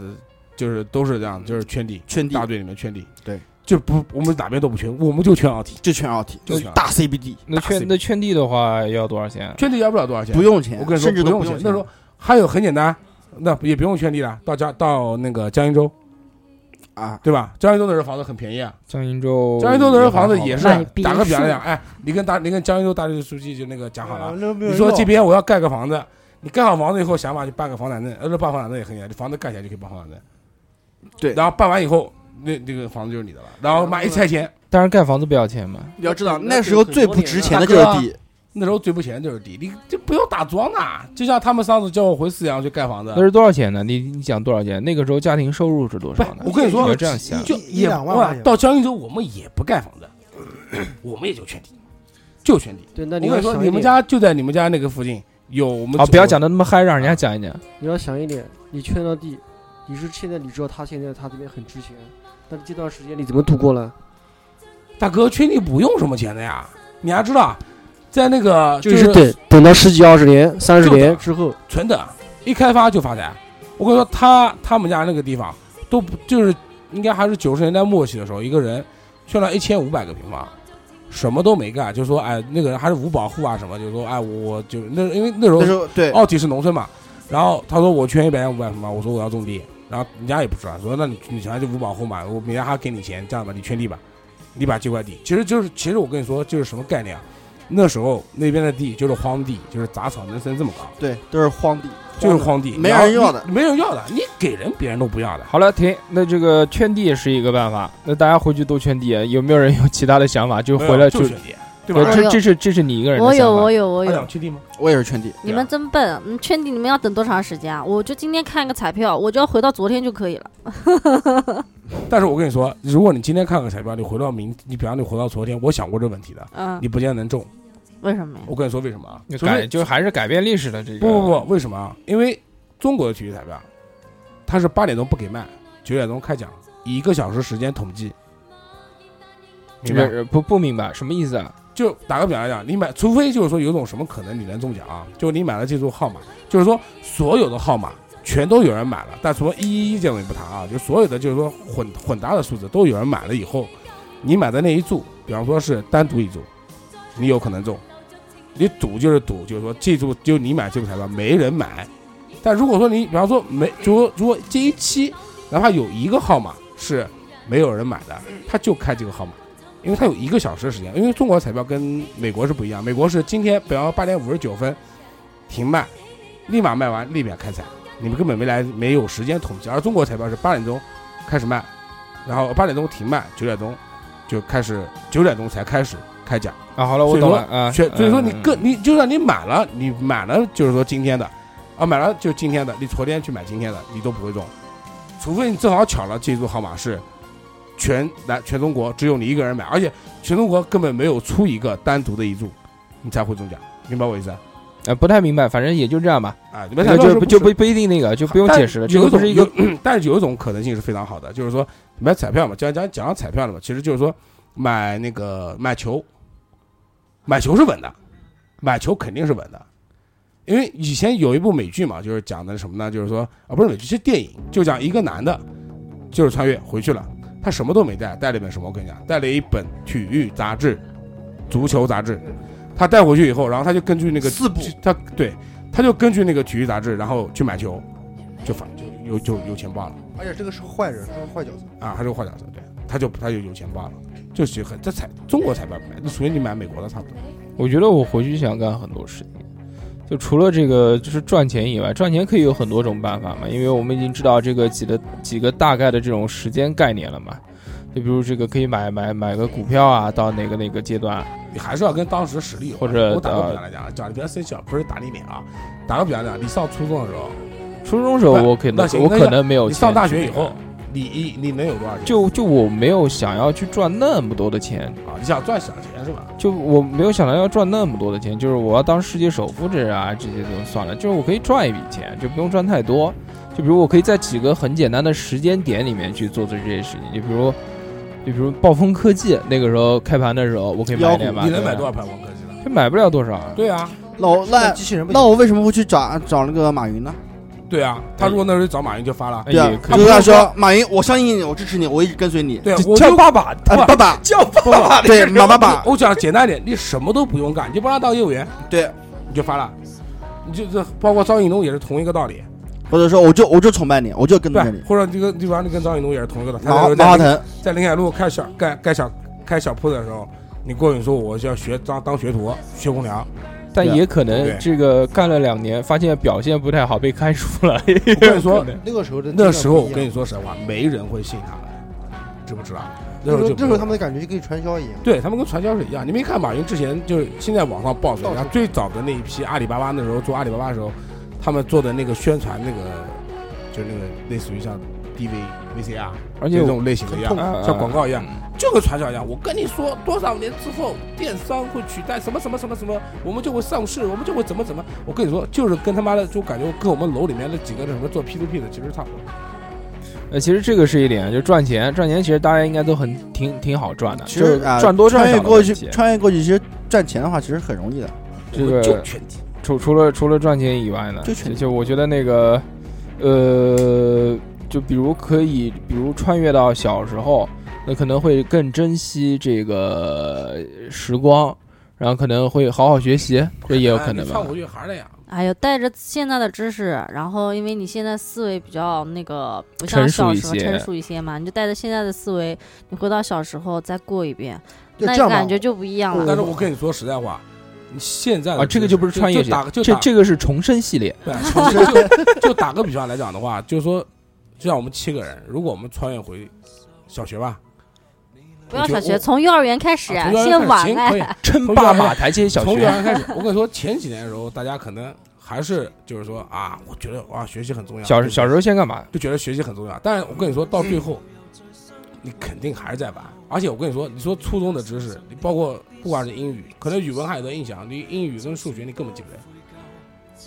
S1: 就是都是这样，就是圈地，
S2: 圈地
S1: 大队里面圈地，
S2: 对，
S1: 就不我们哪边都不圈，我们就圈奥体，
S2: 就圈奥体，
S1: 就圈奥体
S2: 大 CBD，
S3: 那
S1: 大
S3: 圈那圈地的话要多少钱？啊
S1: 圈地要不了多少钱，
S2: 不用钱
S1: 我跟，你说
S2: 甚至
S1: 不
S2: 都
S1: 用
S2: 不
S1: 钱
S2: 用，钱。
S1: 那时候还有很简单，那也不用圈地了，到江到那个江阴州，
S2: 啊，
S1: 对吧？江阴州的时候房子很便宜啊，
S3: 江阴州，
S1: 江阴州的时候房子也是
S7: 买别
S1: 打个比方
S7: 墅
S1: 讲，哎，你跟大你跟江阴州大队书记就那个讲好了，
S8: 啊那没有
S1: 你说
S8: 用
S1: 这边我要盖个房子，你盖好房子以后想法就办个房产证，呃，不办房产证也很简单，房子盖起来就可以办房产证。
S2: 对
S1: 然后办完以后，那那个房子就是你的了。然后妈一拆迁，
S3: 当然盖房子不要钱嘛。
S2: 你要知道那时候最不值钱的就
S1: 大哥啊
S2: 是地，
S1: 那时候最不钱就是地，你就不用打桩的。就像他们上次叫我回四阳去盖房子
S3: 那，是多少钱呢？你你讲多少钱？那个时候家庭收入是多
S1: 不
S3: 少，呢？
S1: 我跟你
S3: 你
S1: 说啊
S3: 要，这样想，
S1: 就
S8: 一
S1: 也
S8: 两万
S1: 哇
S8: 块钱
S1: 到江阴州我们也不盖房子，我们也就圈地，就圈地。
S9: 对，那
S1: 我
S9: 你
S1: 跟
S9: 要
S1: 你说，
S9: 想
S1: 你
S9: 一
S1: 们
S9: 点，
S1: 家就在你们家那个附近有我们
S3: 好，啊不要讲的那么嗨，让人家讲一讲。
S9: 你要想一点，你圈到地，你是现在你知道他现在他这边很值钱，但是这段时间你怎么度过呢？
S1: 大哥圈地不用什么钱的呀，你还知道，在那个
S9: 是等等到十几、二十年、三十
S1: 就
S9: 年
S1: 等
S9: 之后，
S1: 纯的，一开发就发财。我跟你说，他他们家那个地方都不就是应该还是九十年代末期的时候，一个人圈了一千五百个平方，什么都没干，就说哎那个人还是五保户啊什么，就说哎我我就那因为那时候
S2: 那时候对，
S1: 奥体是农村嘛，然后他说我圈一百万五百平方，我说我要种地，然后人家也不知道，说那你你想就五保户嘛，我每天还给你钱，这样吧，你圈地吧，你把这块地，其实就是其实我跟你说就是什么概念啊，那时候那边的地就是荒地，就是杂草能生这么高。
S2: 对，都是荒地，
S1: 就是荒地，
S2: 没人要的
S1: 然后你没人要的，你给人别人都不要的。
S3: 好了，停。那这个圈地是一个办法，那大家回去都圈地。有没有人有其他的想法？就回来
S1: 就
S3: 就，
S1: 是
S3: 对
S1: 选地，对吧？
S7: 我
S3: 这
S7: 有
S3: 这是这是你一个 人的
S7: 我
S3: 想
S7: 有
S3: 法
S7: 我有我
S1: 他
S7: 有
S1: 想，去地吗？
S2: 我也是圈地，
S1: 啊
S7: 你们真笨！嗯，圈地你们要等多长时间啊？我就今天看一个彩票，我就要回到昨天就可以了。
S1: 但是我跟你说，如果你今天看个彩票，你回到明，你比方你回到昨天，我想过这问题的，
S7: 嗯，
S1: 你不见得能中。
S7: 为什么呀？
S1: 我跟你说为什么啊？
S3: 就
S1: 除
S3: 改
S1: 非
S3: 就还是改变历史的这个。
S1: 不不不，为什么啊？因为中国的体育彩票，它是八点钟不给卖，九点钟开奖，以一个小时时间统计。
S3: 这
S1: 明白？
S3: 个不不明白什么意思啊？
S1: 就打个比方来讲，你买，除非就是说有种什么可能你能中奖啊，就你买了这组号码，就是说所有的号码全都有人买了，但除了一一一这种也不谈啊，就所有的就是说混混搭的数字都有人买了以后，你买的那一注，比方说是单独一注，你有可能中，你赌就是赌，就是说这注就你买这注彩票没人买，但如果说你比方说没，就说如果这一期哪怕有一个号码是没有人买的，他就开这个号码。因为它有一个小时的时间，因为中国彩票跟美国是不一样，美国是今天比方八点五十九分停卖，立马卖完立马开彩，你们根本没来没有时间统计，而中国彩票是八点钟开始卖，然后八点钟停卖，九点钟就开始，九点钟才开始开奖，
S3: 啊，好了，我
S1: 所以说
S3: 懂了啊。
S1: 所以所以说你
S3: 嗯
S1: 更你就算你买了，你买了就是说今天的，啊买了就今天的，你昨天去买今天的，你都不会中，除非你正好巧了这一组号码是全南全中国只有你一个人买，而且全中国根本没有出一个单独的一注，你才会中奖，明白我意思啊？
S3: 呃，不太明白，反正也就这样吧。
S1: 啊，你
S3: 那
S1: 们
S3: 个就
S1: 不
S3: 就不不一定那个，就不用解释了。这
S1: 有
S3: 个
S1: 一
S3: 不
S1: 种
S3: 是一个，
S1: 有 但是有一种可能性是非常好的，就是说买彩票嘛，讲讲讲到彩票了嘛，其实就是说买那个买球，买球是稳的，买球肯定是稳的，因为以前有一部美剧嘛，就是讲的什么呢？就是说啊，不是美剧，是电影，就讲一个男的，就是穿越回去了，他什么都没带，带了一本什么？我跟你讲，带了一本体育杂志，足球杂志。他带回去以后，然后他就根据那个
S10: 四部
S1: 他对，他就根据那个体育杂志，然后去买球，就反就有就有钱报了
S10: 而哎且这个是个坏人，是个坏角色。
S1: 啊，他就换角色，对，他就他就有钱报了，就是很这彩中国彩票不买，那除非你买美国的差不多。
S3: 我觉得我回去想干很多事情，就除了这个就是赚钱以外，赚钱可以有很多种办法嘛，因为我们已经知道这个几的几个大概的这种时间概念了嘛。就比如这个可以买买买个股票啊，到哪个哪个阶段，
S1: 你还是要跟当时的实力有关。
S3: 或者
S1: 我打个比
S3: 呃
S1: 方来讲，讲你不要生气啊，不是打你脸啊，打个比方讲，你上初中的时候，
S3: 初中时候
S1: 不
S3: 我可
S1: 那
S3: 能
S1: 行
S3: 我
S1: 那
S3: 可
S1: 要
S3: 能没有
S1: 你
S3: 钱
S1: 上大
S3: 去
S1: 学以
S3: 这个
S1: 后，你一你能有多少钱？
S3: 就就我没有想要去赚那么多的钱，
S1: 啊，你想赚小钱是吧？
S3: 就我没有想到要赚那么多的钱，就是我要当世界首富这啊这些就算了，就是我可以赚一笔钱，就不用赚太多。就比如我可以在几个很简单的时间点里面去做这这些事情，就比如，就比如暴风科技那个时候开盘的时候，我可以买一点吧，
S1: 你能买
S3: 对
S1: 多少？
S3: 吧
S1: 盘王科技呢？
S3: 这买不了多少啊，
S1: 对啊，
S2: 那我那
S10: 机器人不
S2: 那我为什么会去找找那个马云呢？
S1: 对啊，他如果那时候找马云就发了。
S3: 哎
S2: 对啊
S3: 也，可
S2: 就
S3: 以
S2: 是他说马云，我相信你，我支持你，我一直跟随你。
S1: 对啊，
S3: 就
S1: 我
S3: 叫
S1: 就爸爸，
S2: 啊，爸爸，
S1: 叫爸爸
S2: 对马爸爸，
S1: 我讲简单点，你什么都不用干，你就帮他当业务员，
S2: 对，
S1: 你就发了。你就这包括张艺谋也是同一个道
S2: 嗯
S1: 理，
S2: 或者说我就我就崇拜你，我就跟
S1: 对
S2: 着
S1: 吧
S2: 你。，
S1: 或者这个地方你跟张艺谋也是同一个道理。他那时
S2: 马
S1: 候
S2: 马化
S1: 在
S2: 腾，
S1: 在临海路开小盖盖小开小铺的时候，你过去说我就要学当当学徒学空调，
S3: 但
S2: 对啊
S3: 也可能
S1: 对
S3: 这个干了两年，发现表现不太好，被开除了。
S1: 我跟你 说，
S10: 那个时候的
S1: 那时候我跟
S10: 你
S1: 你说实话，没人会信他们，知不知道？那时
S10: 那时
S1: 候
S10: 候
S1: 就
S10: 那时候他
S1: 们
S10: 们的感觉就跟传销一样，
S1: 对他们跟传销是一样。你没看马云之前就是现在网上爆出来，
S10: 到
S1: 然
S10: 处
S1: 后最早的那一批阿里巴巴那时候做阿里巴巴的时候，他们做的那个宣传那个就是那个类似于像 DV、VCR
S3: 而且
S1: 这
S3: 我
S1: 种类型的一样
S3: 很痛，苦
S1: 像广告一样
S3: 嗯，
S1: 就跟传销一样。我跟你说，多少年之后电商会取代什么什么什么什么，我们就会上市，我们就会怎么怎么。我跟你说，就是跟他妈的就感觉跟我们楼里面的几个那什么做 P to P 的其实差不多。
S3: 呃，其实这个是一点，就赚钱，赚钱其实大家应该都很挺挺好赚的，
S2: 其
S3: 就
S2: 实
S3: 是
S2: 啊，
S3: 赚多赚
S2: 穿
S3: 少
S2: 越
S3: 的
S2: 过
S3: 问
S2: 去，
S3: 题
S2: 穿越过去，其实赚钱的话其实很容易的。
S3: 这
S1: 我
S3: 个
S1: 们就全体
S3: 除除了除了赚钱以外呢，
S2: 就
S3: 就
S2: 选
S3: 就我觉得那个，呃，就比如可以，比如穿越到小时候，那可能会更珍惜这个呃时光，然后可能会好好学习，这也有可能
S1: 哎你
S3: 吧
S1: 唱。回去还是那样。
S7: 哎呦，带着现在的知识，然后因为你现在思维比较那个，不像
S3: 成熟
S7: 小
S3: 一
S7: 时候
S3: 些
S7: 成熟一些嘛，你就带着现在的思维，你回到小时候再过一遍，
S10: 就
S7: 那
S10: 这样吧
S7: 感觉就不一样
S1: 但
S7: 了。
S1: 是我跟你说实在话，你现在的
S3: 啊，这个就不是穿越
S1: 就
S3: 系
S1: 打个就
S3: 这
S1: 打
S3: 这个是重生系列，
S1: 对，啊重新 就就打个比方来讲的话，就是说，就像我们七个人，如果我们穿越回小学吧，
S7: 不要
S1: 我觉
S7: 小
S1: 得
S7: 学，
S1: 我
S7: 从幼儿园开始，
S1: 啊从幼儿
S7: 现在
S1: 园开始
S7: 晚
S1: 行
S7: 了
S1: 可。以，
S3: 称
S1: 从
S3: 霸
S1: 幼儿园
S3: 马台街小
S1: 从幼儿
S3: 学，
S1: 园开始。我跟你说，前几年的时候，大家可能还是就是说啊，我觉得哇，学习很重要。
S3: 小
S1: 对
S3: 小时候先干嘛？
S1: 就觉得学习很重要，但是我跟你说，到最后，你肯定还是在玩。而且我跟你说，你说初中的知识，你包括不管是英语，可能语文还有点印象，你英语跟数学你根本记不得，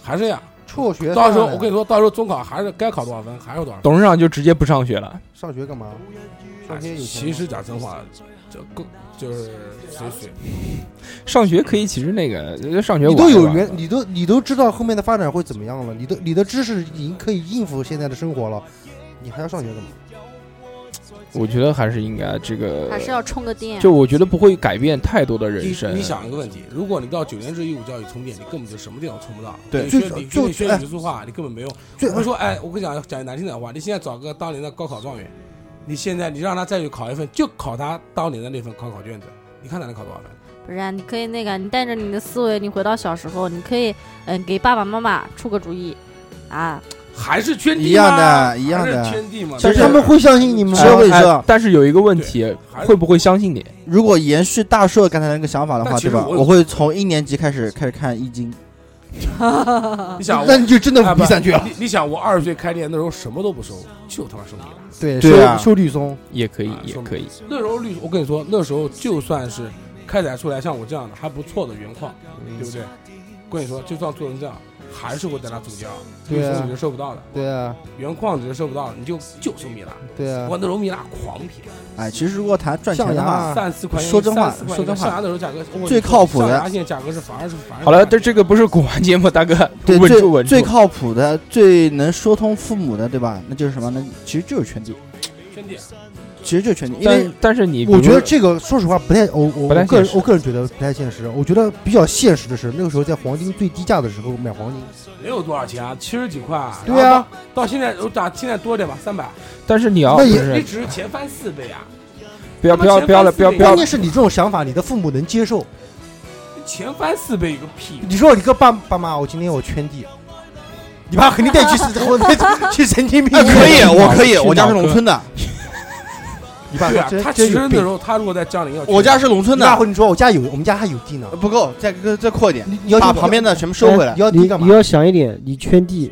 S1: 还是这样。
S10: 辍学
S1: 到时候我
S10: 给
S1: 跟你说，到时候中考还是该考多少分，还是多少分。哎
S3: 董事长就直接不上学了，
S10: 上学干嘛？上学有钱
S1: 其
S10: 吗
S1: 实讲真话，就够就是随随
S3: 上学可以，其实那个上学晚
S10: 你都
S3: 一
S10: 有
S3: 晚
S10: 原，你都你都知道后面的发展会怎么样了，你的你的知识已经可以应付现在的生活了，你还要上学干嘛？
S3: 我觉得还是应该这个
S7: 还是要充个电。
S3: 就我觉得不会改变太多的人
S1: 你
S3: 生。
S1: 你 想一个问题，如果你到九年制义务教育充电，你根本就什么地方充不到。
S2: 对
S1: 你学
S10: 最
S1: 你
S10: 最
S1: 你学
S10: 哎
S1: 语数化，你根本没用。
S10: 最
S1: 我会说，哎，我跟你讲讲句难听点的话，你现在找个当年的高考状元，你现在你让他再去考一份，就考他当年的那份高考卷子，你看他能考多少分？
S7: 不是、啊，你可以那个，你带着你的思维，你回到小时候，你可以嗯、给爸爸妈妈出个主意啊。
S1: 还是圈地
S2: 一样的
S1: 嘛
S2: 啊一样
S1: 还
S2: 的
S1: 是圈地嘛。
S2: 其实
S1: 对
S10: 他们会相信你吗
S2: 其？实我跟你说
S3: 哎，但是有一个问题，
S1: 还是
S3: 会不会相信你？
S2: 如果延续大硕刚才那个想法的
S1: 但
S2: 话，
S1: 其
S2: 对
S1: 实
S2: 吧？
S1: 我
S2: 我会从一年级开始开始看《易经》，
S1: 你想
S10: 那
S1: 我。
S10: 你就真
S1: 啊
S10: 的
S1: 不
S10: 比散去了。
S1: 你你想，我二十岁开店那时候什么都不收，就他妈收你。
S10: 对
S2: 对啊
S10: 收收绿松，
S3: 也可以
S1: 啊，
S3: 也
S1: 说
S3: 可以。
S1: 那时候绿，我跟你说，那时候就算是开采出来像我这样的还不错的原矿，
S3: 嗯
S1: 对不对？我跟你说，就算做成这样，还是会带他走掉，绿
S10: 对啊
S1: 松你是收不到的，
S10: 对啊，
S1: 原矿你是收不到的，你就就收米拉。
S10: 对啊
S1: 我，那时候米拉狂便宜，
S2: 哎，其实如果谈赚钱的
S10: 象
S2: 话
S10: 牙，
S1: 啊三四块钱，
S2: 说真话
S1: 三四块钱
S2: 说真话
S1: 象牙那时候价格我跟你
S2: 最靠谱的
S1: 象牙现在价格是反而是反而是
S3: 好了，这这个不是古玩节目，大哥，
S2: 对
S3: 稳住
S2: 最
S3: 稳住
S2: 最。靠谱的、最能说通父母的，对吧？那就是什么呢？其实就是圈地，
S1: 圈地
S2: 其实就是圈地，因为
S3: 但但是你比
S10: 我
S3: 如
S10: 觉得这个说实话不太，我我
S3: 不太
S10: 我个
S3: 现
S10: 人
S3: 实
S10: 我个人觉得不太现实。我觉得比较现实的是，那个时候在黄金最低价的时候买黄金，
S1: 没有多少钱啊，七十几块啊。
S10: 对啊
S1: 然后到，到现在我打现在多一点吧，三百，
S3: 但是你要
S10: 那
S3: 不
S10: 也
S1: 你
S3: 是
S1: 只是钱翻四倍啊，
S3: 不要
S1: 他
S3: 不
S1: 妈
S3: 要
S1: 前
S3: 不要
S1: 三
S3: 了
S1: 四
S3: 不要
S1: 名
S3: 不要
S10: 关键是你这种想法，你的父母能接受。
S1: 钱翻四倍有个屁！
S10: 你说你跟爸爸妈，我今天我圈地，你爸肯定带你去 死，我带去神经病
S2: 哎
S10: 院。
S2: 可 以，我可以，
S3: 去
S2: 我家是
S3: 脑
S2: 农
S3: 哥
S2: 村的，
S10: 你爸
S1: 对啊，
S10: 真
S1: 他
S10: 真
S1: 其
S10: 有
S1: 实那
S10: 病
S1: 时候他如果在江陵要，
S2: 我家是农村
S10: 你爸
S2: 的，
S10: 会你说我家有，我们家还有地呢。
S2: 不够，再再扩一点，
S10: 你你要
S2: 把旁边
S10: 的
S2: 的全部收回来
S10: 你。要
S9: 哎你
S10: 地干嘛
S9: 你？要想一点，你圈地，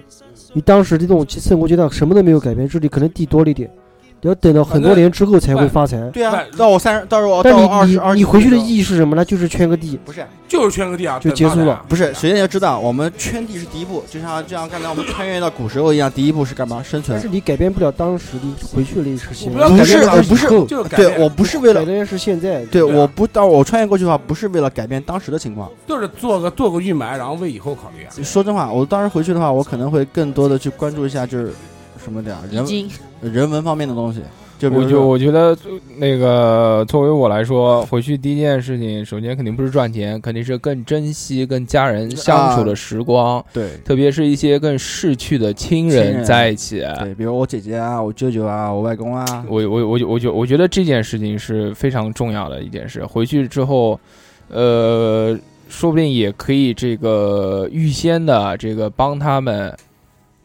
S9: 你当时的这种生活阶段什么都没有改变，这里可能地多了一点，你要等到很多年之后才会发财。
S2: 对啊
S1: 不，是
S2: 到我三十，到时候我
S9: 但
S2: 到
S9: 你
S2: 我二十
S9: 你
S2: 二十，
S9: 你回去的意义是什么呢？就是圈个地，
S2: 不是
S1: 就是圈个地啊，等
S9: 就
S1: 发
S9: 结束
S1: 展
S9: 了
S1: 啊
S2: 不是，首先你要知道，我们圈地是第一步，就像就像刚才我们穿越到古时候一样，第一步是干嘛？生
S9: 但
S2: 存
S9: 是。你改变不了当时的回去的时
S1: 我
S9: 间
S1: 不。要
S2: 不
S1: 改
S2: 是
S1: 变当时
S2: 不是
S1: 以后就是改
S2: 对
S1: 变，
S2: 我不是为
S9: 改
S2: 了，
S9: 变是现在，
S2: 对
S1: 对啊
S2: 我不到我穿越过去的话，不是为了改变当时的情况。
S1: 就是做个做个预埋，然后为以后考虑啊。
S2: 说真话，我当时回去的话，我可能会更多的去关注一下，就是什么点儿
S7: 已
S2: 人
S7: 经
S2: 人文方面的东西。就比
S3: 我
S2: 如
S3: 就
S2: 说，
S3: 我觉得呃那个作为我来说，回去第一件事情，首先肯定不是赚钱，肯定是更珍惜跟家人相处的时光，
S2: 啊对
S3: 特别是一些更逝去的亲
S2: 亲
S3: 人
S2: 人
S3: 在一起。
S2: 对，比如我姐姐啊，我舅舅啊，我外公啊，
S3: 我我我我觉我觉得这件事情是非常重要的一件事。回去之后，呃，说不定也可以这个预先的这个帮他们，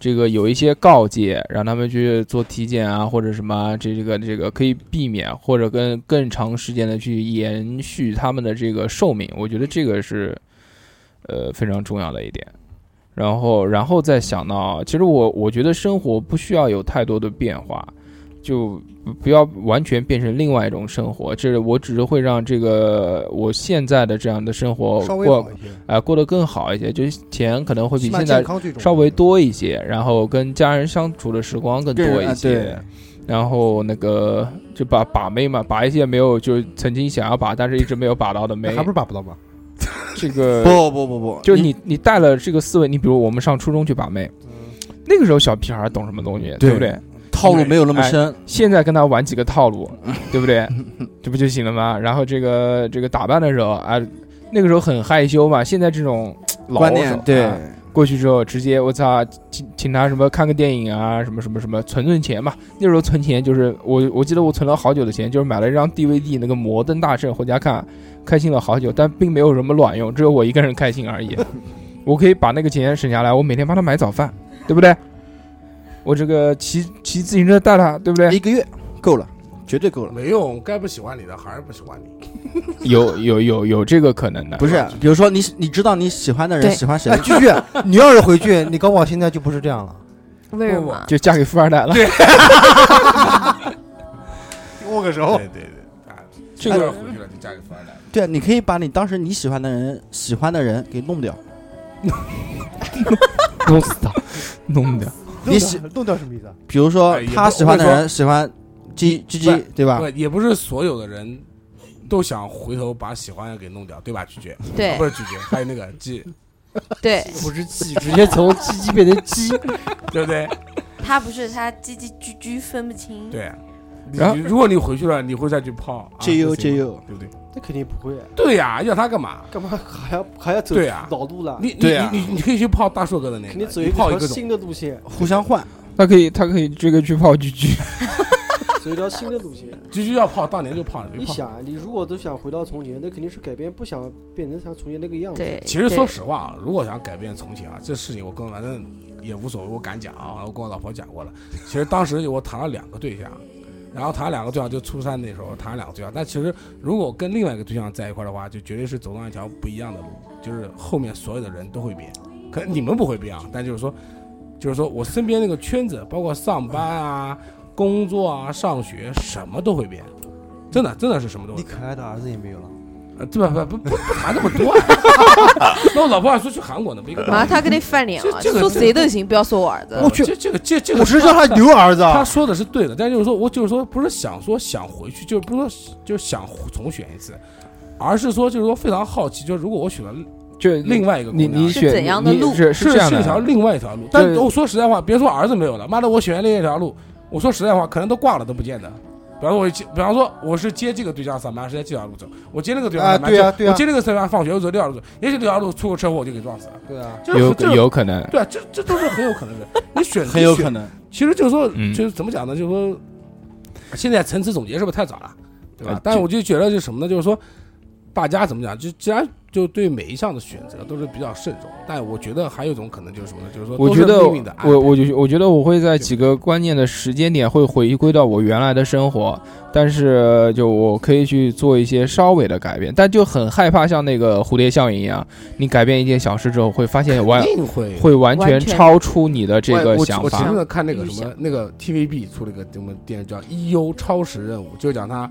S3: 这个有一些告诫，让他们去做体检啊，或者什么啊这这个这个可以避免，或者跟更长时间的去延续他们的这个寿命。我觉得这个是呃非常重要的一点。然后，然后再想到，其实我我觉得生活不需要有太多的变化，就不要完全变成另外一种生活。这我只是会让这个我现在的这样的生活
S10: 稍微
S3: 过
S10: 好一些，
S3: 啊、过得更好一些，就是钱可能会比
S10: 起码
S3: 现
S10: 健
S3: 在
S10: 康最重要
S3: 稍微多一些，然后跟家人相处的时光更多一
S2: 啊对
S3: 些。然后那个就把把妹嘛，把一些没有就曾经想要把但是一直没有把到的
S10: 那
S3: 妹
S10: 还，不是把不到吗？
S3: 这个
S2: 不不不不，
S3: 就你你带了这个思维，你比如我们上初中去把妹，那个时候小屁孩懂什么东西，
S2: 嗯对
S3: 不对？
S2: 套路没有那么
S3: 哎
S2: 深，
S3: 现在跟他玩几个套 路，对不对？这不就行了吗？然后这个这个打扮的时候啊，那个时候很害羞嘛，现在这种老
S2: 观
S3: 手
S2: 念
S3: 啊
S2: 对
S3: 过去之后，直接我操，请请他什么看个电影啊，什么什么什么，存存钱嘛。那时候存钱就是我我记得我存了好久的钱，就是买了一张 DVD 那个《摩登大圣》回家看，开心了好久，但并没有什么卵用，只有我一个人开心 而已。我可以把那个钱省下来，我每天帮他买早饭，对不对？我这个骑骑自行车带他，对不对？
S2: 一个月够了，绝对够了。
S1: 没用，该不喜欢你的还是不喜欢 你。
S3: 有有有有这个可能的，
S2: 不是，比如说你你知道你喜欢的人
S6: 对
S2: 喜欢谁
S10: 哎，， 句句，你要是回去，你搞不好现在就不是这样了。
S6: 为什么？
S3: 就嫁给富二代了。
S1: 哎
S10: 握个手，
S1: 对对，啊，
S3: 这
S1: 这
S3: 个
S1: 个回去了就嫁给富二代。
S2: 对啊，你可以把你当时你喜欢的人喜欢的人给弄掉。
S3: 弄死他，弄掉。
S2: 你喜
S10: 弄掉什么意思啊？
S2: 比如说
S1: 哎也不
S2: 他喜欢的人喜欢 G G
S1: 不
S2: G，
S1: 是
S2: 对吧？
S1: 不，也不是所有的人都想回头把喜欢的给弄掉，对吧？拒绝，
S6: 对
S1: 不是拒绝，还有那个鸡，
S6: 对，
S9: 不是鸡， 直接从鸡鸡变成鸡。
S1: 对不对？
S6: 他不是他叽叽居居分不清。
S1: 对。
S3: 然后
S1: 你如果你回去了，你会再去泡啊
S2: J U
S1: 不行
S2: J U，
S1: 对不对？
S9: 那肯定不会，
S1: 对呀，要他干嘛？
S9: 干嘛还要还要走
S1: 对呀，
S9: 老路了？
S1: 你你
S2: 对呀
S1: 你你你可以去泡大硕哥的那个，
S9: 肯定走
S1: 你
S9: 一
S1: 泡一
S9: 条
S1: 个种，
S9: 新的路线，
S2: 互相换，
S3: 他可以，他可以这个去泡居居。
S9: 走一条新的路线。
S1: 必须要泡，当年就泡了，
S9: 你
S1: 别泡。
S9: 想，你如果都想回到从前，那肯定是改变，不想变成像从前那个样子。
S6: 对，
S1: 其实说
S6: 对
S1: 实话啊，如果想改变从前啊，这事情我跟反正也无所谓，我敢讲啊，我跟我老婆讲过了。其实当时我谈了两个对象，然后谈了两个对象就初三那时候谈了两个对象，但其实如果跟另外一个对象在一块儿的话，就绝对是走上一条不一样的路，就是后面所有的人都会变，可能你们不会变啊，但就是说，就是说我身边那个圈子，包括上班啊、工作啊、上学，什么都会变，真的真的是什么都会
S10: 你
S1: 变。
S10: 可爱的儿子也没有了，
S1: 呃对吧？不不不不谈那么多、啊 那我老婆还说去韩国呢，不一个道
S6: 马上
S1: 理。
S6: 他跟你翻脸了，
S1: 这这个
S6: 说谁都行，不要说我儿子。
S1: 呃这这个这这个，
S10: 我只是叫他牛儿子啊。
S1: 他说的是对的，但就是说我就是说不是想说想回去，就是不是说就是想重选一次，而是说就是说非常好奇，就是如果我选了
S3: 就
S1: 另外一个姑
S3: 你
S1: 娘
S3: 你
S6: 是
S3: 选
S6: 怎样的
S3: 你
S6: 路
S3: 是
S1: 是
S3: 这样
S1: 是一条
S3: 的，
S1: 另外一条路。但
S3: 对
S1: 我说实在话，别说儿子没有了，妈的，我选另一条路，我说实在话，可能都挂了都不见得。比方说我接，比方说我是接这个对象上班，是在这条路走；我接那个对象
S10: 啊
S1: 上班，
S10: 对啊
S1: 就
S10: 对啊
S1: 我接那个对象放学，我走这条路走。也许这条路出个车祸，我就给撞死了。
S10: 对啊，
S1: 就是
S3: 有
S1: 这种
S3: 有可能，
S1: 对啊，这这都是很有可能的。你选
S2: 很有
S1: 能。
S2: 可能。
S1: 其实就是说，
S3: 嗯
S1: 就是怎么讲呢？就是说，现在层次总结是不是太早了，对吧
S3: 呃？
S1: 但
S3: 这
S1: 我就觉得就是什么呢？就是说，大家怎么讲？就既然就对每一项的选择都是比较慎重，但我觉得还有一种可能就是什么呢？就是说，
S3: 我觉得
S1: 命运的安排
S3: 我我就我觉得我会在几个关键的时间点会回归到我原来的生活，但是就我可以去做一些稍微的改变，但就很害怕像那个蝴蝶效应一样，你改变一件小事之后，会发现完
S1: 肯定会。
S3: 会完全
S6: 完全
S3: 超出你的这个
S1: 我
S3: 想
S1: 我前
S3: 法
S1: 面。看那个什么，那个 TVB 出了一个什么电视叫《E.U. 超时任务》，就是讲他，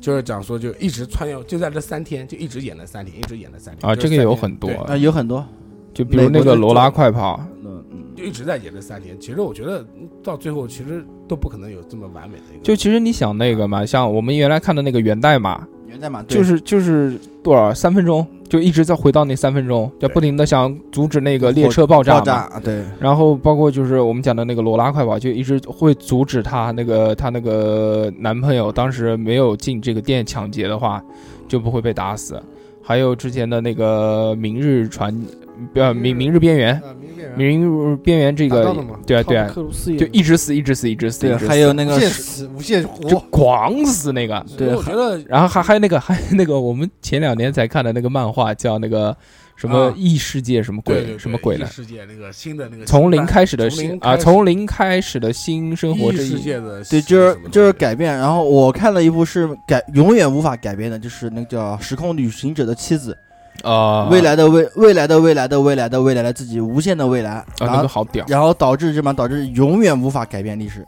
S1: 就是讲说就一直穿越，就在这三天就一直演了三天，一直演了三天
S3: 啊，
S1: 就是
S3: 这个也有
S1: 三天
S3: 很多
S1: 对，
S2: 啊，有很多，
S3: 就比如那个罗拉快跑，
S2: 嗯嗯，
S1: 就一直在演这三年。其实我觉得嗯到最后，其实都不可能有这么完美的一个。
S3: 就其实你想那个嘛，像我们原来看的那个源代码，
S2: 源代码
S3: 就是就是多少三分钟，就一直在回到那三分钟，就
S1: 对
S3: 不停的想阻止那个列车
S2: 爆
S3: 爆炸嘛。
S2: 炸，对，
S3: 然后包括就是我们讲的那个罗拉快跑，就一直会阻止她那个她那个男朋友当时没有进这个店抢劫的话，就不会被打死。还有之前的那个明日船，呃明明日边缘，
S10: 啊，明显
S3: 明日边缘这
S10: 达
S3: 个
S10: 到了嘛，
S3: 对啊对
S9: 汤姆
S3: 啊，
S9: 克鲁斯也
S3: 就一直死一直死一直死，一
S2: 对，
S3: 直死
S2: 还有那个
S10: 无限死，无限
S3: 就
S10: 活，
S3: 狂死那个。
S1: 所以我觉得
S3: 然后还还有那个还有那个我们前两年才看的那个漫画叫那个什么
S1: 啊
S3: 异世界什么
S1: 对
S3: 鬼、
S1: 对对
S3: 什么鬼
S1: 异
S3: 来。
S1: 世界那个新的那个
S3: 从零
S1: 新版
S3: 开始的
S1: 从
S3: 新
S1: 零
S3: 啊，
S1: 开始
S3: 从零开始的新生活
S1: 异
S3: 是
S1: 世
S3: 一
S1: 界的
S2: 对，
S1: 新
S2: 就
S1: 的什
S2: 是
S1: 么
S2: 就是
S1: 东西
S2: 改变。然后我看了一部是改永远无法改变的，就是那个叫《时空旅行者的妻子》，
S1: 哦
S3: 啊
S2: 未来的未未来的未来的未来的未来的自己，无限的未来。
S3: 啊
S2: 然
S3: 那个
S2: 后
S3: 好屌。
S2: 然后导致什么？导致永远无法改变历史，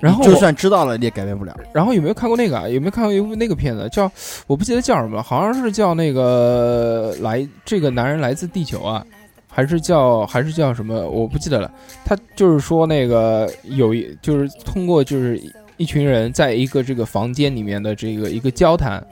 S3: 然后
S2: 就
S3: 我
S2: 算知道了你也改变不了。
S3: 然后有没有看过那个啊？有没有看过一部那个片子叫我不记得叫什么了，好像是叫那个来这个男人来自地球啊，还是叫还是叫什么？我不记得了。他就是说那个有一就是通过就是一群人在一个这个房间里面的这个一个交谈。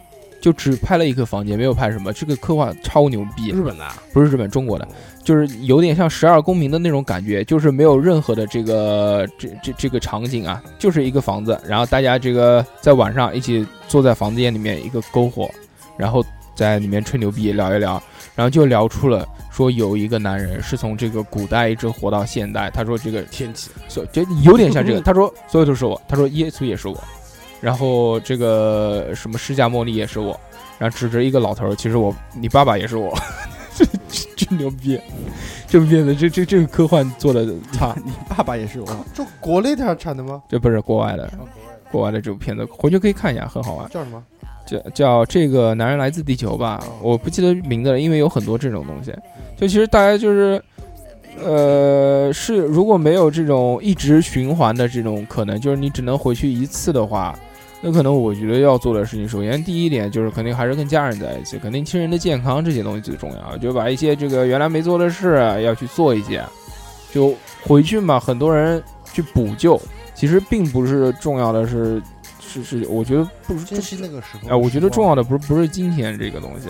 S3: 就只拍了一个房间，没有拍什么。这个刻画超牛逼，
S1: 日本的啊
S3: 不是日本，中国的，就是有点像《十二公民》的那种感觉，就是没有任何的这个这这这个场景啊，就是一个房子，然后大家这个在晚上一起坐在房间里面一个篝火，然后在里面吹牛逼聊一聊，然后就聊出了说有一个男人是从这个古代一直活到现代，他说这个
S1: 天启，
S3: 所就有点像这个。他说所有都是我，他说耶稣也是我，然后这个什么释迦牟尼也是我，然后指着一个老头儿，其实我你爸爸也是我， 这这这牛逼，这部片子这这这个科幻做的差，
S2: 你爸爸也是我，嗯
S10: 就国内的产的吗？
S3: 这不是国外的。国外的这部片子回去可以看一下，很好玩，
S10: 叫什么？
S3: 叫叫这个男人来自地球吧，我不记得名字了，因为有很多这种东西。就其实大家就是，呃，是如果没有这种一直循环的这种可能，就是你只能回去一次的话，那可能我觉得要做的事情，首先第一点就是肯定还是跟家人在一起，肯定亲人的健康这些东西最重要，就把一些这个原来没做的事啊要去做一些，就回去嘛，很多人去补救，其实并不是重要的是。是是，我觉得不是
S10: 珍惜那个时候
S3: 哎，我觉得重
S10: 要
S3: 要的不是不是金钱这个东西，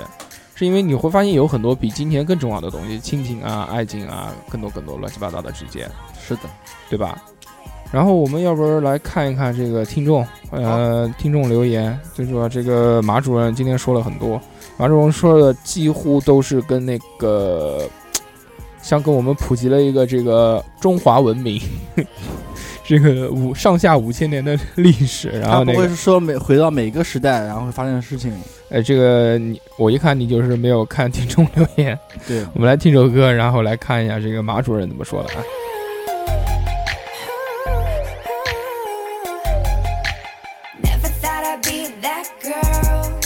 S3: 是因为你会发现有很多比金钱更重要的东西，亲情啊、爱情啊，更多更多乱七八糟的这些，
S2: 是的，
S3: 对吧？然后我们要不然来看一看这个听众，呃，听众留言，最主要这个马主任今天说了很多，马主任说的几乎都是跟那个，像跟我们普及了一个这个中华文明， 这个五上下五千年的历史，然
S2: 他
S3: 后
S2: 不
S3: 那个
S2: 会是说每回到每个时代，然后会发生的事情。
S3: 呃，这个你我一看你就是没有看听众留言。
S2: 对，
S3: 我们来听首歌，然后来看一下这个马主任怎么说的啊。
S11: Never thought I'd be that girl.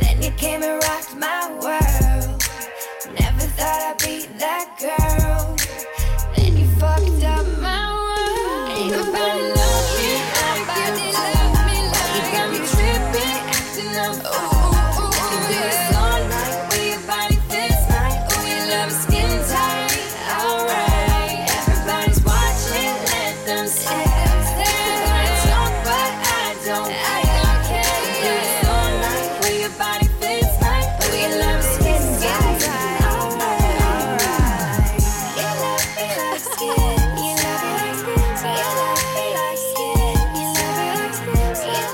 S11: Then you came and rocked my world. Never thought I'd be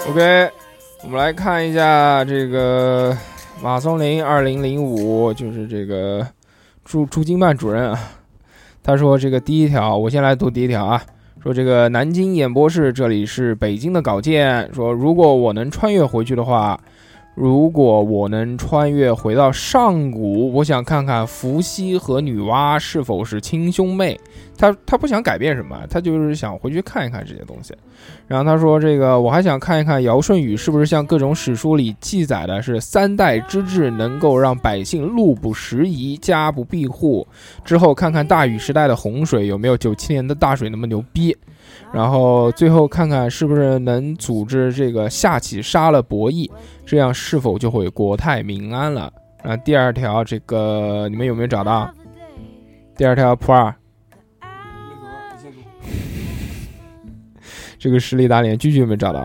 S3: OK，我们来看一下这个马松林二零零五，就是这个朱朱金曼主任啊。他说这个第一条，我先来读第一条啊。说这个南京演播室，这里是北京的稿件。说如果我能穿越回去的话，如果我能穿越回到上古，我想看看伏羲和女娲是否是亲兄妹。他他不想改变什么，他就是想回去看一看这些东西。然后他说：“这个我还想看一看尧舜禹是不是像各种史书里记载的，是三代之治能够让百姓路不拾遗、家不庇户。之后看看大禹时代的洪水有没有九七年的大水那么牛逼。然后最后看看是不是能组织这个下起杀了博弈，这样是否就会国泰民安了。”然后第二条，这个你们有没有找到？第二条普洱。这个实力打脸，句句没找到。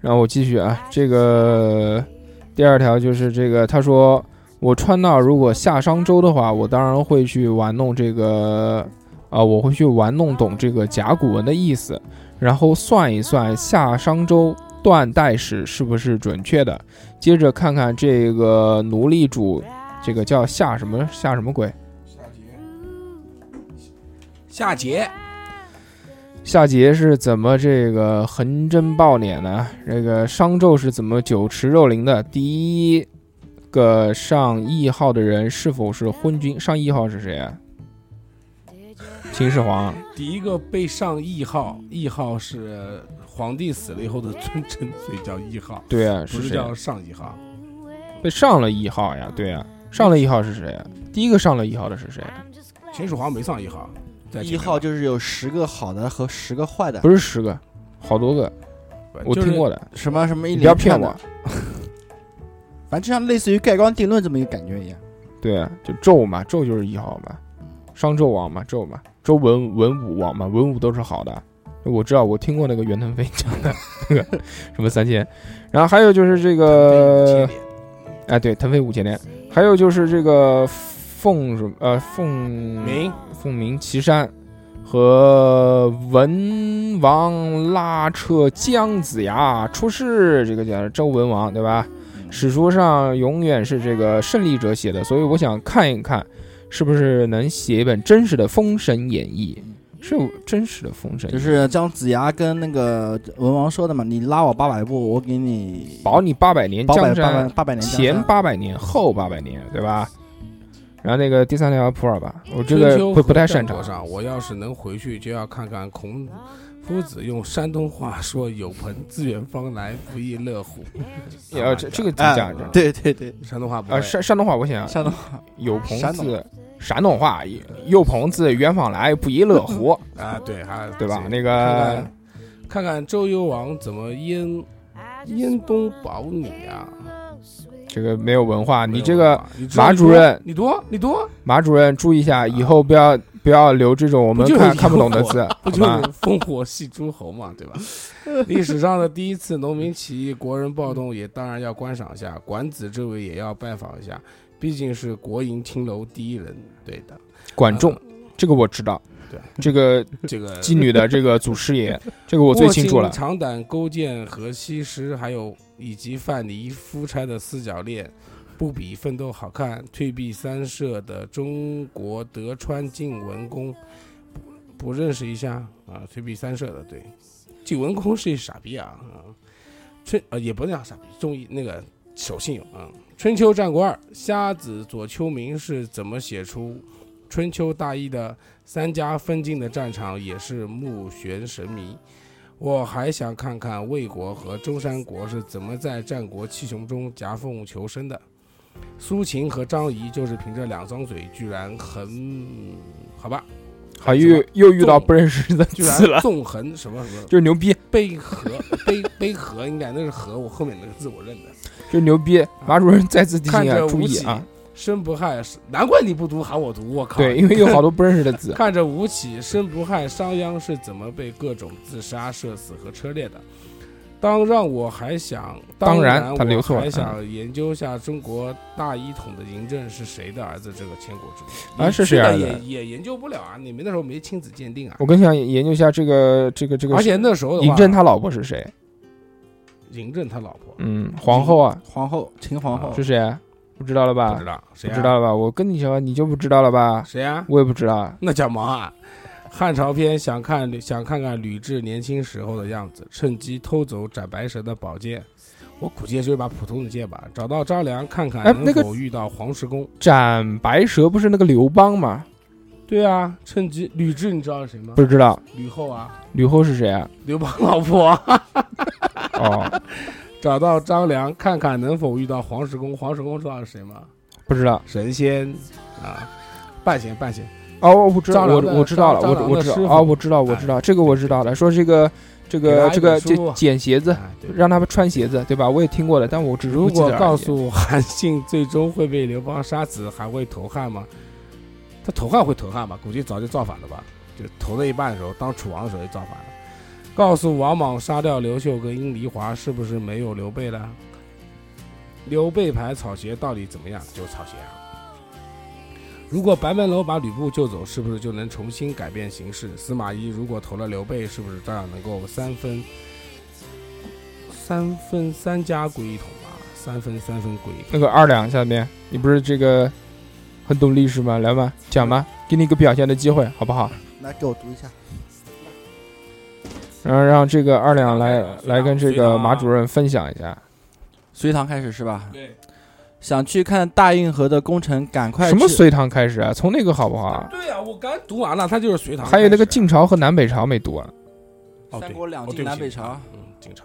S3: 然后我继续啊，这个第二条就是这个，他说我川到如果下商周的话，我当然会去玩弄这个，啊、我会去玩弄懂这个甲骨文的意思，然后算一算夏商周断代史是不是准确的，接着看看这个奴隶主，这个叫夏什么夏什么鬼。
S5: 夏桀，
S3: 夏桀是怎么这个横征暴敛呢？这个商纣是怎么酒池肉林的？第一个上谥号的人是否是昏君？上谥号是谁啊？秦始皇。
S1: 第一个被上谥号，谥号是皇帝死了以后的尊称，所以叫谥号。
S3: 对啊
S1: 不
S3: 是
S1: 是
S3: 这样
S1: 叫上谥号。
S3: 被上了谥号呀？对呀，上了谥号是谁啊？第一个上了谥号的是谁？啊
S1: 秦始皇没上谥号，在
S2: 一号就是有十个好的和十个坏的，
S3: 不是十个，好多个，我
S2: 就是
S3: 听过的。
S2: 什么什么一
S3: 你不要
S2: 连串
S3: 骗我
S2: 的， 反正就像类似于盖棺定论这么一个感觉一样。
S3: 对啊，就纣嘛，纣就是一号嘛，商纣王嘛，纣嘛，周文文武王嘛，文武都是好的。我知道，我听过那个袁腾飞讲的那个什么三千，然后还有就是这个，哎，对，腾飞五千年，还有就是这个凤什么呃凤鸣凤鸣岐山和文王拉扯姜子牙出世，这个叫周文王对吧？
S2: 嗯
S3: 史书上永远是这个胜利者写的，所以我想看一看，是不是能写一本真实的《封神演义》？是有真实的《封神演
S2: 嗯就
S3: 义》，
S2: 是姜子牙跟那个文王说的嘛，你拉我八百步，我给你
S3: 保你八百年
S2: 八百
S3: 江山，
S2: 八百八百年江
S3: 前
S2: 山
S3: 八百年，后八百年，对吧？然后那个第三条普洱吧，我这
S1: 春
S3: 个
S1: 秋
S3: 不
S1: 和
S3: 不太
S1: 战
S3: 擅
S1: 国
S3: 长。
S1: 上，我要是能回去，就要看看孔夫子用山东话说“有朋自远方来，不亦乐乎”。啊
S3: 呃，这这个挺假的，
S2: 对对对，
S1: 山东话不
S3: 呃，
S1: 会
S3: 山山东话我想，
S2: 山东话
S3: 有朋
S1: 山东
S3: 自山东话，有朋自远方来，不亦乐乎
S1: 啊，对，还
S3: 对吧？
S1: 这看
S3: 那个
S1: 看看看周幽王怎么燕燕东保你啊？
S3: 这个没有文化，你这个
S1: 你知道
S3: 马
S1: 你
S3: 主
S1: 多
S3: 任，
S1: 你多你多，
S3: 马主任注意一下，以后不要不要留这种我
S1: 我
S3: 们看看不懂的字，
S1: 不
S3: 好
S1: 就
S3: 吧
S1: 是？烽火戏诸侯嘛，对吧？ 历史上的第一次农民起义，国人暴动也当然要观赏一下，管子这位也要拜访一下，毕竟是国营青楼第一人，对的。
S3: 管仲，这个我知道，
S1: 嗯对，
S3: 这个
S1: 这个
S3: 妓女的这个祖师 爷，这个我最清楚
S1: 卧
S3: 了
S1: 薪。尝胆、勾践和西施，还有以及范蠡夫差的四角恋，不比奋斗好看。退避三舍的中国德川晋文公，不不认识一下啊？退避三舍的，对，晋文公是一傻逼啊啊！春呃也不能叫傻逼，中医那个守信用啊。春秋战国二，瞎子左丘明是怎么写出春秋大义的？三家分晋的战场也是目眩神迷。我还想看看魏国和中山国是怎么在战国七雄中夹缝求生的。苏秦和张仪就是凭着两张嘴，居然横，好 吧，
S3: 好，又又遇到不认识的
S1: 居
S3: 字
S1: 然
S3: 了，
S1: 纵横什么什么，
S3: 就是牛逼，
S1: 悲和悲悲和，应该那是和，我后面那个字我认得。
S3: 就是牛逼。马主任再次提
S1: 啊嗯看
S3: 醒
S1: 着
S3: 啊，注
S1: 吴
S3: 意
S1: 起
S3: 啊，
S1: 生不害，难怪你不读，喊我读，我靠！
S3: 对，因为有好多不认识的字。
S1: 看着吴起、申不害、商鞅是怎么被各种自杀、射死和车裂的。当让我还想，
S3: 当然
S1: 然
S3: 他留
S1: 我
S3: 错了嗯
S1: 还想研究一下中国大一统的嬴政是谁的儿子这个千古之谜
S3: 啊
S1: 你
S3: 是
S1: 去
S3: 谁
S1: 了
S3: 儿子
S1: 也也研究不了啊，你们那时候没亲子鉴定啊。
S3: 我更想研究一下这个这个这个，
S1: 而且那时候的话
S3: 嬴政他老婆是谁？
S1: 嬴政他老婆
S3: 嗯，皇后啊，
S2: 皇后秦皇后
S3: 是谁啊？不知道了吧？
S1: 哦不知道谁啊
S3: 不知道了吧？我跟你说，你就不知道了吧？
S1: 谁啊？
S3: 我也不知道啊。
S1: 那叫毛啊！汉朝篇想看想看看吕雉年轻时候的样子，趁机偷走斩白蛇的宝剑。我估计也就是一把普通的剑吧。找到张良看看
S3: 哎那
S1: 能
S3: 个
S1: 否遇到黄石公。
S3: 斩白蛇不是那个刘邦吗？
S1: 对啊，趁机吕雉你知道是谁吗？
S3: 不知道
S1: 嗯吕后啊，
S3: 吕后是谁啊？
S1: 刘邦老婆啊。
S3: 哦，
S1: 找到张良看看能否遇到黄石公。黄石公知道是谁吗？
S3: 不知道。
S1: 神仙啊，半仙半仙。
S3: 哦，我知道，
S1: 张良
S3: 我
S1: 的
S3: 我知道了，
S1: 张
S3: 我
S1: 张
S3: 我
S1: 良的
S3: 知道
S1: 师，傅哎
S3: 哦，我知道，我知道，这个我知道了。说这个这个
S1: 给他
S3: 这个
S1: 一本书
S3: 这捡鞋子
S1: 哎，对
S3: 让他们穿鞋子，对吧？我也听过了，但我只是不
S1: 如
S3: 记得
S1: 果
S3: 而已
S1: 告诉我韩信最终会被刘邦杀死，还会投汉吗？他投汉会投汉吧？估计早就造反了吧？就投到一半的时候，当楚王的时候就造反了。告诉王莽杀掉刘秀跟殷离华，是不是没有刘备了？刘备牌草鞋到底怎么样？就是草鞋啊。如果白门楼把吕布救走，是不是就能重新改变形势？司马懿如果投了刘备，是不是照样能够三分三分三家归一统吧？三分三分归一统。
S3: 那个二两下面，你不是这个很懂历史吗？来吧，讲吧，给你一个表现的机会，好不好？
S2: 来给我读一下。
S3: 然后让这个二两来来跟这个马主任分享一下，
S2: 隋唐开始是吧？
S1: 啊
S2: 对。想去看大运河的工程，赶快
S3: 什么
S2: 去
S3: 隋唐开始啊？从那个好不好啊？
S1: 对呀、我刚读完了，他就是隋唐。
S3: 还有那个晋朝和南北朝没读啊？
S1: 哦对
S2: 三国两
S1: 哦对
S2: 晋
S1: 不起
S2: 南北朝
S1: 嗯，晋朝。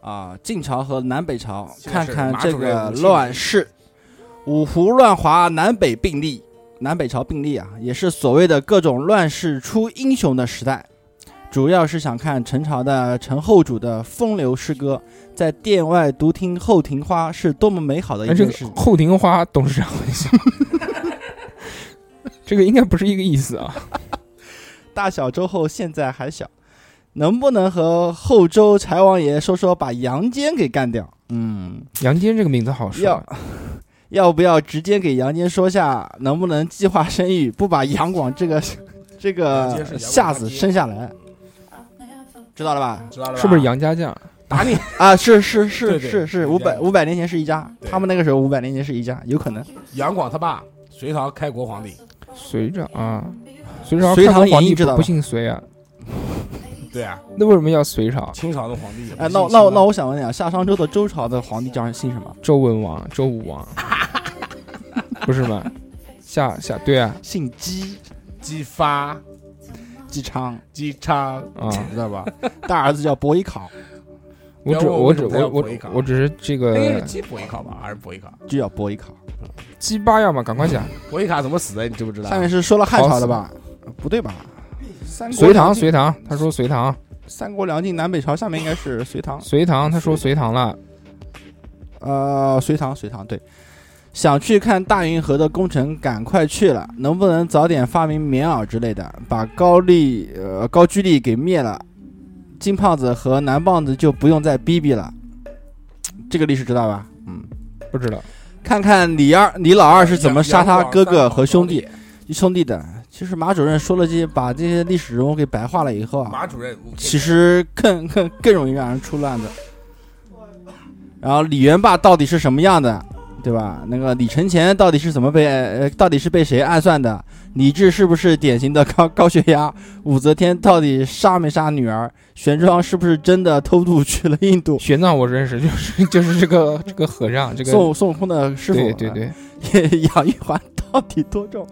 S2: 啊，晋朝和南北朝，
S1: 现在
S2: 看
S1: 是
S2: 看
S1: 马
S2: 这
S1: 主任
S2: 个
S1: 吴清
S2: 乱世，五胡乱华，南北并立，南北朝并立啊，也是所谓的各种乱世出英雄的时代。主要是想看陈朝的陈后主的风流诗歌，在殿外独听后庭花是多么美好的
S3: 哎，
S2: 一
S3: 这
S2: 件
S3: 个
S2: 事。
S3: 后庭花董事长会笑，这个应该不是一个意思啊。
S2: 大小周后现在还小，能不能和后周柴王爷说说把杨坚给干掉？ 嗯，
S3: 杨坚这个名字好帅
S2: 要， 要不要直接给杨坚说下，能不能计划生育，不把杨广这个这
S1: 杨
S2: 个
S1: 坚是杨广
S2: 下子
S1: 大姐
S2: 生下来？知道了吧？
S1: 知道了吧？
S3: 是不是杨家将？
S1: 打你？
S2: 啊，是是是
S1: 对对
S2: 是是，
S1: 杨
S2: 五百
S1: 家
S2: 五百年前是一家，
S1: 对
S2: 他们那个时候五百年前是一家，有可能。
S1: 杨广他爸，隋朝开国皇帝。
S3: 隋朝啊，隋朝
S2: 隋
S3: 开
S2: 唐
S3: 国
S2: 演
S3: 皇
S2: 义
S3: 帝
S2: 知
S3: 不
S2: 道吧
S3: 不姓隋啊，
S1: 对啊，
S3: 那为什么叫隋朝？
S1: 清朝的皇帝也不
S2: 哎，
S1: 姓
S2: 那
S1: 秦
S2: 那
S1: 啊
S2: 我那我想问一下，夏商周的周朝的皇帝叫姓什么？
S3: 周文王、周武 王，不是吗？下下对啊
S2: 姓姬，
S1: 姬发、
S2: 姬
S3: 嗯
S2: 昌，
S1: 姬昌，
S3: 啊！
S2: 知道吧？大儿子叫伯邑考，
S3: 我只
S1: 不要问
S3: 我只
S1: 为什么他
S3: 我
S1: 要
S3: 我
S1: 伯邑考
S3: 我只是这
S1: 那应该
S3: 个
S1: 是姬伯邑考吧，还是伯邑考？
S2: 哎就叫伯邑考。
S3: 鸡巴要嘛，赶快讲。
S1: 伯邑考怎么死的？你知不知道
S2: 上？面是说了汉朝的吧？不对吧？三国
S3: 隋唐
S2: 两晋
S3: 隋唐，他说隋唐
S2: 三国两晋南北朝，下面应该是隋唐。
S3: 隋唐，他说隋唐了。
S2: 呃，隋唐，隋唐，对。想去看大运河的工程，赶快去了。能不能早点发明棉袄之类的，把高丽呃高句丽给灭了，金胖子和南棒子就不用再逼逼了。这个历史知道吧？嗯，
S3: 不知道，
S2: 看看李二、李老二是怎么杀他哥哥和兄弟
S1: 杨广
S2: 兄弟的。其实马主任说了这些，把这些历史人物给白化了以后
S1: 三
S2: 啊，
S1: 皇帝？马主任，
S2: 其实更更更容易让人出乱子。然后李元霸到底是什么样的，对吧？那个李承乾到底是怎么被呃，到底是被谁暗算的？李治是不是典型的高高血压？武则天到底杀没杀女儿？玄奘是不是真的偷渡去了印度？
S3: 玄奘我认识，就是就是这个这个和尚，这个
S2: 孙悟孙悟空的师傅，
S3: 对对对，
S2: 对， 杨玉环到底多重？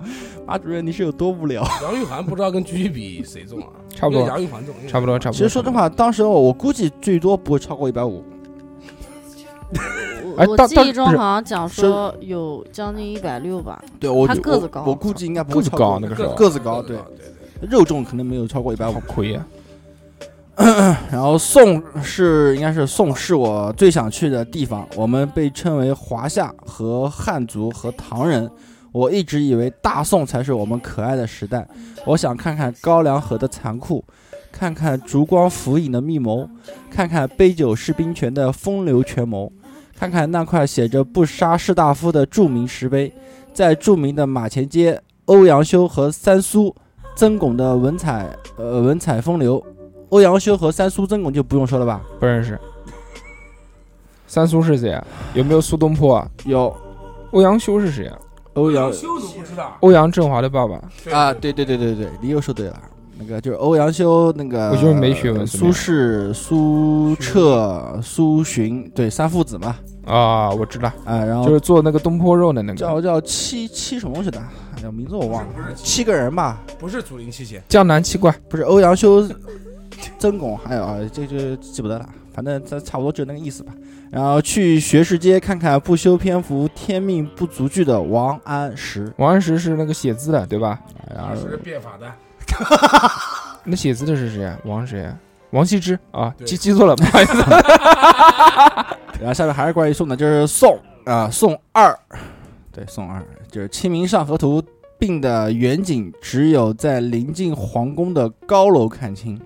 S2: 马主任，你是有多无聊？
S1: 杨玉环不知道跟居居比谁重啊？
S3: 差不多
S1: 因为杨玉环重，因为
S3: 差不多差不多。
S2: 其实说
S3: 差
S2: 真
S3: 不多，
S2: 话，当时我估计最多不会超过一百五。
S3: 哎
S7: 我
S3: 当
S7: 记
S3: 当
S7: 忆中
S3: 不是
S7: 好像讲说有将近一百六吧，
S2: 对我
S7: 他
S2: 就
S7: 个子
S2: 我
S7: 高啊
S2: 我估计应该不
S3: 个
S2: 会
S3: 子
S2: 超过
S3: 高那个时候
S2: 个子高，对，
S1: 对对。
S2: 肉重可能没有超过一百五
S3: 好。亏啊！
S2: 然后宋是应该是宋是我最想去的地方，我们被称为华夏和汉族和唐人。我一直以为大宋才是我们可爱的时代，我想看看高粱河的残酷。看看烛光浮影的密谋，看看杯酒释兵权的风流权谋，看看那块写着“不杀士大夫”的著名石碑，在著名的马前街、欧阳修和三苏曾巩的文采呃文采风流。欧阳修和三苏曾巩就不用说了吧？
S3: 不认识。三苏是谁啊？有没有苏东坡啊？
S2: 有。
S3: 欧阳修是谁啊？
S2: 欧阳
S1: 不知道，
S3: 欧阳震华的爸爸。
S2: 啊，对对对对对，你又说对了。那个就是欧阳修，那个呃
S3: 我就是没学文怎么
S2: 苏
S3: 样
S2: 轼、苏辙、苏洵，对，三父子嘛。
S3: 啊，我知道。
S2: 啊，然后
S3: 就是做那个东坡肉的那个
S2: 叫叫七七什么东西的，哎呀，名字我忘了。七个人吧，
S1: 不是祖灵七贤，
S3: 江南七怪。
S2: 不是欧阳修、曾巩，还有啊，这就记不得了，反正这差不多就那个意思吧。然后去学士街看看不修边幅、天命不足惧的王安石。
S3: 王安石是那个写字的，对吧？
S2: 然后
S1: 是变法的，
S3: 那写字的是谁啊？王谁啊？王羲之啊，
S1: 对
S3: 记记错了，不好意思。
S2: 然后下面还是关于宋的，就是宋啊，宋二，对，宋二就是《清明上河图》病的远景，只有在临近皇宫的高楼看清。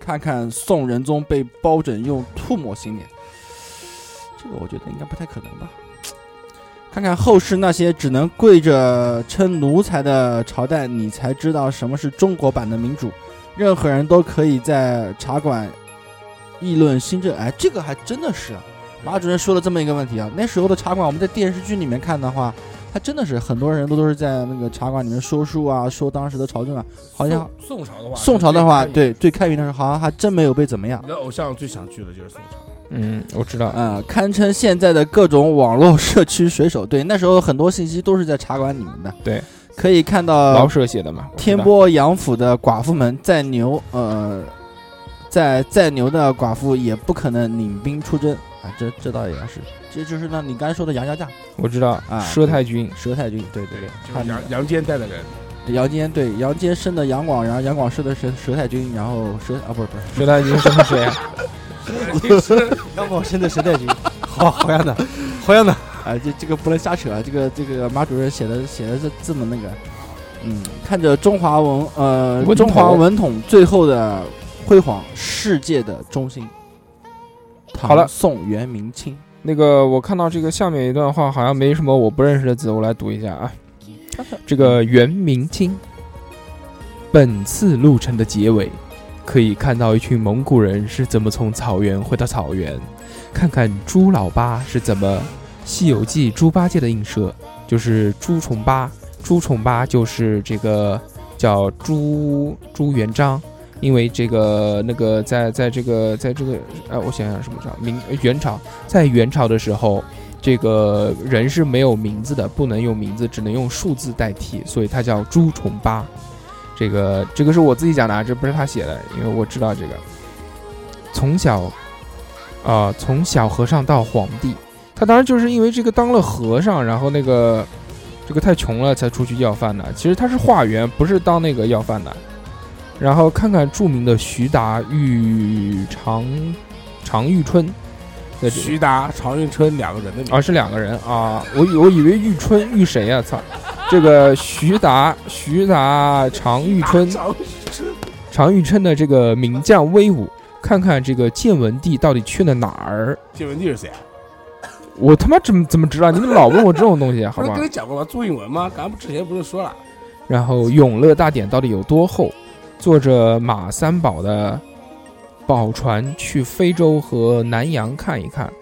S2: 看看宋仁宗被包拯用吐沫洗脸， 这个我觉得应该不太可能吧。看看后世那些只能跪着称奴才的朝代，你才知道什么是中国版的民主。任何人都可以在茶馆议论新政。哎，这个还真的是
S1: 嗯
S2: 啊马主任说了这么一个问题啊。那时候的茶馆，我们在电视剧里面看的话，他真的是很多人都都是在那个茶馆里面说书啊，说当时的朝政啊。 好像
S1: 宋宋朝的话，
S2: 宋朝的话，
S1: 最开始
S2: 对最开明的时候，好像还真没有被怎么样
S1: 你。的偶像最想去的就是宋朝，
S3: 嗯，我知道。
S2: 啊、堪称现在的各种网络社区水手。对， 那时候很多信息都是在茶馆里面的。
S3: 对，
S2: 可以看
S3: 老
S2: 到
S3: 舍写的嘛。我知
S2: 天
S3: 道。
S2: 波杨府的寡妇们再牛，呃，再再牛的寡妇也不可能领兵出征啊。这这倒也是，这就是那你刚才说的杨家将、
S3: 我知道
S2: 啊
S3: 佘太君。
S2: 佘太君。对对对，
S1: 就
S2: 他
S1: 是
S2: 那
S1: 杨杨坚带的人，
S2: 个杨坚对杨坚生的杨广，然后杨广生的佘佘太君，然后佘啊不是不是
S3: 佘太君是不是谁啊？
S8: 杨广生的时代剧，好好样的，好样的。
S2: 啊，这这个不能瞎扯啊！这个这个马主任写的写的这这么那个，嗯，看着中华文呃
S3: 文
S2: 中华
S3: 统
S2: 文统最后的辉煌，世界的中心。
S3: 好了
S2: 唐宋元明清，
S3: 那个，我看到这个下面一段话，好像没什么我不认识的字，我来读一下啊。这个元明清，本次路程的结尾，可以看到一群蒙古人是怎么从草原回到草原，看看朱老八是怎么《西游记》猪八戒的映射，就是朱重八，朱重八就是这个叫朱朱元璋。因为这个那个在在这个在这个呃，我想想什么朝明呃元朝，在元朝的时候，这个人是没有名字的，不能用名字，只能用数字代替，所以它叫朱重八。这个这个是我自己讲的，啊，这不是他写的，因为我知道这个。从小，啊、从小和尚到皇帝，他当然就是因为这个当了和尚，然后那个这个太穷了才出去要饭的。其实他是化缘，不是当那个要饭的。然后看看著名的徐达、玉长常遇春的这
S1: 徐达、常遇春两个人的名字
S3: 啊，是两个人啊，我以我以为玉春玉谁啊？操，这个徐达、徐达、常遇春、
S1: 啊常
S3: 常遇春的这个名将威武，看看这个建文帝到底去了哪儿？
S1: 建文帝是谁啊？
S2: 哎
S3: 我他妈怎么怎么知道？你们老问我这种东西，啊 好
S1: 不是
S3: 吧
S1: 跟？你讲过吗？朱允炆吗？咱们之前不是说了，
S3: 然后《永乐大典》到底有多厚？作者马三宝的宝船去非洲和南洋看一看，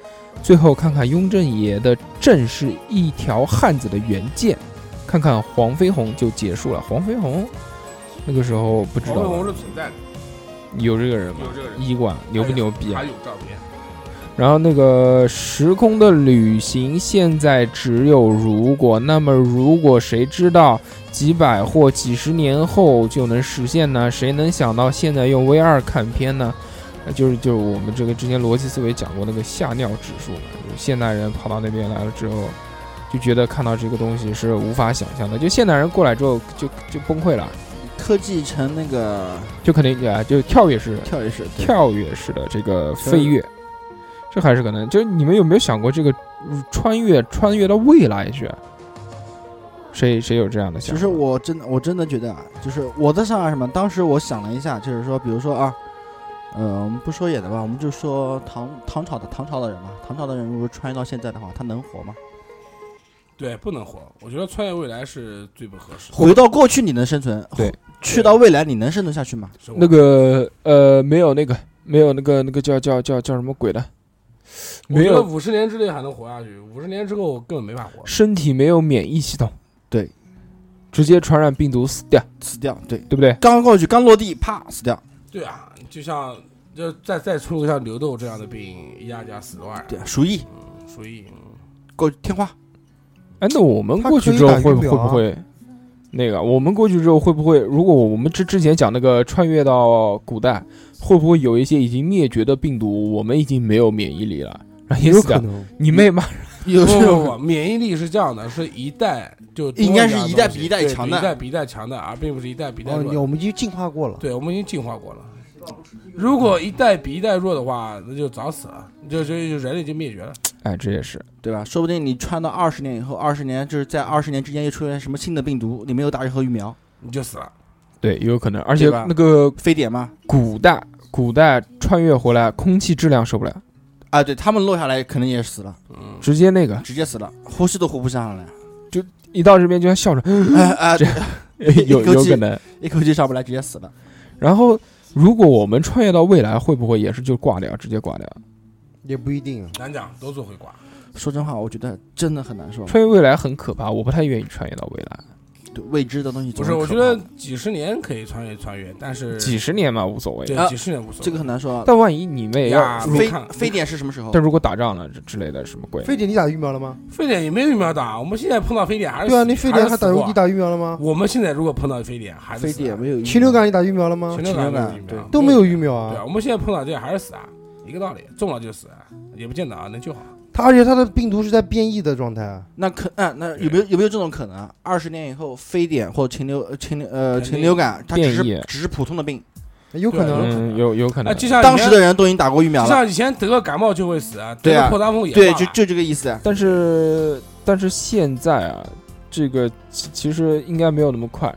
S3: 最后看看雍正爷的正是一条汉子的原件，看看黄飞鸿就结束了。黄飞鸿那个时候不知
S1: 黄
S3: 道
S1: 飞鸿
S3: 吧
S1: 是存在的，
S3: 有这个人吗
S1: 有？这个人，哎
S3: 医馆牛不牛逼啊
S1: 还？有照片，
S3: 然后那个时空的旅行，现在只有如果，那么如果谁知道几百或几十年后就能实现呢？谁能想到现在用 VR 看片呢？呃就是就是我们这个之前逻辑思维讲过那个吓尿指数嘛，就是现代人跑到那边来了之后，就觉得看到这个东西是无法想象的，就现代人过来之后就就崩溃了，
S2: 科技成那个
S3: 就肯定啊就跳跃式
S2: 跳跃式，对
S3: 跳跃式的这个飞跃，这还是可能。就是你们有没有想过，这个嗯穿越穿越到未来去？啊谁谁有这样的想
S2: 其
S3: 法？
S2: 实我真的，我真的觉得啊，就是我的想法是什么？当时我想了一下，就是说，比如说啊，呃，我们不说野的吧，我们就说唐唐朝的唐朝的人嘛，唐朝的人如果穿越到现在的话，他能活吗？
S1: 对，不能活。我觉得穿越未来是最不合适的。
S2: 回到过去你能生存，
S3: 对，
S2: 去到未来你能生存下去吗？
S3: 那个呃，没有那个没有那个那个叫叫叫叫什么鬼的，没有
S1: 五十年之内还能活下去，五十年之后我根本没法活。
S3: 身体没有免疫系统，
S2: 对，
S3: 直接传染病毒死掉，
S2: 死掉，对
S3: 对不对？
S2: 刚过去刚落地，啪死掉。
S1: 对啊，就像就再再出个像流痘这样的病，一下家死多少人？
S2: 对啊，鼠疫
S1: 嗯，鼠疫，
S2: 过去天花，
S3: 哎，那我们过去之后会不会
S2: 啊
S3: 会不会那个？我们过去之后会不会？如果我们之之前讲那个穿越到古代，会不会有一些已经灭绝的病毒，我们已经没有免疫力了，然后也
S8: 有可
S3: 死掉？
S8: 能。
S3: 你妹妈！
S2: 有
S1: 不
S2: 这
S1: 不
S2: 种
S1: 不，免疫力是这样的，是一代就多
S2: 应该是
S1: 样
S2: 一代
S1: 东西
S2: 比一代
S1: 对
S2: 强
S1: 比
S2: 的
S1: 一代比一代强的，而并不是一代比一代
S10: 哦，
S1: 弱
S10: 你
S1: 的。
S10: 我们已经进化过了。
S1: 对，我们已经进化过了。如果一代比一代弱的话，那就早死了，就就就人类就灭绝了。
S3: 哎，这也是
S2: 对吧？说不定你穿到二十年以后，二十年就是在二十年之间又出现什么新的病毒，你没有打任何疫苗，
S1: 你就死了。
S3: 对，有可能。而且
S2: 对吧
S3: 那个
S2: 非典嘛，
S3: 古代古代穿越回来，空气质量受不了，
S2: 啊，对他们落下来可能也死了，
S1: 嗯，
S3: 直接那个
S2: 直接死了，呼吸都呼不上来，
S3: 一到这边就像笑着，
S2: 哎 哎，
S3: 这
S2: 对
S3: 有有可能。
S2: 一口气上不来，直接死了。
S3: 然后，如果我们穿越到未来，会不会也是就挂掉，直接挂掉？
S10: 也不一定啊。
S1: 难讲，都是会挂。
S2: 说真话，我觉得真的很难说，
S3: 穿越未来很可怕，我不太愿意穿越到未来。
S2: 对未知的东西
S1: 不
S2: 总
S1: 是，
S2: 可
S1: 我
S2: 怕
S1: 觉得几十年可以穿越穿越，但是
S3: 几十年嘛，无所谓。
S1: 对
S2: 啊
S1: 几十年无所谓。
S2: 这个很难说。啊
S3: 但万一你们也要
S1: 呀，
S3: 如
S1: 没
S2: 非
S1: 看
S2: 非典是什么时候？
S3: 但如果打仗了之之类的什么鬼？
S10: 非典你打疫苗了吗？
S1: 非典也没有疫苗打，我们现在碰到非典还是
S10: 对啊，
S1: 死
S10: 你非典
S1: 还
S10: 还
S1: 是死
S10: 打
S1: 过
S10: 你打疫苗了吗？
S1: 我们现在如果碰到非典还是
S2: 非
S1: 死啊
S2: 典没有疫苗
S10: 禽流感你打疫苗了吗
S1: 禽？
S2: 禽
S1: 流
S2: 流
S1: 感没
S2: 感
S1: 有疫苗
S10: 都没有疫
S1: 苗。
S10: 苗
S1: 对啊，
S10: 啊。
S1: 我们现在碰到这个还是死啊，一个道理，中了就死啊，也不见得啊，能救好。
S10: 它而且它的病毒是在变异的状态啊。
S2: 那可嗯，那有没有有没有这种可能啊？二十年以后，非典或禽流呃禽流呃
S1: 肯定
S2: 禽流感，它只
S3: 变异
S2: 是只是普通的病，
S10: 有可
S1: 对
S10: 能，
S3: 嗯，有有可
S1: 啊，
S3: 能。
S1: 就像以前
S2: 当时的人都已经打过疫苗
S1: 就
S2: 了。
S1: 像以前得个感冒就会死啊，得
S2: 对
S1: 个
S2: 啊
S1: 破伤风也
S2: 对，
S1: 挂
S2: 就
S1: 了
S2: 就这个意思。啊
S3: 但是但是现在啊，这个其其实应该没有那么快，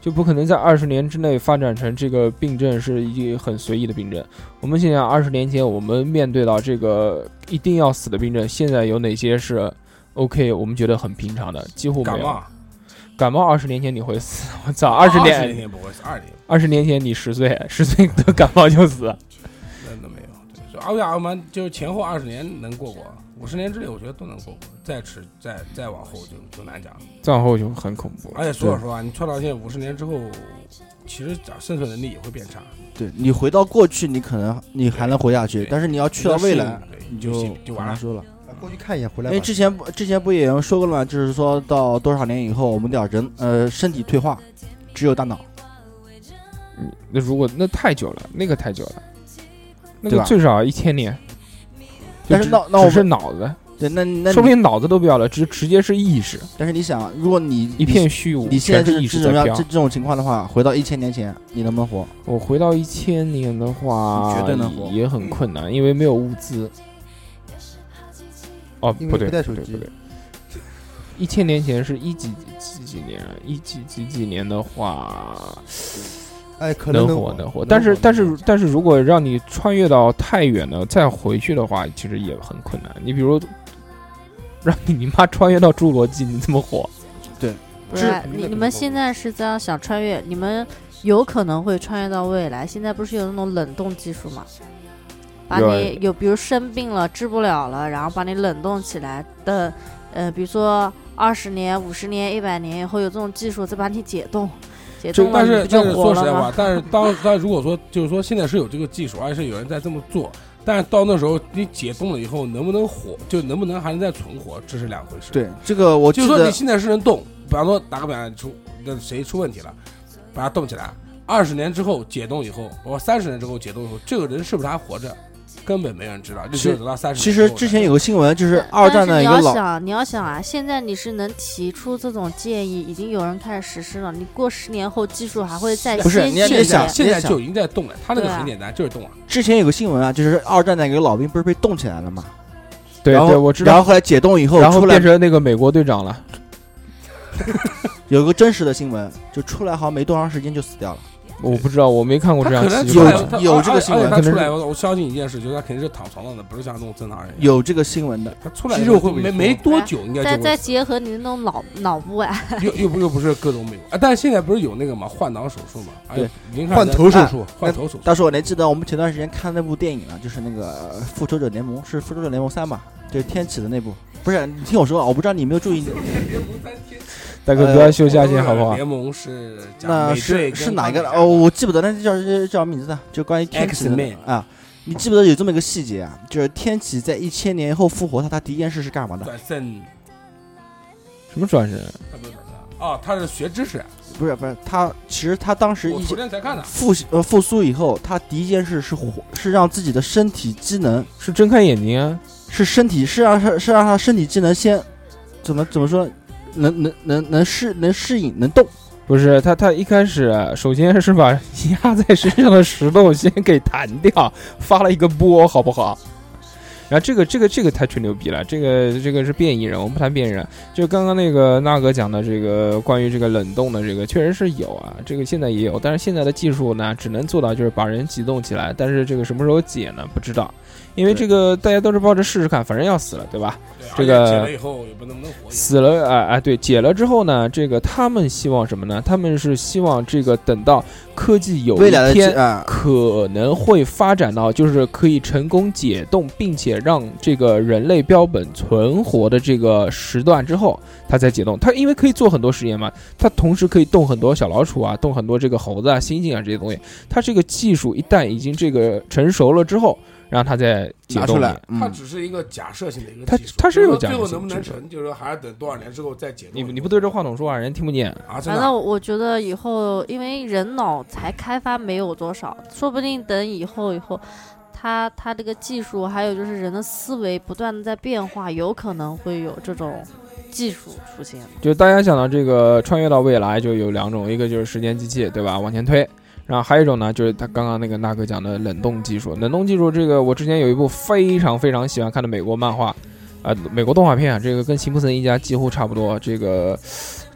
S3: 就不可能在二十年之内发展成这个病症是一个很随意的病症。我们想想，二十年前我们面对到这个一定要死的病症，现在有哪些是 OK？我们觉得很平常的，几乎
S1: 感
S3: 没有
S1: 冒。。啊
S3: 感冒二十年前你会死，我操，二十
S1: 二十
S3: 年
S1: 年不会死，二十年
S3: 二十年前你十岁，十岁得感冒就 死。
S1: 那都没有。对所以而且我们就是前后二十年能过过，五十年之内我觉得都能过过，再迟再再往后就就难讲了。
S3: 再往后就很恐怖。
S1: 而且说老实话，你穿到现在五十年之后，其实讲生存能力也会变差。
S2: 对你回到过去，你可能你还能活下去
S1: 对，
S2: 但是你要去到未来，
S1: 对
S2: 你
S1: 就
S2: 就
S1: 就完了
S2: 很难。说了。
S10: 过去看一眼，回来
S2: 因为。
S10: 吧
S2: 之前不之前不也有人说过了吗？就是说到多少年以后，我们得人呃身体退化，只有大脑。
S3: 嗯，那如果那太久了，那个太久了，那
S2: 对
S3: 个
S2: 吧
S3: 最少一千年。就
S2: 但是
S3: 只
S2: 那那我
S3: 只是
S2: 们
S3: 脑子，
S2: 对，那那你
S3: 说不定脑子都不要了，直直接是意识，
S2: 但是你想，如果你
S3: 一片虚无，
S2: 你现在
S3: 全
S2: 这
S3: 是意
S2: 这
S3: 识
S2: 种
S3: 在
S2: 样
S3: 飘
S2: 这。这种情况的话，回到一千年前，你能不能活？
S3: 我回到一千年的话，
S2: 绝对能活
S3: 也很困难，因为没有物资。哦，
S10: 因为
S3: 不对，
S10: 不带
S3: 不对
S10: 手机
S3: 不对。一千年前是一几几几年啊？一几几几年的话，
S2: 啊
S10: 哎，可能
S3: 能
S10: 活
S3: 活能活，但是但是但是如果让你穿越到太远的再回去的话，其实也很困难。你比如让你你妈穿越到侏罗纪，你怎么活？
S7: 不是你你们现在是在想穿越，你们有可能会穿越到未来。现在不是有那种冷冻技术吗？把
S3: 有
S7: 你有比如生病了治不了了，然后把你冷冻起来的，呃，比如说二十年、五十年、一百年以后有这种技术，再把你解冻，解
S3: 就
S7: 冻了
S1: 但
S7: 你
S1: 是
S7: 不就
S1: 但是
S7: 活
S1: 说实
S7: 了
S1: 在
S7: 吗
S1: 话？，但是当但如果说就是说现在是有这个技术，而且有人在这么做，但是到那时候你解冻了以后能不能活，就能不能还能再存活，这是两回事。，
S2: 对，这个我
S1: 就
S2: 记
S1: 是说你
S2: 得
S1: 现在是能动，比方说打个比方，你出那谁出问题了，把它冻起来，二十年之后解冻以后，我三十年之后解冻以后，这个人是不是还活着，根本没人知道，就只有等到三十。
S2: 其实之前有个新闻，啊就是
S7: 但
S2: 二战的一个
S7: 但是你要
S2: 老，
S7: 想，你要想啊，现在你是能提出这种建议，已经有人开始实施了。你过十年后，技术还会再
S2: 不是
S7: 先
S2: 你要
S7: 进
S2: 你
S7: 一
S2: 想啊
S7: 点
S1: 现在就已经在动了，他那个很简单，就是动了。
S2: 之前有个新闻啊，就是二战的一个老兵不是被冻起来了嘛，
S3: 对
S2: 然
S3: 对，
S2: 后
S3: 我知
S2: 然
S3: 道。
S2: 后后来解冻以后
S3: 然后
S2: 出来
S3: 变，成那个美国队长了，
S2: 有个真实的新闻，就出来好像没多长时间就死掉了。
S3: 我不知道，我没看过这样
S1: 可能
S3: 奇
S1: 出
S3: 怪
S1: 来
S3: 的。
S1: 他
S2: 有这个新闻
S1: 而且
S2: 可
S1: 他
S2: 能
S1: 出
S2: 是
S1: 来，我我相信一件事，就是他肯定是躺床上的，不是像那种正常人。
S2: 有这个新闻的，
S1: 他出来
S2: 肌肉会
S1: 没
S2: 萎缩
S1: 没多久，应该
S7: 再
S1: 就会
S7: 再结合你那种脑脑部啊癌，
S1: 又又不又不是各种美国啊。但是现在不是有那个嘛换挡手术嘛？哎
S2: 对，
S1: 您看
S10: 换
S1: 咱
S10: 头手术
S1: 啊换头手术。
S2: 但是我还记得我们前段时间看那部电影啊，就是那个呃《复仇者联盟》，是《复仇者联盟三》吧？就是天启的那部。不是，你听我说啊，我不知道你有没有注意，
S3: 大哥不要秀下
S1: 呃
S3: 限好不好？
S1: 联盟是讲
S2: 那
S1: 美队
S2: 是
S1: 跟
S2: 是哪一个
S1: 钢
S2: 了？
S1: 铁侠
S2: 哦，我记不得，那叫叫叫什么名字的？就关于天启的
S1: X-Men
S2: 啊。你记不得有这么一个细节啊？就是天启在一千年后复活他，他第一件事是干嘛的？
S1: 转身，
S3: 什么转身？
S1: 他不是转身啊哦，他是学知识啊，
S2: 不是不是，他其实他当时
S1: 我
S2: 一
S1: 昨天才看的。
S2: 复呃复苏以后，他第一件事是活是让自己的身体机能
S3: 是睁开眼睛啊？
S2: 是身体是让他是让他身体机能先怎么怎么说能能能能适能适应能动，
S3: 不是，他他一开始首先是把压在身上的石头先给弹掉，发了一个波，好不好？然后这个这个这个太吹牛逼了，这个这个是变异人，我们不谈变异人。就刚刚那个纳哥讲的这个关于这个冷冻的这个，确实是有啊，这个现在也有，但是现在的技术呢，只能做到就是把人急冻起来，但是这个什么时候解呢？不知道，因为这个大家都是抱着试试看，反正要死了，对吧？
S1: 对
S3: 这个
S1: 而且解了以后也不能不能活。
S3: 死了，哎、哎，对，解了之后呢，这个他们希望什么呢？他们是希望这个等到科技有
S2: 未来
S3: 一
S2: 的技
S3: 天
S2: 啊
S3: 可能会发展到，就是可以成功解冻，并且让这个人类标本存活的这个时段之后，它才解冻。它因为可以做很多实验嘛，它同时可以冻很多小老鼠啊，冻很多这个猴子啊、猩猩啊这些东西。它这个技术一旦已经这个成熟了之后，然后它再解
S2: 拿
S3: 冻
S2: 出
S3: 你
S2: 来，
S1: 它
S2: 嗯，
S1: 只啊是一个假设性的一个
S3: 它
S1: 技术，
S3: 它是有
S1: 就是说
S3: 假设
S1: 最后
S3: 性
S1: 能不能
S3: 是的
S1: 成，就是说还是等多少年之后再解冻。
S3: 你你不对着话筒说话，人家听不见。
S1: 啊，真
S7: 反
S1: 的
S7: 正
S1: 啊
S7: 我觉得以后，因为人脑才开发没有多少，说不定等以后以后，他他这个技术，还有就是人的思维不断的在变化，有可能会有这种技术出现。
S3: 就大家想到这个穿越到未来，就有两种，一个就是时间机器，对吧？往前推。然后还有一种呢，就是他刚刚那个纳哥讲的冷冻技术。冷冻技术这个，我之前有一部非常非常喜欢看的美国漫画，啊、美国动画片啊，这个跟辛普森一家几乎差不多。这个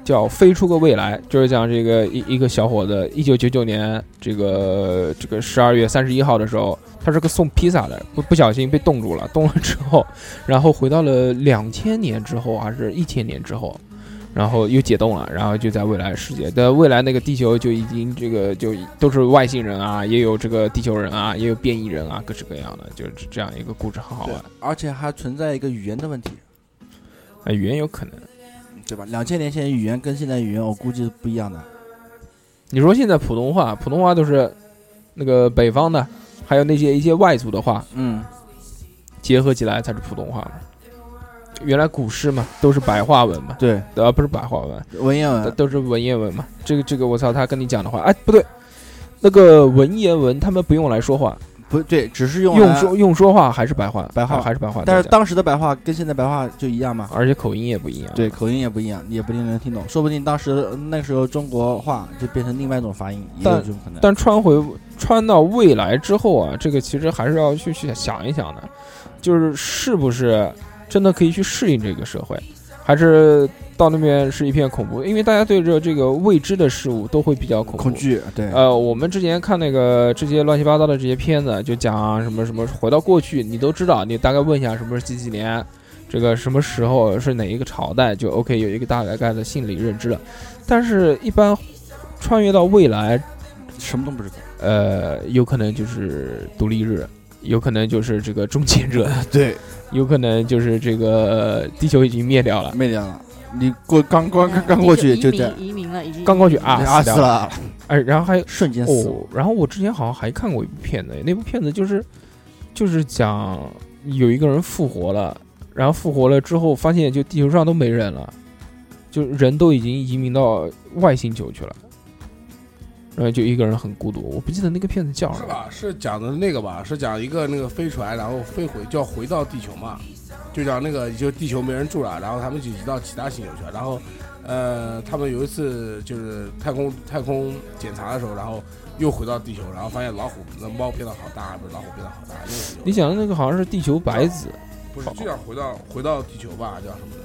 S3: 叫《飞出个未来》，就是讲这个一一个小伙子，一九九九年这个这个十二月三十一号的时候，他是个送披萨的，不不小心被冻住了，冻了之后，然后回到了两千年之后，还是一千年之后，然后又解冻了，然后就在未来世界，但未来那个地球就已经这个就都是外星人啊，也有这个地球人啊，也有变异人啊，各式各样的，就是这样一个故事，很好
S2: 对
S3: 玩。，
S2: 而且还存在一个语言的问题，
S3: 哎，语言有可能。
S2: 对吧？两千年前的语言跟现在语言我估计是不一样的。
S3: 你说现在普通话，普通话都是那个北方的，还有那些一些外族的话
S2: 嗯，
S3: 结合起来才是普通话嘛。原来古诗嘛都是白话文嘛，
S2: 对，
S3: 呃不是白话文，
S2: 文言
S3: 都
S2: 文，
S3: 都是文言文嘛。这个这个我操，他跟你讲的话，哎不对，那个文言文他们不用来说话，
S2: 不对，只是用
S3: 用
S2: 来
S3: 说用说话还是白话，啊
S2: 白话
S3: 还是白话。
S2: 但
S3: 大
S2: 是
S3: 家
S2: 当时的白话跟现在白话就一样嘛？
S3: 而且口音也不一样。
S2: 对，口音也不一样，也不一定能听懂。说不定当时呃那时候中国话就变成另外一种发音，也有这种可能。
S3: 但穿回穿到未来之后啊，这个其实还是要去去想一想的，就是是不是真的可以去适应这个社会，还是到那边是一片恐怖？因为大家对着这个未知的事物都会比较恐怖
S2: 恐惧，对，
S3: 呃，我们之前看那个这些乱七八糟的这些片子，就讲啊什么什么回到过去，你都知道，你大概问一下什么是几几年，这个什么时候是哪一个朝代，就 OK 有一个大概的心理认知了。但是，一般穿越到未来，
S2: 什么都不知道。
S3: 呃，有可能就是独立日，有可能就是这个终结者，
S2: 对，
S3: 有可能就是这个呃地球已经灭掉了，
S2: 没聊了。你过刚刚刚刚
S7: 地
S2: 过
S7: 球
S2: 去
S7: 移
S2: 就
S7: 民
S2: 这样，
S7: 移民了，已经
S3: 刚过去啊
S2: 啊
S3: 死掉
S2: 死
S3: 了，
S2: 了，
S3: 哎，然后还有。
S2: 瞬间死。
S3: 哦，然后我之前好像还看过一部片子，那部片子就是就是讲有一个人复活了，然后复活了之后发现就地球上都没人了，就人都已经移民到外星球去了，然后就一个人很孤独。我不记得那个片子叫
S1: 是
S3: 什么，
S1: 吧？是讲的那个吧？是讲一个那个飞船，然后飞回就要回到地球嘛，就讲那个就地球没人住了，然后他们就移到其他星球去了。然后，呃，他们有一次就是太空太空检查的时候，然后又回到地球，然后发现老虎那猫变得好大，不是老虎变得好大，又回到
S3: 你想的那个好像是《地球白子》，
S1: 不是就想回到回到地球吧，叫什么的？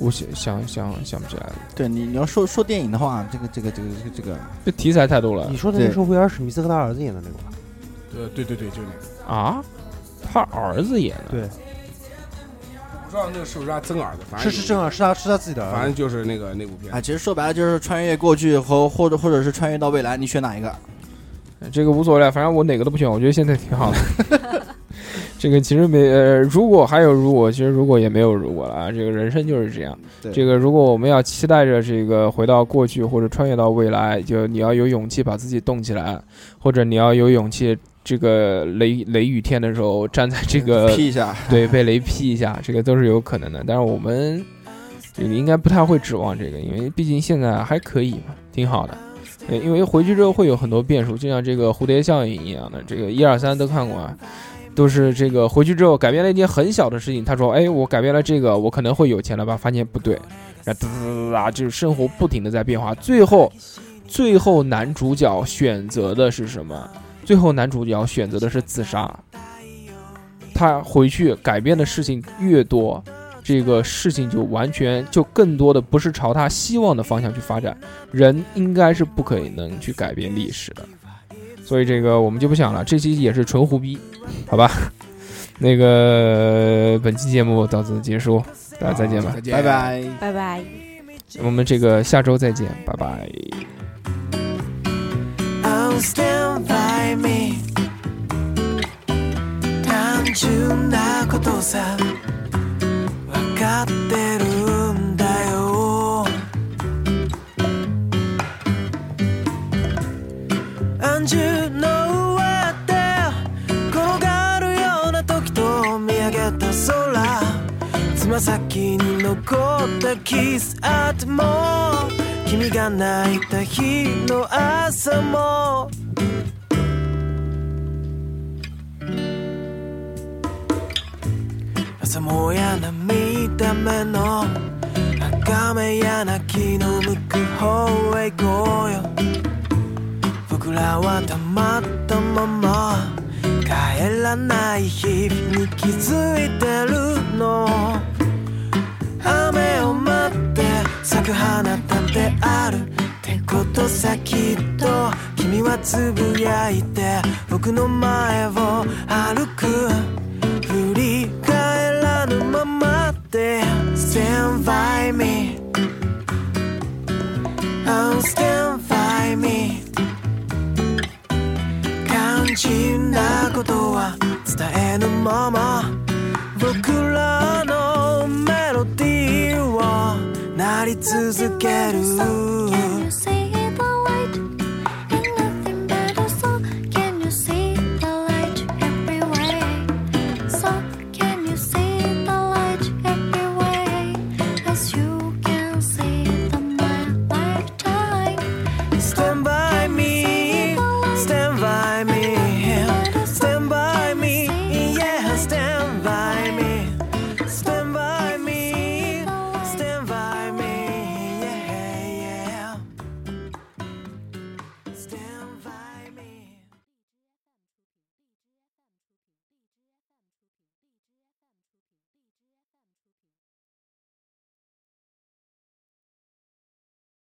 S3: 我想想想想不起来了，
S2: 对你你要说说电影的话，这个这个这个这个这个
S3: 这题材太多了。
S10: 你说的那个是威尔史密斯和他儿子演的那个吧？
S1: 呃对对对对，就那个。
S3: 啊？他儿子演的？
S10: 对，
S1: 我不知道那个是不是他真儿子，反
S10: 是
S1: 正
S10: 是正儿，是他是他自己的儿子。
S1: 反正就是那个那部片。
S2: 啊，其实说白了就是穿越过去和或者或者是穿越到未来，你选哪一个？
S3: 这个无所谓了，反正我哪个都不选，我觉得现在挺好的。 这个其实没，呃，如果还有如果，其实如果也没有如果了啊。这个人生就是这样。
S2: 对
S3: 这个如果我们要期待着这个回到过去或者穿越到未来，就你要有勇气把自己动起来，或者你要有勇气，这个雷雷雨天的时候站在这个
S2: 劈一下，
S3: 对，被雷劈一下，这个都是有可能的。但是我们这个应该不太会指望这个，因为毕竟现在还可以嘛，挺好的。呃因为回去之后会有很多变数，就像这个蝴蝶效应一样的，这个一二三都看过啊，都是这个回去之后改变了一件很小的事情。他说：“哎，我改变了这个，我可能会有钱了吧？”发现不对，然后哒哒哒哒哒，就是生活不停的在变化。最后，最后男主角选择的是什么？最后男主角选择的是自杀。他回去改变的事情越多，这个事情就完全就更多的不是朝他希望的方向去发展。人应该是不可能去改变历史的，所以这个我们就不想了。这期也是纯胡逼，好吧？ 那个本期节目到此结束，大家再见吧，
S1: 再见
S2: 拜拜。
S6: 拜拜。
S3: 我们这个下周再见，拜拜。
S5: Oh, stand by me 単純なことさ分かってるんだよ安住の上で転がるような時と見上げた空つま先に残ったキスあっても君が泣いた日の朝も朝もやな見た目の赤目やな気の向く方へ行こうよ僕らはたまったまま帰らない日々に気づいてるの雨を待って咲く花だってあるってことさきっと君はつぶやいて僕の前を歩く振り返らぬままで Stand by me Oh stand by me 肝心なことは伝えぬまま僕らのメロディーを鳴り続ける